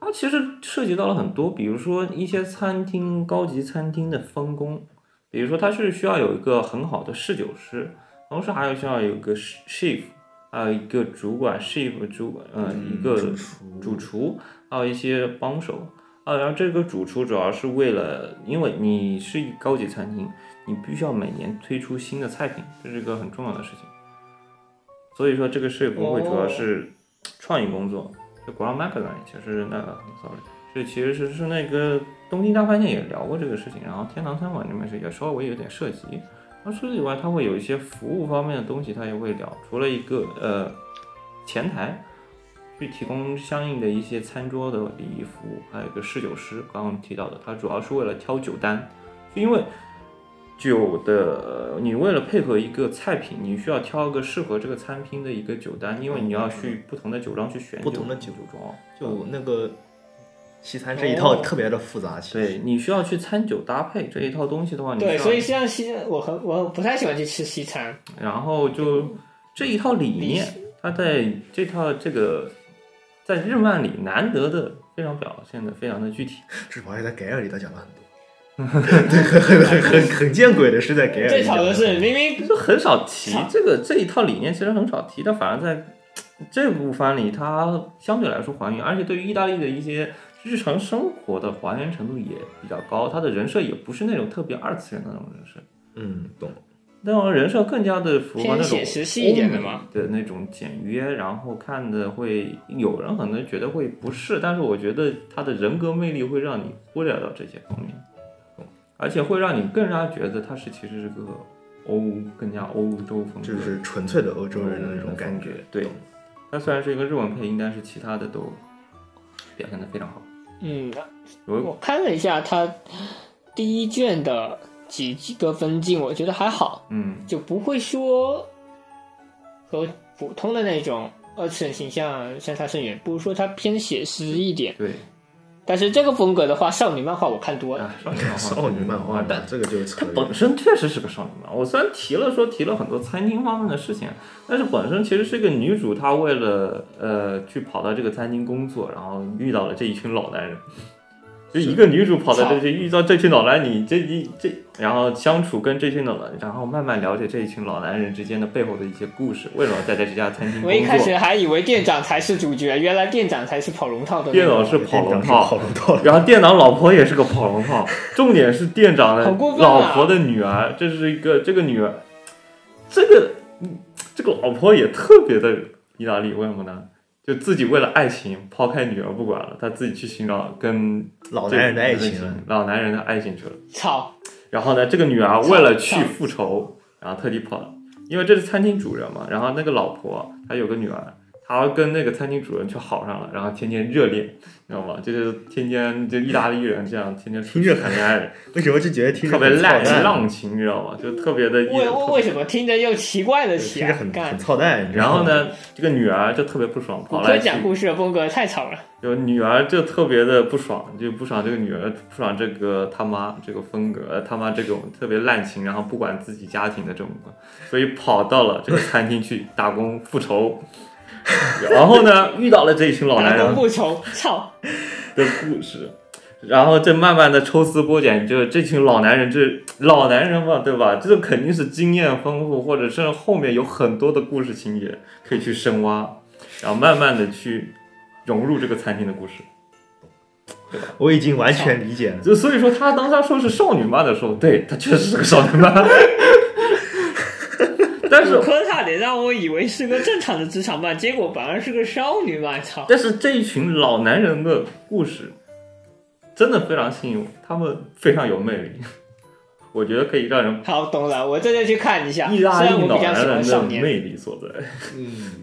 Speaker 5: 它其实涉及到了很多，比如说一些餐厅、高级餐厅的分工，比如说它是需要有一个很好的侍酒师，同时还有需要有一个 chef，还有一个主管 chef 主管，呃，一个
Speaker 2: 主厨
Speaker 5: 主厨，还有一些帮手。啊，然后这个主厨主要是为了，因为你是一高级餐厅，你必须要每年推出新的菜品，这是一个很重要的事情。所以说，这个 chef 会主要是创意工作。就 Grand Magazine 其实那个 sorry，这其实是是那个东京大饭店也聊过这个事情，然后天堂餐馆里面是也稍微有点涉及。那除此以外，它会有一些服务方面的东西，它也会聊。除了一个呃前台去提供相应的一些餐桌的礼仪服务，还有一个侍酒师，刚刚提到的，它主要是为了挑酒单，因为酒的呃你为了配合一个菜品，你需要挑一个适合这个餐厅的一个酒单，因为你要去不同的酒庄去选
Speaker 2: 不同的
Speaker 5: 酒
Speaker 2: 酒
Speaker 5: 庄。
Speaker 2: 就那个西餐这一套特别的复杂，其
Speaker 5: 对
Speaker 2: 实
Speaker 5: 你需要去餐酒搭配这一套东西的话，
Speaker 2: 嗯
Speaker 5: 你
Speaker 4: 对，
Speaker 5: 需要
Speaker 4: 所以像西，我很我不太喜欢去吃西餐。
Speaker 5: 然后就这一套理念，它在这套这个在日漫里难得的非常表现的非常的具体，
Speaker 2: 至少是在给尔里头讲了很多。对，很很很很很见鬼的是在给尔里。
Speaker 4: 最吵的是，明明
Speaker 5: 就很少提这个这一套理念，其实很少提，但反而在这部番里，它相对来说还原，而且对于意大利的一些日常生活的还原程度也比较高，它的人设也不是那种特别二次元的那种人设，
Speaker 2: 嗯，懂。
Speaker 5: 那种人设更加的符合那
Speaker 4: 偏
Speaker 5: 种
Speaker 4: 写实系一点的嘛
Speaker 5: 的那种简约，然后看的会有人可能觉得会不适，但是我觉得他的人格魅力会让你忽略到这些方面，而且会让你更加觉得他是其实是个欧更加欧洲风格，
Speaker 2: 就是纯粹的欧洲人的那种感觉。
Speaker 5: 对
Speaker 2: 懂，
Speaker 5: 他虽然是一个日文配音，但是其他的都表现的非常好。
Speaker 4: 嗯，
Speaker 5: 我
Speaker 4: 我看了一下它第一卷的几个分镜，我觉得还好，
Speaker 5: 嗯
Speaker 4: 就不会说和普通的那种二次元形象相差甚远，不如说它偏写实一点。
Speaker 5: 对
Speaker 4: 但是这个风格的话，少女漫画我看多
Speaker 2: 嗯
Speaker 4: 了，
Speaker 5: 啊，少女漫画，
Speaker 2: 少女漫画，
Speaker 5: 但
Speaker 2: 但这个就是扯
Speaker 5: 它
Speaker 2: 远了
Speaker 5: 本身确实是个少女漫。我虽然提了说提了很多餐厅方面的事情，但是本身其实是一个女主，她为了呃去跑到这个餐厅工作，然后遇到了这一群老男人，就一个女主跑到这群，遇到这群老男你这一这，然后相处跟这群老男，然后慢慢了解这一群老男人之间的背后的一些故事，为什么在这家餐厅
Speaker 4: 我一
Speaker 5: 工
Speaker 4: 开始
Speaker 5: 作？
Speaker 4: 还以为店长才是主角，原来店长才是跑龙套的那
Speaker 5: 店
Speaker 4: 个。
Speaker 5: 长是跑龙
Speaker 2: 跑
Speaker 5: 套，
Speaker 2: 龙套，
Speaker 5: 然后店长老婆也是个跑龙套，重点是店长的
Speaker 4: 好过分啊
Speaker 5: 老婆的女儿，这是一个这个女儿，这个嗯这个老婆也特别的意大利，为什么呢？就自己为了爱情抛开女儿不管了，她自己去寻找跟
Speaker 2: 老男人的爱情啊，
Speaker 5: 老男人的爱情去了。
Speaker 2: 嗯
Speaker 4: 操，
Speaker 5: 然后呢，这个女儿为了去复仇，然后特地跑，因为这是餐厅主人嘛。然后那个老婆她有个女儿，她跟那个餐厅主人去好上了，然后天天热恋，你知道吗？就是天天就意大利人这样天天出去谈恋爱，
Speaker 2: 为什么就觉得听着
Speaker 5: 特别
Speaker 2: 很操
Speaker 5: 烂
Speaker 2: 蛋？
Speaker 5: 浪情，你知道吗？就特别的一
Speaker 4: 为为为什么听着又奇怪了起
Speaker 2: 听着
Speaker 4: 来？
Speaker 2: 很很
Speaker 4: 啊干，
Speaker 2: 操蛋。你知
Speaker 5: 然
Speaker 2: 道吗
Speaker 5: 后？呢，这个女儿就特别不爽，
Speaker 4: 骨
Speaker 5: 跑
Speaker 4: 科
Speaker 5: 来去
Speaker 4: 讲故事的风格太吵了。
Speaker 5: 就女儿就特别的不爽，就不爽这个女儿，不爽这个他妈这个风格，呃他妈这种特别滥情，然后不管自己家庭的这种，所以跑到了这个餐厅去打工复仇。 (laughs) 然后呢，遇到了这一群老男
Speaker 4: 打工
Speaker 5: 人
Speaker 4: 不愁，操！
Speaker 5: 的故事，然后这慢慢的抽丝剥茧，就是这群老男人，这老男人嘛，对吧？这个肯定是经验丰富，或者是后面有很多的故事情节可以去深挖，然后慢慢的去融入这个餐厅的故事。
Speaker 2: 我已经完全理解了。
Speaker 5: 就所以说，他当他说是少女漫的时候，对他确实是个少女
Speaker 4: (laughs)
Speaker 5: 漫，但是
Speaker 4: 骨科差点让我以为是个正常的职场漫，结果反而是个少女漫，操！
Speaker 5: 但是这一群老男人的故事真的非常吸引我，他们非常有魅力，我觉得可以让人
Speaker 4: 好，懂了，我这就去看一下。
Speaker 5: 意
Speaker 4: 虽
Speaker 5: 大
Speaker 4: 然
Speaker 5: 利
Speaker 4: 我
Speaker 5: 老
Speaker 4: 比较喜
Speaker 5: 男
Speaker 4: 欢
Speaker 5: 人
Speaker 4: 少
Speaker 5: 的
Speaker 4: 年，
Speaker 5: 魅力所在，
Speaker 2: 嗯，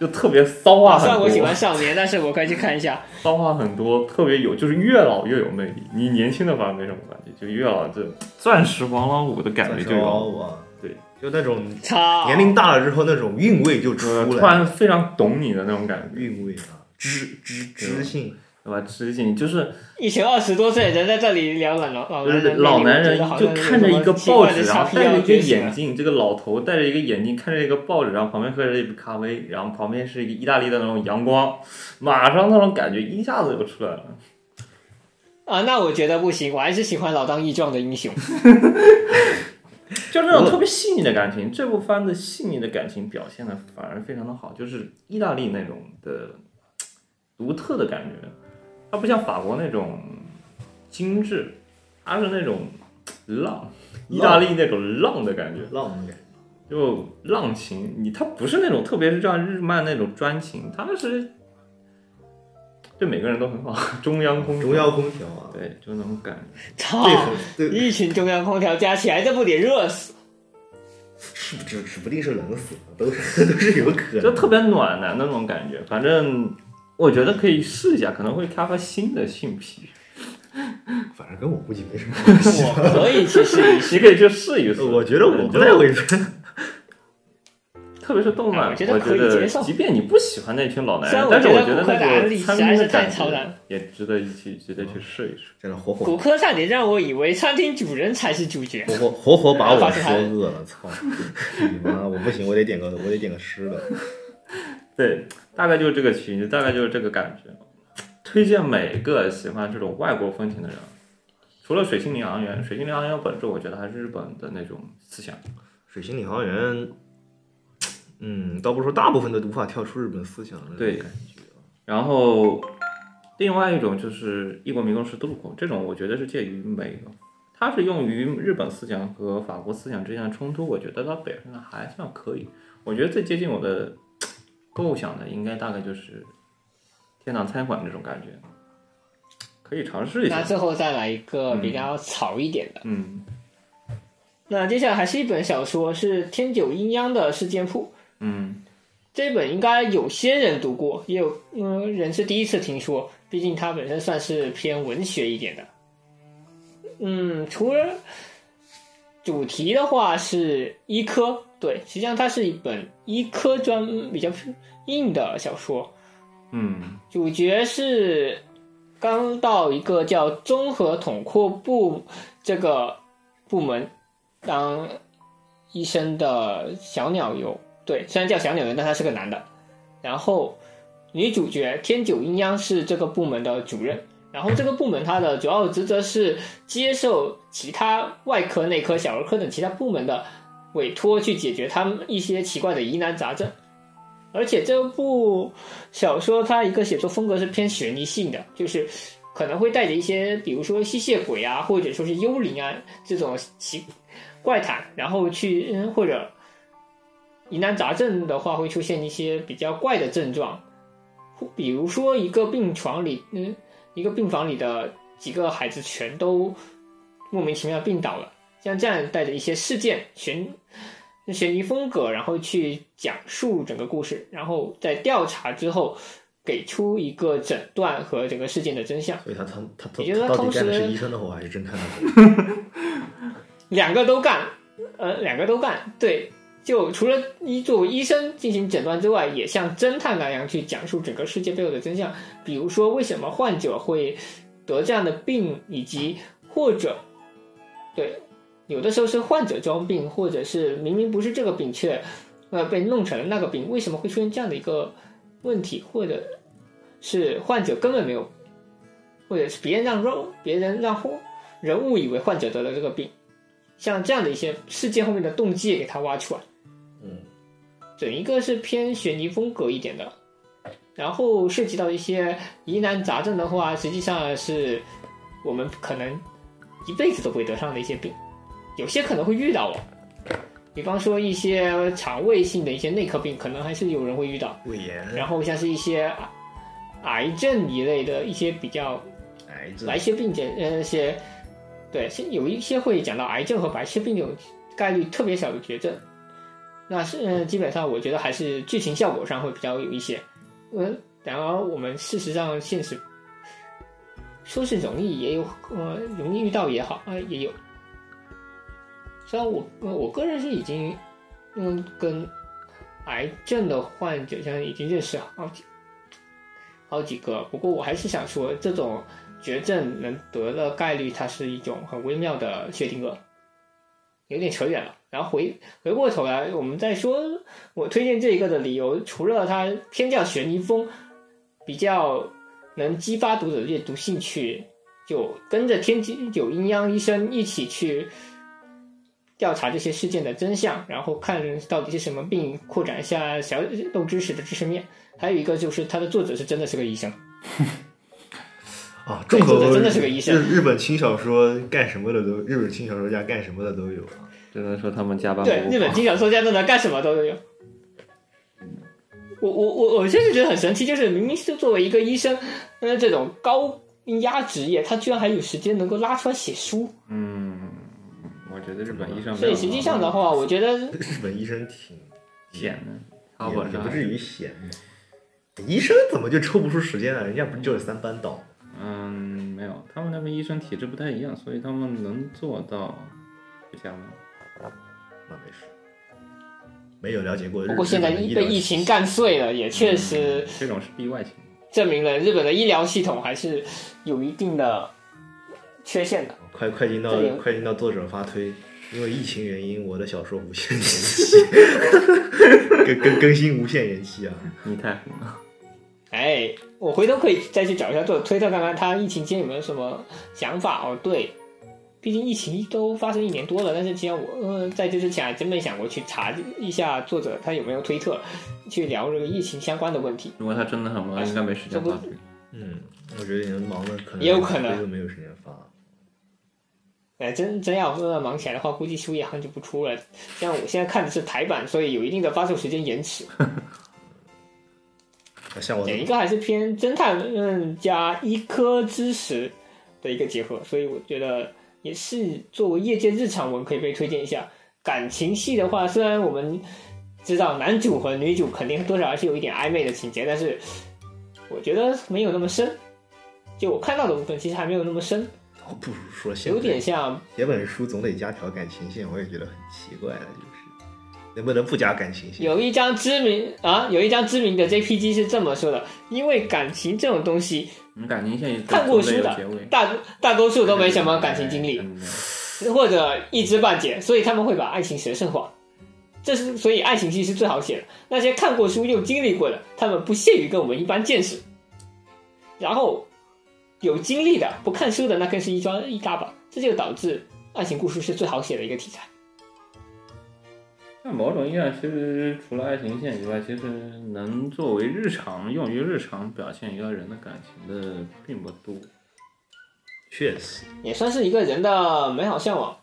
Speaker 5: 就特别骚话
Speaker 4: 啊虽然
Speaker 5: 很
Speaker 4: 我喜
Speaker 5: 多
Speaker 4: 欢，少年，但是我可以去看一下。
Speaker 5: 骚话很多，特别有，就是越老越有魅力。你年轻的反而没什么感觉，就越老这钻石王老五的感觉就有。
Speaker 2: 我，
Speaker 5: 对，
Speaker 2: 就那种
Speaker 5: (laughs)
Speaker 4: 操！
Speaker 2: 年龄大了之后那种韵味就出
Speaker 5: 呃突
Speaker 2: 来了，
Speaker 5: 然非常懂你的那种感觉，
Speaker 2: 韵味啊，知知知性，
Speaker 5: 对吧？知性就是
Speaker 4: 一群二十多岁的人在这里聊老老
Speaker 5: 就
Speaker 4: 男
Speaker 5: 是
Speaker 4: 人，
Speaker 5: 老男人就看着一个报纸，然后戴着一个眼
Speaker 4: 镜，
Speaker 5: 镜，这个老头戴着一个眼镜，看着一个报纸，然后旁边喝着一杯咖啡，然后旁边是一个意大利的那种阳光，马上那种感觉一下子就出来了。
Speaker 4: 啊，那我觉得不行，我还是喜欢老当益壮的英雄。
Speaker 5: 就那种特别细腻的感情，这部番的细腻的感情表现的反而非常的好，就是意大利那种的独特的感觉，它不像法国那种精致，它是那种浪，意大利那种浪的感觉。
Speaker 2: 浪漫感。
Speaker 5: 就浪情，你它不是那种特别是像日漫那种专情，它是对每个人都很好， (laughs) 中央空调
Speaker 2: 中央空调啊，
Speaker 5: 对，就那种感觉。 (laughs)
Speaker 4: 操！
Speaker 2: 对很对，
Speaker 4: 一群中央空调加起来，这不得热死？
Speaker 2: 是指指不定是冷死的，都是 (laughs) 都是有可能。
Speaker 5: 就特别暖男的那种感觉。反正我觉得可以试一下，可能会开发新的性癖，
Speaker 2: 反正跟我估计没什么
Speaker 5: (laughs)
Speaker 2: 关系。
Speaker 4: 我可以去试一试。
Speaker 5: 你可以去试一试。
Speaker 2: 我觉得我不
Speaker 5: 觉
Speaker 2: 太
Speaker 5: 得，
Speaker 2: 会，
Speaker 5: 特别是动漫，
Speaker 4: 哎我
Speaker 5: 我
Speaker 4: 觉得可以接受
Speaker 5: 即便你不喜欢那群老男
Speaker 4: 虽然，
Speaker 5: 人
Speaker 4: 我
Speaker 5: 但是
Speaker 4: 觉
Speaker 5: 我
Speaker 4: 得
Speaker 5: 觉得
Speaker 4: 骨科的
Speaker 5: 那
Speaker 4: 案
Speaker 5: 个
Speaker 4: 例实
Speaker 5: 餐
Speaker 4: 在
Speaker 5: 厅的
Speaker 4: 是太
Speaker 5: 感
Speaker 4: 超然
Speaker 5: 觉也值得一去，值得去试一试。
Speaker 2: 真的活活
Speaker 4: 骨科差点让我以为餐厅主人才是主角。
Speaker 2: 活活活活把我说饿了，操！你妈，我不行，我得点个我得点个湿的。
Speaker 5: 对，大概就是这个情绪，大概就是这个感觉。推荐每个喜欢这种外国风情的人，除了水星领航员，水星领航员本质我觉得还是日本的那种思想。
Speaker 2: 水星领航员，嗯，倒不是说大部分都无法跳出日本思想的
Speaker 5: 对
Speaker 2: 感觉。
Speaker 5: 啊然后另外一种就是异国民工十字路口，这种我觉得是介于美，它是用于日本思想和法国思想之间的冲突，我觉得它本身还算可以。我觉得最接近我的构想的，应该大概就是天堂餐馆这种感觉，可以尝试一
Speaker 4: 那
Speaker 5: 下。
Speaker 4: 最后再来一个比较草一点的。
Speaker 5: 嗯。
Speaker 4: 那接下来还是一本小说，是天九阴阳的事件簿。
Speaker 5: 嗯，
Speaker 4: 这本应该有些人读过，也有嗯人是第一次听说，毕竟它本身算是偏文学一点的。嗯，除了主题的话是医科，对，实际上它是一本医科专比较硬的小说，
Speaker 5: 嗯，
Speaker 4: 主角是刚到一个叫综合统括部这个部门当医生的小鸟游。对，虽然叫小鸟游，但他是个男的。然后女主角天九阴央是这个部门的主任，然后这个部门它的主要职责是接受其他外科、内科、小儿科等其他部门的委托，去解决他们一些奇怪的疑难杂症。而且这部小说它一个写作风格是偏悬疑性的，就是可能会带着一些，比如说吸血鬼啊，或者说是幽灵啊这种奇怪谈，然后去嗯或者疑难杂症的话，会出现一些比较怪的症状，或比如说一个病床里，嗯，一个病房里的几个孩子全都莫名其妙病倒了，像这样带着一些事件悬悬疑风格，然后去讲述整个故事，然后在调查之后给出一个诊断和整个事件的真相，
Speaker 2: 所以他他他
Speaker 4: 你觉得
Speaker 2: 他到底
Speaker 4: 当时
Speaker 2: 干的是医生的活还是侦探的活？
Speaker 4: 两个都干，呃，两个都干，对。就除了医作为医生进行诊断之外，也像侦探那样去讲述整个世界背后的真相，比如说为什么患者会得这样的病，以及或者对有的时候是患者装病，或者是明明不是这个病却呃被弄成了那个病，为什么会出现这样的一个问题，或者是患者根本没有，或者是别人让肉别人让患人误以为患者得了这个病，像这样的一些事件后面的动机也给他挖出来。
Speaker 2: 嗯，
Speaker 4: 整一个是偏悬疑风格一点的，然后涉及到一些疑难杂症的话，实际上是我们可能一辈子都不会得上的一些病，有些可能会遇到哦。比方说一些肠胃性的一些内科病，可能还是有人会遇到。
Speaker 2: 胃炎、 (laughs)
Speaker 4: 然后像是一些癌癌症一类的一些比较
Speaker 2: 癌症
Speaker 4: 白，血病这呃一些，对，先有一些会讲到癌症和白血病这种概率特别小的绝症，那是、呃、基本上我觉得还是剧情效果上会比较有一些，嗯，然而我们事实上现实说是容易也有呃容易遇到也好啊、也有，虽然我、呃我个人是已经嗯跟癌症的患者现在已经认识好几好几个，不过我还是想说这种。绝症能得的概率，它是一种很微妙的薛定谔，有点扯远了。然后回回过头来，我们再说我推荐这一个的理由，除了它偏向悬疑风，比较能激发读者阅读兴趣，就跟着天津九阴阳医生一起去调查这些事件的真相，然后看到底是什么病，扩展一下小豆知识的知识面。还有一个就是它的作者是真的是个医生。
Speaker 2: 啊，众口
Speaker 4: 这个真的是个医生
Speaker 2: 日日本轻小说干什么的都，日本轻小说家干什么的都有啊。
Speaker 5: 只能说他们加班
Speaker 4: 对，
Speaker 5: 不
Speaker 4: 日本
Speaker 5: 好
Speaker 4: 金小说家真的干什么都有。我我我我真是觉得很神奇，就是明明是作为一个医生，呃，这种高压职业，他居然还有时间能够拉出来写书。
Speaker 5: 嗯，我觉得日本医生没
Speaker 4: 所
Speaker 5: 有
Speaker 4: 以实际上
Speaker 5: 那
Speaker 4: 的
Speaker 5: 么
Speaker 4: 话，我觉得
Speaker 2: 日本医生挺
Speaker 5: 闲的，
Speaker 4: 啊
Speaker 5: 他
Speaker 2: 也
Speaker 5: 晚
Speaker 2: 也
Speaker 5: 上
Speaker 2: 不至于闲吧医生怎么就抽不出时间来？啊人家不就是三班倒吗？
Speaker 5: 嗯没有，他们那边医生体质不太一样，所以他们能做到不加班。
Speaker 2: 那没事，没有了解过日。
Speaker 4: 不过现在
Speaker 2: 日本的医疗嗯
Speaker 4: 被疫情干碎了，也确实
Speaker 5: 这种是例外情况。
Speaker 4: 证明了日本的医疗系统还是有一定的缺陷的。
Speaker 2: 快快进到
Speaker 4: 这里
Speaker 2: 快进到作者发推，因为疫情原因，我的小说无
Speaker 4: (laughs)
Speaker 2: 限延期，更更更新无限延期啊！
Speaker 5: 你太狠了，
Speaker 4: 哎，我回头可以再去找一下作者推特，看看他疫情期间有没有什么想法。哦，对，毕竟疫情都发生一年多了，但是其实我呃在这之前还真没想过去查一下作者他有没有推特，去聊这个疫情相关的问题。
Speaker 5: 如果他真的很
Speaker 4: 哎
Speaker 5: 忙，应该没时间发推。
Speaker 2: 嗯，我觉得你们忙的可能
Speaker 4: 也有可能
Speaker 2: 都没有时间发。啊
Speaker 4: 哎，真真要呃忙起来的话，估计书也很久不出了。像我现在看的是台版，所以有一定的发售时间延迟。
Speaker 2: 那像我
Speaker 4: 整一个还是偏侦探嗯加医科知识的一个结合，所以我觉得也是作为业界日常文可以被推荐一下。感情戏的话，虽然我们知道男主和女主肯定多少还是有一点暧昧的情节，但是我觉得没有那么深。就我看到的部分，其实还没有那么深，
Speaker 2: 我不如说现在
Speaker 4: 有点像啊
Speaker 2: 写本书总得加条感情线，我也觉得很奇怪了，就是能不能不加感情线？
Speaker 4: 有一张知名啊，有一张知名的 JPG 是这么说的：因为感情这种东西，
Speaker 5: 你嗯感情线也
Speaker 4: 看过
Speaker 5: 总得
Speaker 4: 书的
Speaker 5: 有结尾，
Speaker 4: 大大多数都没什么感情经历。
Speaker 5: 嗯没有
Speaker 4: 或者一知半解，所以他们会把爱情神圣化。这是所以爱情戏是最好写的。那些看过书又经历过的，他们不屑于跟我们一般见识。然后有经历的，不看书的那更是一抓一大把。这就导致爱情故事是最好写的一个题材。
Speaker 5: 那某种意义上，其实除了爱情线以外，其实能作为日常用于日常表现一个人的感情的并不多。
Speaker 2: 确实，
Speaker 4: 也算是一个人的美好向往。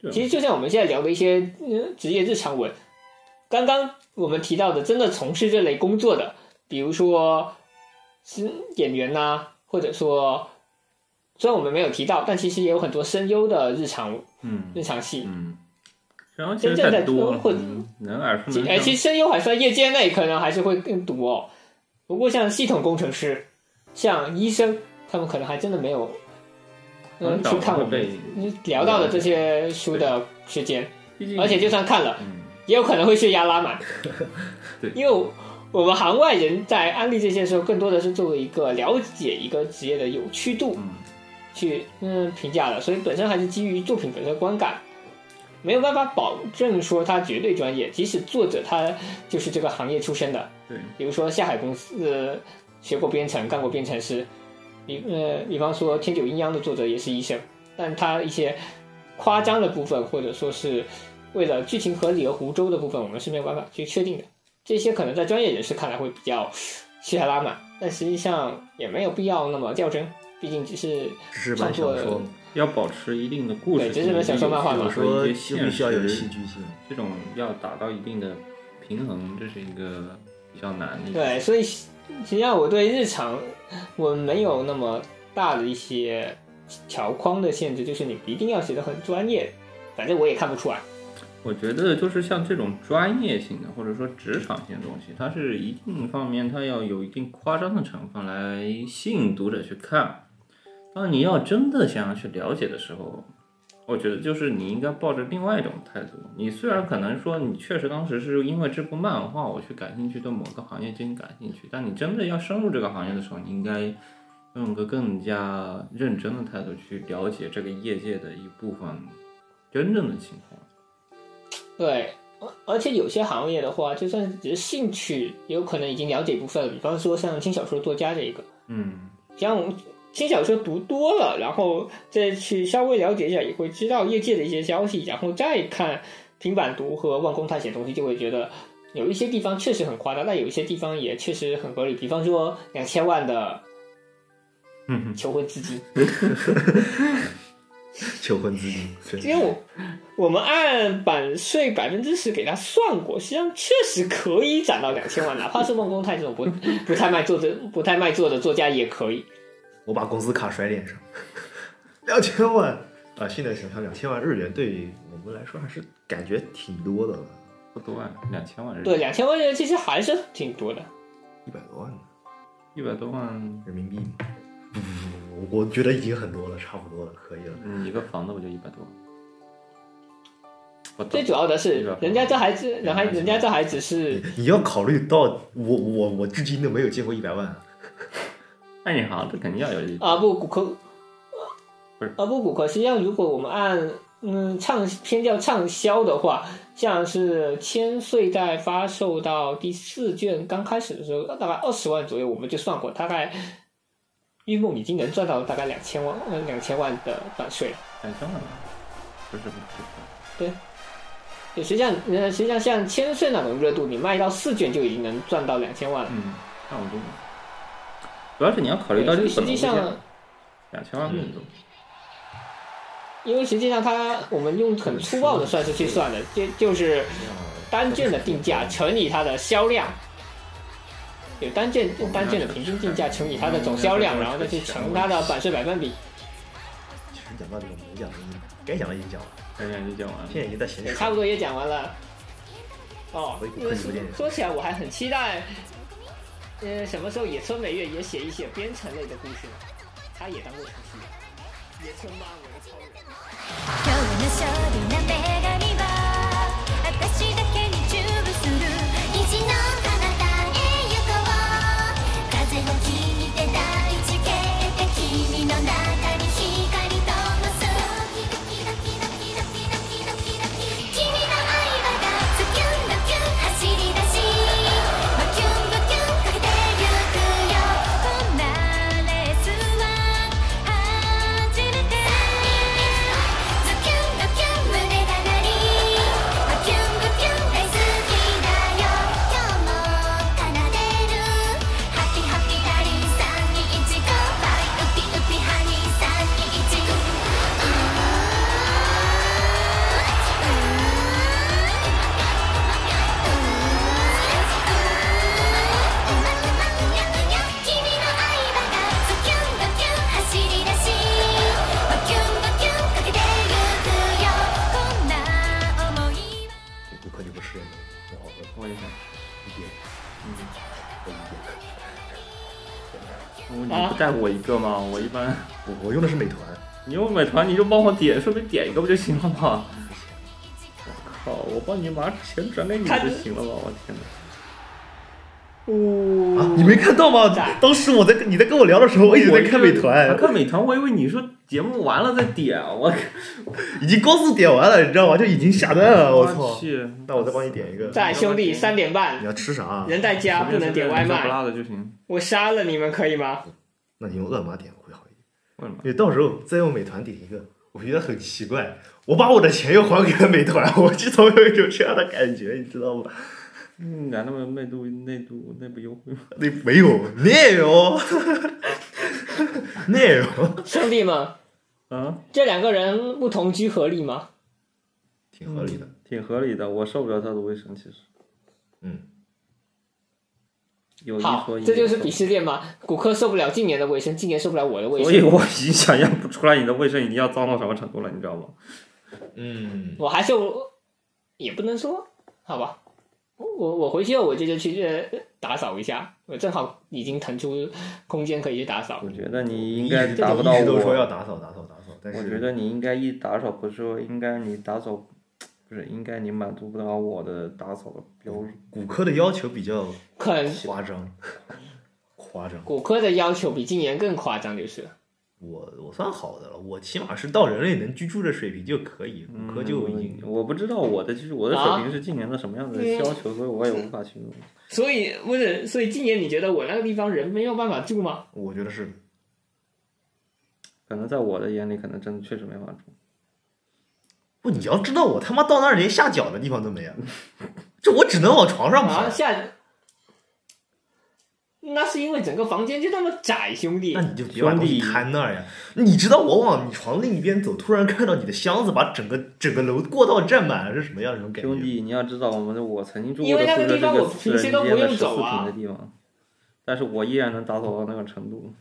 Speaker 5: 对
Speaker 4: 其实就像我们现在聊的一些呃职业日常文，刚刚我们提到的，真的从事这类工作的，比如说是演员呐、或者说虽然我们没有提到，但其实也有很多声优的日常
Speaker 5: 嗯
Speaker 4: 日常戏。
Speaker 5: 嗯，然后其实太多了，嗯能耳熟能
Speaker 4: 哎，其
Speaker 5: 详。
Speaker 4: 实声优还算夜间类，可能还是会更多、哦。不过像系统工程师、像医生，他们可能还真的没有，嗯，
Speaker 5: 很
Speaker 4: 去
Speaker 5: 少
Speaker 4: 看我们
Speaker 5: 会被，
Speaker 4: 聊到的这些书的时间。
Speaker 5: 毕竟
Speaker 4: 而且就算看了，
Speaker 5: 嗯，
Speaker 4: 也有可能会去压拉满
Speaker 5: (laughs) 对。
Speaker 4: 因为我们行外人在安利这些时候，更多的是作为一个了解一个职业的有趣度
Speaker 5: 嗯
Speaker 4: 去嗯评价的，所以本身还是基于作品本身的观感，没有办法保证说它绝对专业。即使作者他就是这个行业出身的，
Speaker 5: 对，
Speaker 4: 比如说下海公司、呃、学过编程，干过编程师，比呃比方说《天九阴阳》的作者也是医生，但他一些夸张的部分，或者说是为了剧情合理而胡诌的部分，我们是没有办法去确定的。这些可能在专业人士看来会比较稀稀拉满，但实际上也没有必要那么较真，毕竟只是
Speaker 2: 只是蛮想说，
Speaker 5: 要保持一定的故事
Speaker 4: 对这
Speaker 5: 性，
Speaker 4: 是本小说漫画嘛
Speaker 5: 有
Speaker 2: 我
Speaker 5: 时候
Speaker 2: 说
Speaker 5: 一
Speaker 2: 就
Speaker 5: 些
Speaker 2: 必
Speaker 5: 现
Speaker 2: 须要有戏
Speaker 5: 实，
Speaker 2: 剧性。
Speaker 5: 这种要达到一定的平衡，这是一个比较难的。
Speaker 4: 对，，所以实实际上我对日常我没有那么大的一些条框的限制，就是你一定要写的很专业，反正我也看不出来。
Speaker 5: 我觉得就是像这种专业性的或者说职场性的东西，它是一定方面它要有一定夸张的成分来吸引读者去看。当你要真的想要去了解的时候，我觉得就是你应该抱着另外一种态度。你虽然可能说你确实当时是因为这部漫画我去感兴趣，对某个行业进行感兴趣，但你真的要深入这个行业的时候，你应该用个更加认真的态度去了解这个业界的一部分真正的情况。
Speaker 4: 对，而而且有些行业的话，就算只是兴趣，有可能已经了解一部分了。比方说像轻小说作家这一个，
Speaker 5: 嗯，
Speaker 4: 像我们轻小说读多了，然后再去稍微了解一下，也会知道业界的一些消息，然后再看平板读和万工探险的东西，就会觉得有一些地方确实很夸张，但有一些地方也确实很合理。比方说两千万的
Speaker 5: 哼哼
Speaker 4: 求婚资金，
Speaker 2: 求婚资金，真是
Speaker 4: 因为我我们按版税百分之十给他算过，实际上确实可以涨到两千万，哪怕是梦工泰这种不不太卖座的不太卖座的作家也可以。
Speaker 2: 我把工资卡甩脸上，两千万啊！现在想想，两千万日元对于我们来说还是感觉挺多的了，
Speaker 5: 不多啊，两千万人，
Speaker 4: 对，，两千万人其实还是挺多的。
Speaker 2: 一百多万呢
Speaker 5: 一百多万，
Speaker 2: 人民币。不不不不，我觉得已经很多了，差不多了，可以了。
Speaker 5: 嗯，一个房子不就一百多万？我懂
Speaker 4: 最主要的
Speaker 5: 是
Speaker 4: 是
Speaker 5: 吧，
Speaker 4: 人家这还只，人还
Speaker 5: 嗯
Speaker 4: 人家这还只是
Speaker 2: 你要考虑到我我我至今都没有见过一百万啊，
Speaker 5: 那你好，这肯定要有一
Speaker 4: 啊不骨科，
Speaker 5: 不是
Speaker 4: 啊不骨科。实际上，如果我们按嗯畅偏叫畅销的话，像是千岁在发售到第四卷刚开始的时候，大概二十万左右，我们就算过，大概玉梦已经能赚到大概两千万，呃两千万的版税了。
Speaker 5: 两千万吧，不是不是不
Speaker 4: 对，实际上，呃，实际上像千岁那种热度，你卖到四卷就已经能赚到两千万了
Speaker 5: 是，。嗯，差不多。主要是你要考虑到日
Speaker 4: 对
Speaker 5: 本
Speaker 4: 实际上，
Speaker 5: 两千万更多，
Speaker 4: 因为实际上它我们用很粗暴的算式去算的，就就是
Speaker 2: 哎
Speaker 4: 单卷的定价乘以它的销量，有单卷用单卷的平均定价乘以它的总销量，然后再去乘它的版税百分比。
Speaker 2: 其实讲到这个，我们讲的已经该讲的已经讲了，
Speaker 5: 两千就讲完了。
Speaker 2: 现在已经在闲
Speaker 4: 也
Speaker 2: 扯
Speaker 4: 差。不多也讲完了。哦
Speaker 2: 可以，可以
Speaker 4: 因为
Speaker 2: 不
Speaker 4: 说
Speaker 2: 见人
Speaker 4: 说起来我还很期待，呃，什么时候野村美月也写一写编程类的故事呢？他也当过程序员，野村漫威超人。
Speaker 7: 今日の勝利な女神は私だけにチューブする虹の彼方へ行こう風を切って大地蹴って君の中に光と灯すドキドキドキドキドキドキドキ君の相場がズキュンドキュン走り出しバキュンバキュンかけてゆくよこんなレースは
Speaker 2: 深的，很好喝，
Speaker 5: 我也想。
Speaker 2: 一点，嗯，我一点。
Speaker 5: 我
Speaker 4: 啊
Speaker 5: 你不带我一个吗？我一般，
Speaker 2: 我我用的是美团，
Speaker 5: 你用美团你就帮我点，顺便点一个不就行了吗？我靠，我帮你把钱转给你
Speaker 4: 他
Speaker 5: 就行了吗？我天哪！
Speaker 2: 啊，你没看到吗？当时我在跟你在跟我聊的时候，我一直在看美
Speaker 5: 还
Speaker 2: 团，
Speaker 5: 啊看美团，我以为你说节目完了再点，我
Speaker 2: 已经高速点完了，你知道吗？就已经下单啊了，我操！
Speaker 5: 去！
Speaker 2: 那我再帮你点一个，
Speaker 4: 在兄弟三点半
Speaker 2: 你，要吃啥？啊
Speaker 4: 人在家不能点外
Speaker 5: 不
Speaker 4: 卖，
Speaker 5: 辣的就行。
Speaker 4: 我杀了你们可以吗？
Speaker 2: 那你用饿马点会好一点，
Speaker 5: 为什么？
Speaker 2: 你到时候再用美团点一个，我觉得很奇怪，我把我的钱又还给了美团， (laughs) 我至少有一种这样的感觉，你知道吗？
Speaker 5: 嗯，难道没有内部内部内部优惠吗？
Speaker 2: 那没有，那 (laughs) 有，那有，
Speaker 4: 兄弟们，
Speaker 5: 啊，
Speaker 4: 这两个人不同居合理吗？
Speaker 2: 挺合理的。
Speaker 5: 挺合理的，我受不了他的卫生，其实
Speaker 2: 嗯，
Speaker 5: 有一
Speaker 4: 好
Speaker 5: 说一，，
Speaker 4: 这就是鄙视链吗？骨科受不了今年的卫生，今年受不了我的卫
Speaker 5: 所以
Speaker 4: 生，
Speaker 5: 我已经想象不出来你的卫生已经要脏到什么程度了，你知道吗？
Speaker 2: 嗯，
Speaker 4: 我还受，也不能说，好吧。我我回去后我这就去呃打扫一下，我正好已经腾出空间可以去打扫
Speaker 5: 我。觉得你应该
Speaker 2: 一直
Speaker 5: 达不到
Speaker 2: 一直都说要
Speaker 5: 我，
Speaker 2: 打扫打扫打扫，但是
Speaker 5: 我觉得你应该一打扫不是说应该你打扫，不是应该你满足不了我的打扫的标准。
Speaker 2: 骨科的要求比较
Speaker 4: 很
Speaker 2: 夸张， (laughs) 夸张。
Speaker 4: 骨科的要求比今年更夸张，就是了
Speaker 2: 我我算好的了，我起码是到人类能居住的水平就可以，骨科就已经。
Speaker 5: 我不知道我的就是我的水
Speaker 4: 啊
Speaker 5: 平是今年的什么样的
Speaker 4: 嗯
Speaker 5: 要求，所以我也无法形容。
Speaker 4: 所以不是，所以今年你觉得我那个地方人没有办法住吗？
Speaker 2: 我觉得是，
Speaker 5: 可能在我的眼里，可能真的确实没法住。
Speaker 2: 不，你要知道我他妈到那儿连下脚的地方都没有， (laughs) 这我只能往床上爬
Speaker 4: 啊，。下，那是因为整个房间就那么窄，兄弟
Speaker 2: 那。你就别把
Speaker 5: 兄
Speaker 2: 东西
Speaker 5: 弟
Speaker 2: 摊那儿呀！你知道我往你床另一边走，突然看到你的箱子把整个整个楼过道占满了，是什么样的那种感
Speaker 5: 兄
Speaker 2: 觉？
Speaker 5: 弟，你要知道，我们的我曾经住
Speaker 4: 因
Speaker 5: 过
Speaker 4: 为
Speaker 5: 的
Speaker 4: 那个
Speaker 5: 宿
Speaker 4: 地
Speaker 5: 舍
Speaker 4: 方
Speaker 5: 是
Speaker 4: 我
Speaker 5: 个私
Speaker 4: 平
Speaker 5: 人
Speaker 4: 时
Speaker 5: 间
Speaker 4: 都不
Speaker 5: 的
Speaker 4: 用
Speaker 5: 十四
Speaker 4: 走啊
Speaker 5: 平的地方，但是我依然能打扫到那个程度。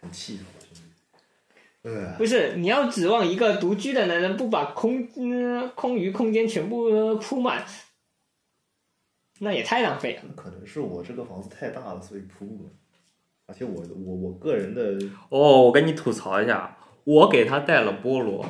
Speaker 2: 很气 (laughs) 我觉得。呃，
Speaker 4: 不是，你要指望一个独居的男人不把空、嗯空余空间全部呃铺满，那也太浪费了。
Speaker 2: 可能是我这个房子太大了，所以铺不满。而且我我我个人的
Speaker 5: 哦，我跟你吐槽一下，我给他带了菠萝，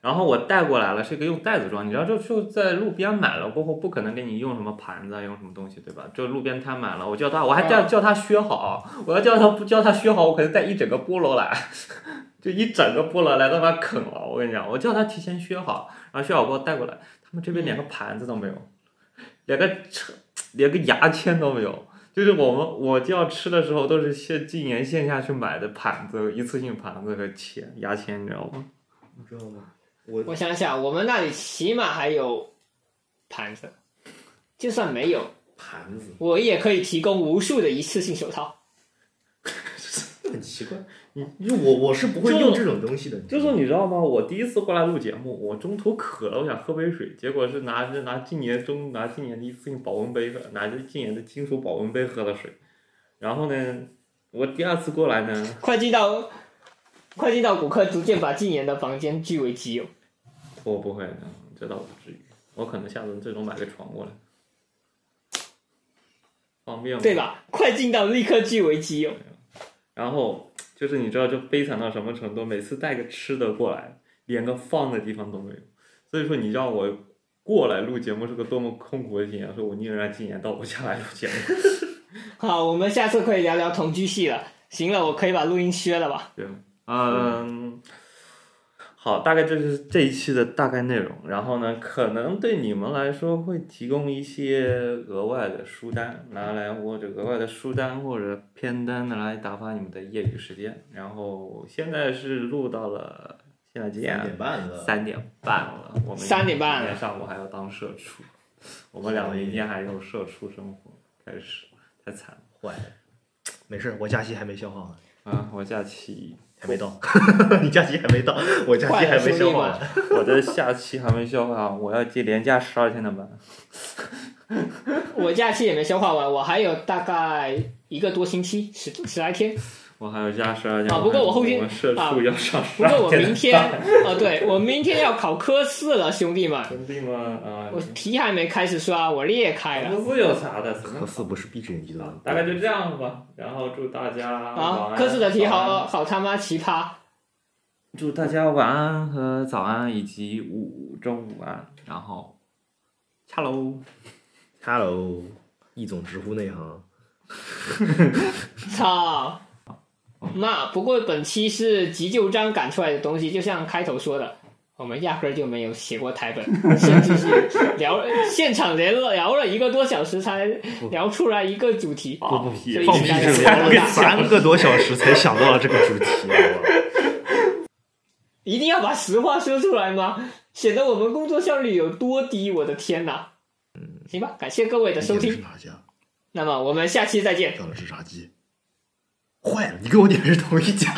Speaker 5: 然后我带过来了，是一个用袋子装。你知道，就就在路边买了过后，不可能给你用什么盘子啊，用什么东西，对吧？就路边摊买了，我叫他，我还叫、叫他削好，我要叫他不叫他削好，我可能带一整个菠萝来， (laughs) 就一整个菠萝来让他啃了。我跟你讲，我叫他提前削好，然后削好给我带过来，他们这边连个盘子都没有，连个车，连个牙签都没有。就是我们我叫吃的时候都是现今年线下去买的盘子，一次性盘子和签牙签，你知道吗？
Speaker 2: 你知道吗？我
Speaker 4: 我想想，我们那里起码还有盘子，就算没有，
Speaker 2: 盘子
Speaker 4: 我也可以提供无数的一次性手套。
Speaker 2: 很奇怪，你因为我我是不会用这种东西的，
Speaker 5: 就是你知道吗？我第一次过来录节目，我中途渴了，我想喝杯水，结果是拿着拿今年中拿今年的一次性保温杯喝，拿着今年的金属保温杯喝的水。然后呢，我第二次过来呢，
Speaker 4: 快进到，快进到骨科，逐渐把禁言的房间据为己有。
Speaker 5: 我不会，嗯这倒不至于，我可能下次最终买个床过来，方便吗？
Speaker 4: 对吧？快进到立刻据为己有。
Speaker 5: 然后就是你知道，就悲惨到什么程度？每次带个吃的过来，连个放的地方都没有。所以说，你让我过来录节目是个多么痛苦的体验。所以我宁愿今年到我家来录节目。
Speaker 4: 好，我们下次可以聊聊同居戏了。行了，我可以把录音削了 (laughs) 吧？
Speaker 5: 对，嗯，好，大概这就是这一期的大概内容。然后呢，可能对你们来说会提供一些额外的书单，拿来或者额外的书单或者片单拿来打发你们的业余时间。然后现在是录到了，现在几点
Speaker 2: 三
Speaker 5: 啊？
Speaker 2: 点半了，
Speaker 5: 三点半了，我们
Speaker 4: 三点半了
Speaker 5: 明天上午还要当社畜，我们两个明天还有社畜生活开始，太惨了
Speaker 2: 坏了，没事，我假期还没消化完，
Speaker 5: 啊！我假期，
Speaker 2: 还没到， (laughs) 你假期还没到，我假期还没消化
Speaker 4: 坏了兄弟
Speaker 2: 完，
Speaker 5: 我的下期还没消化，我要接连加十二天的班。
Speaker 4: (laughs) 我假期也没消化完，我还有大概一个多星期，十十来天。
Speaker 5: 我还有压十二
Speaker 4: 啊
Speaker 5: 讲。
Speaker 4: 不过我后天
Speaker 5: 们社
Speaker 4: 啊
Speaker 5: 畜要上十
Speaker 4: 不过
Speaker 5: 二
Speaker 4: 我
Speaker 5: 天
Speaker 4: 明
Speaker 5: 的
Speaker 4: 天，哦，对我明天要考科四了，兄弟们，
Speaker 5: 兄弟们啊，
Speaker 4: 我哎题还没开始刷，我裂开了。
Speaker 5: 不是有啥的，
Speaker 2: 科四不是闭着眼睛的，
Speaker 5: 大概就这样吧。然后祝大家晚
Speaker 4: 啊，
Speaker 5: 安
Speaker 4: 科四的题
Speaker 5: 早
Speaker 4: 好
Speaker 5: 安
Speaker 4: 好他妈奇葩，
Speaker 5: 祝大家晚安和早安，以及午中午安，然后下喽。
Speaker 2: Hello，易总直呼内行，
Speaker 4: 操！那不过本期是急救章赶出来的东西，就像开头说的，我们压根儿就没有写过台本，甚至是聊现场连了聊了一个多小时才聊出来一个主题。
Speaker 5: 放屁
Speaker 4: 所以
Speaker 2: 放
Speaker 4: 应
Speaker 2: 屁
Speaker 4: 该
Speaker 2: 是
Speaker 4: 是
Speaker 2: 聊
Speaker 4: 大
Speaker 2: 了三个多小时才想到了这个主题，好吧 (laughs)
Speaker 4: 一定要把实话说出来吗？显得我们工作效率有多低！我的天哪！行吧，感谢各位的收
Speaker 2: 你点的嗯是
Speaker 4: 听，
Speaker 2: 哪家？
Speaker 4: 那么我们下期再见。
Speaker 2: 要的是炸鸡。坏了，你给我点的是同一家。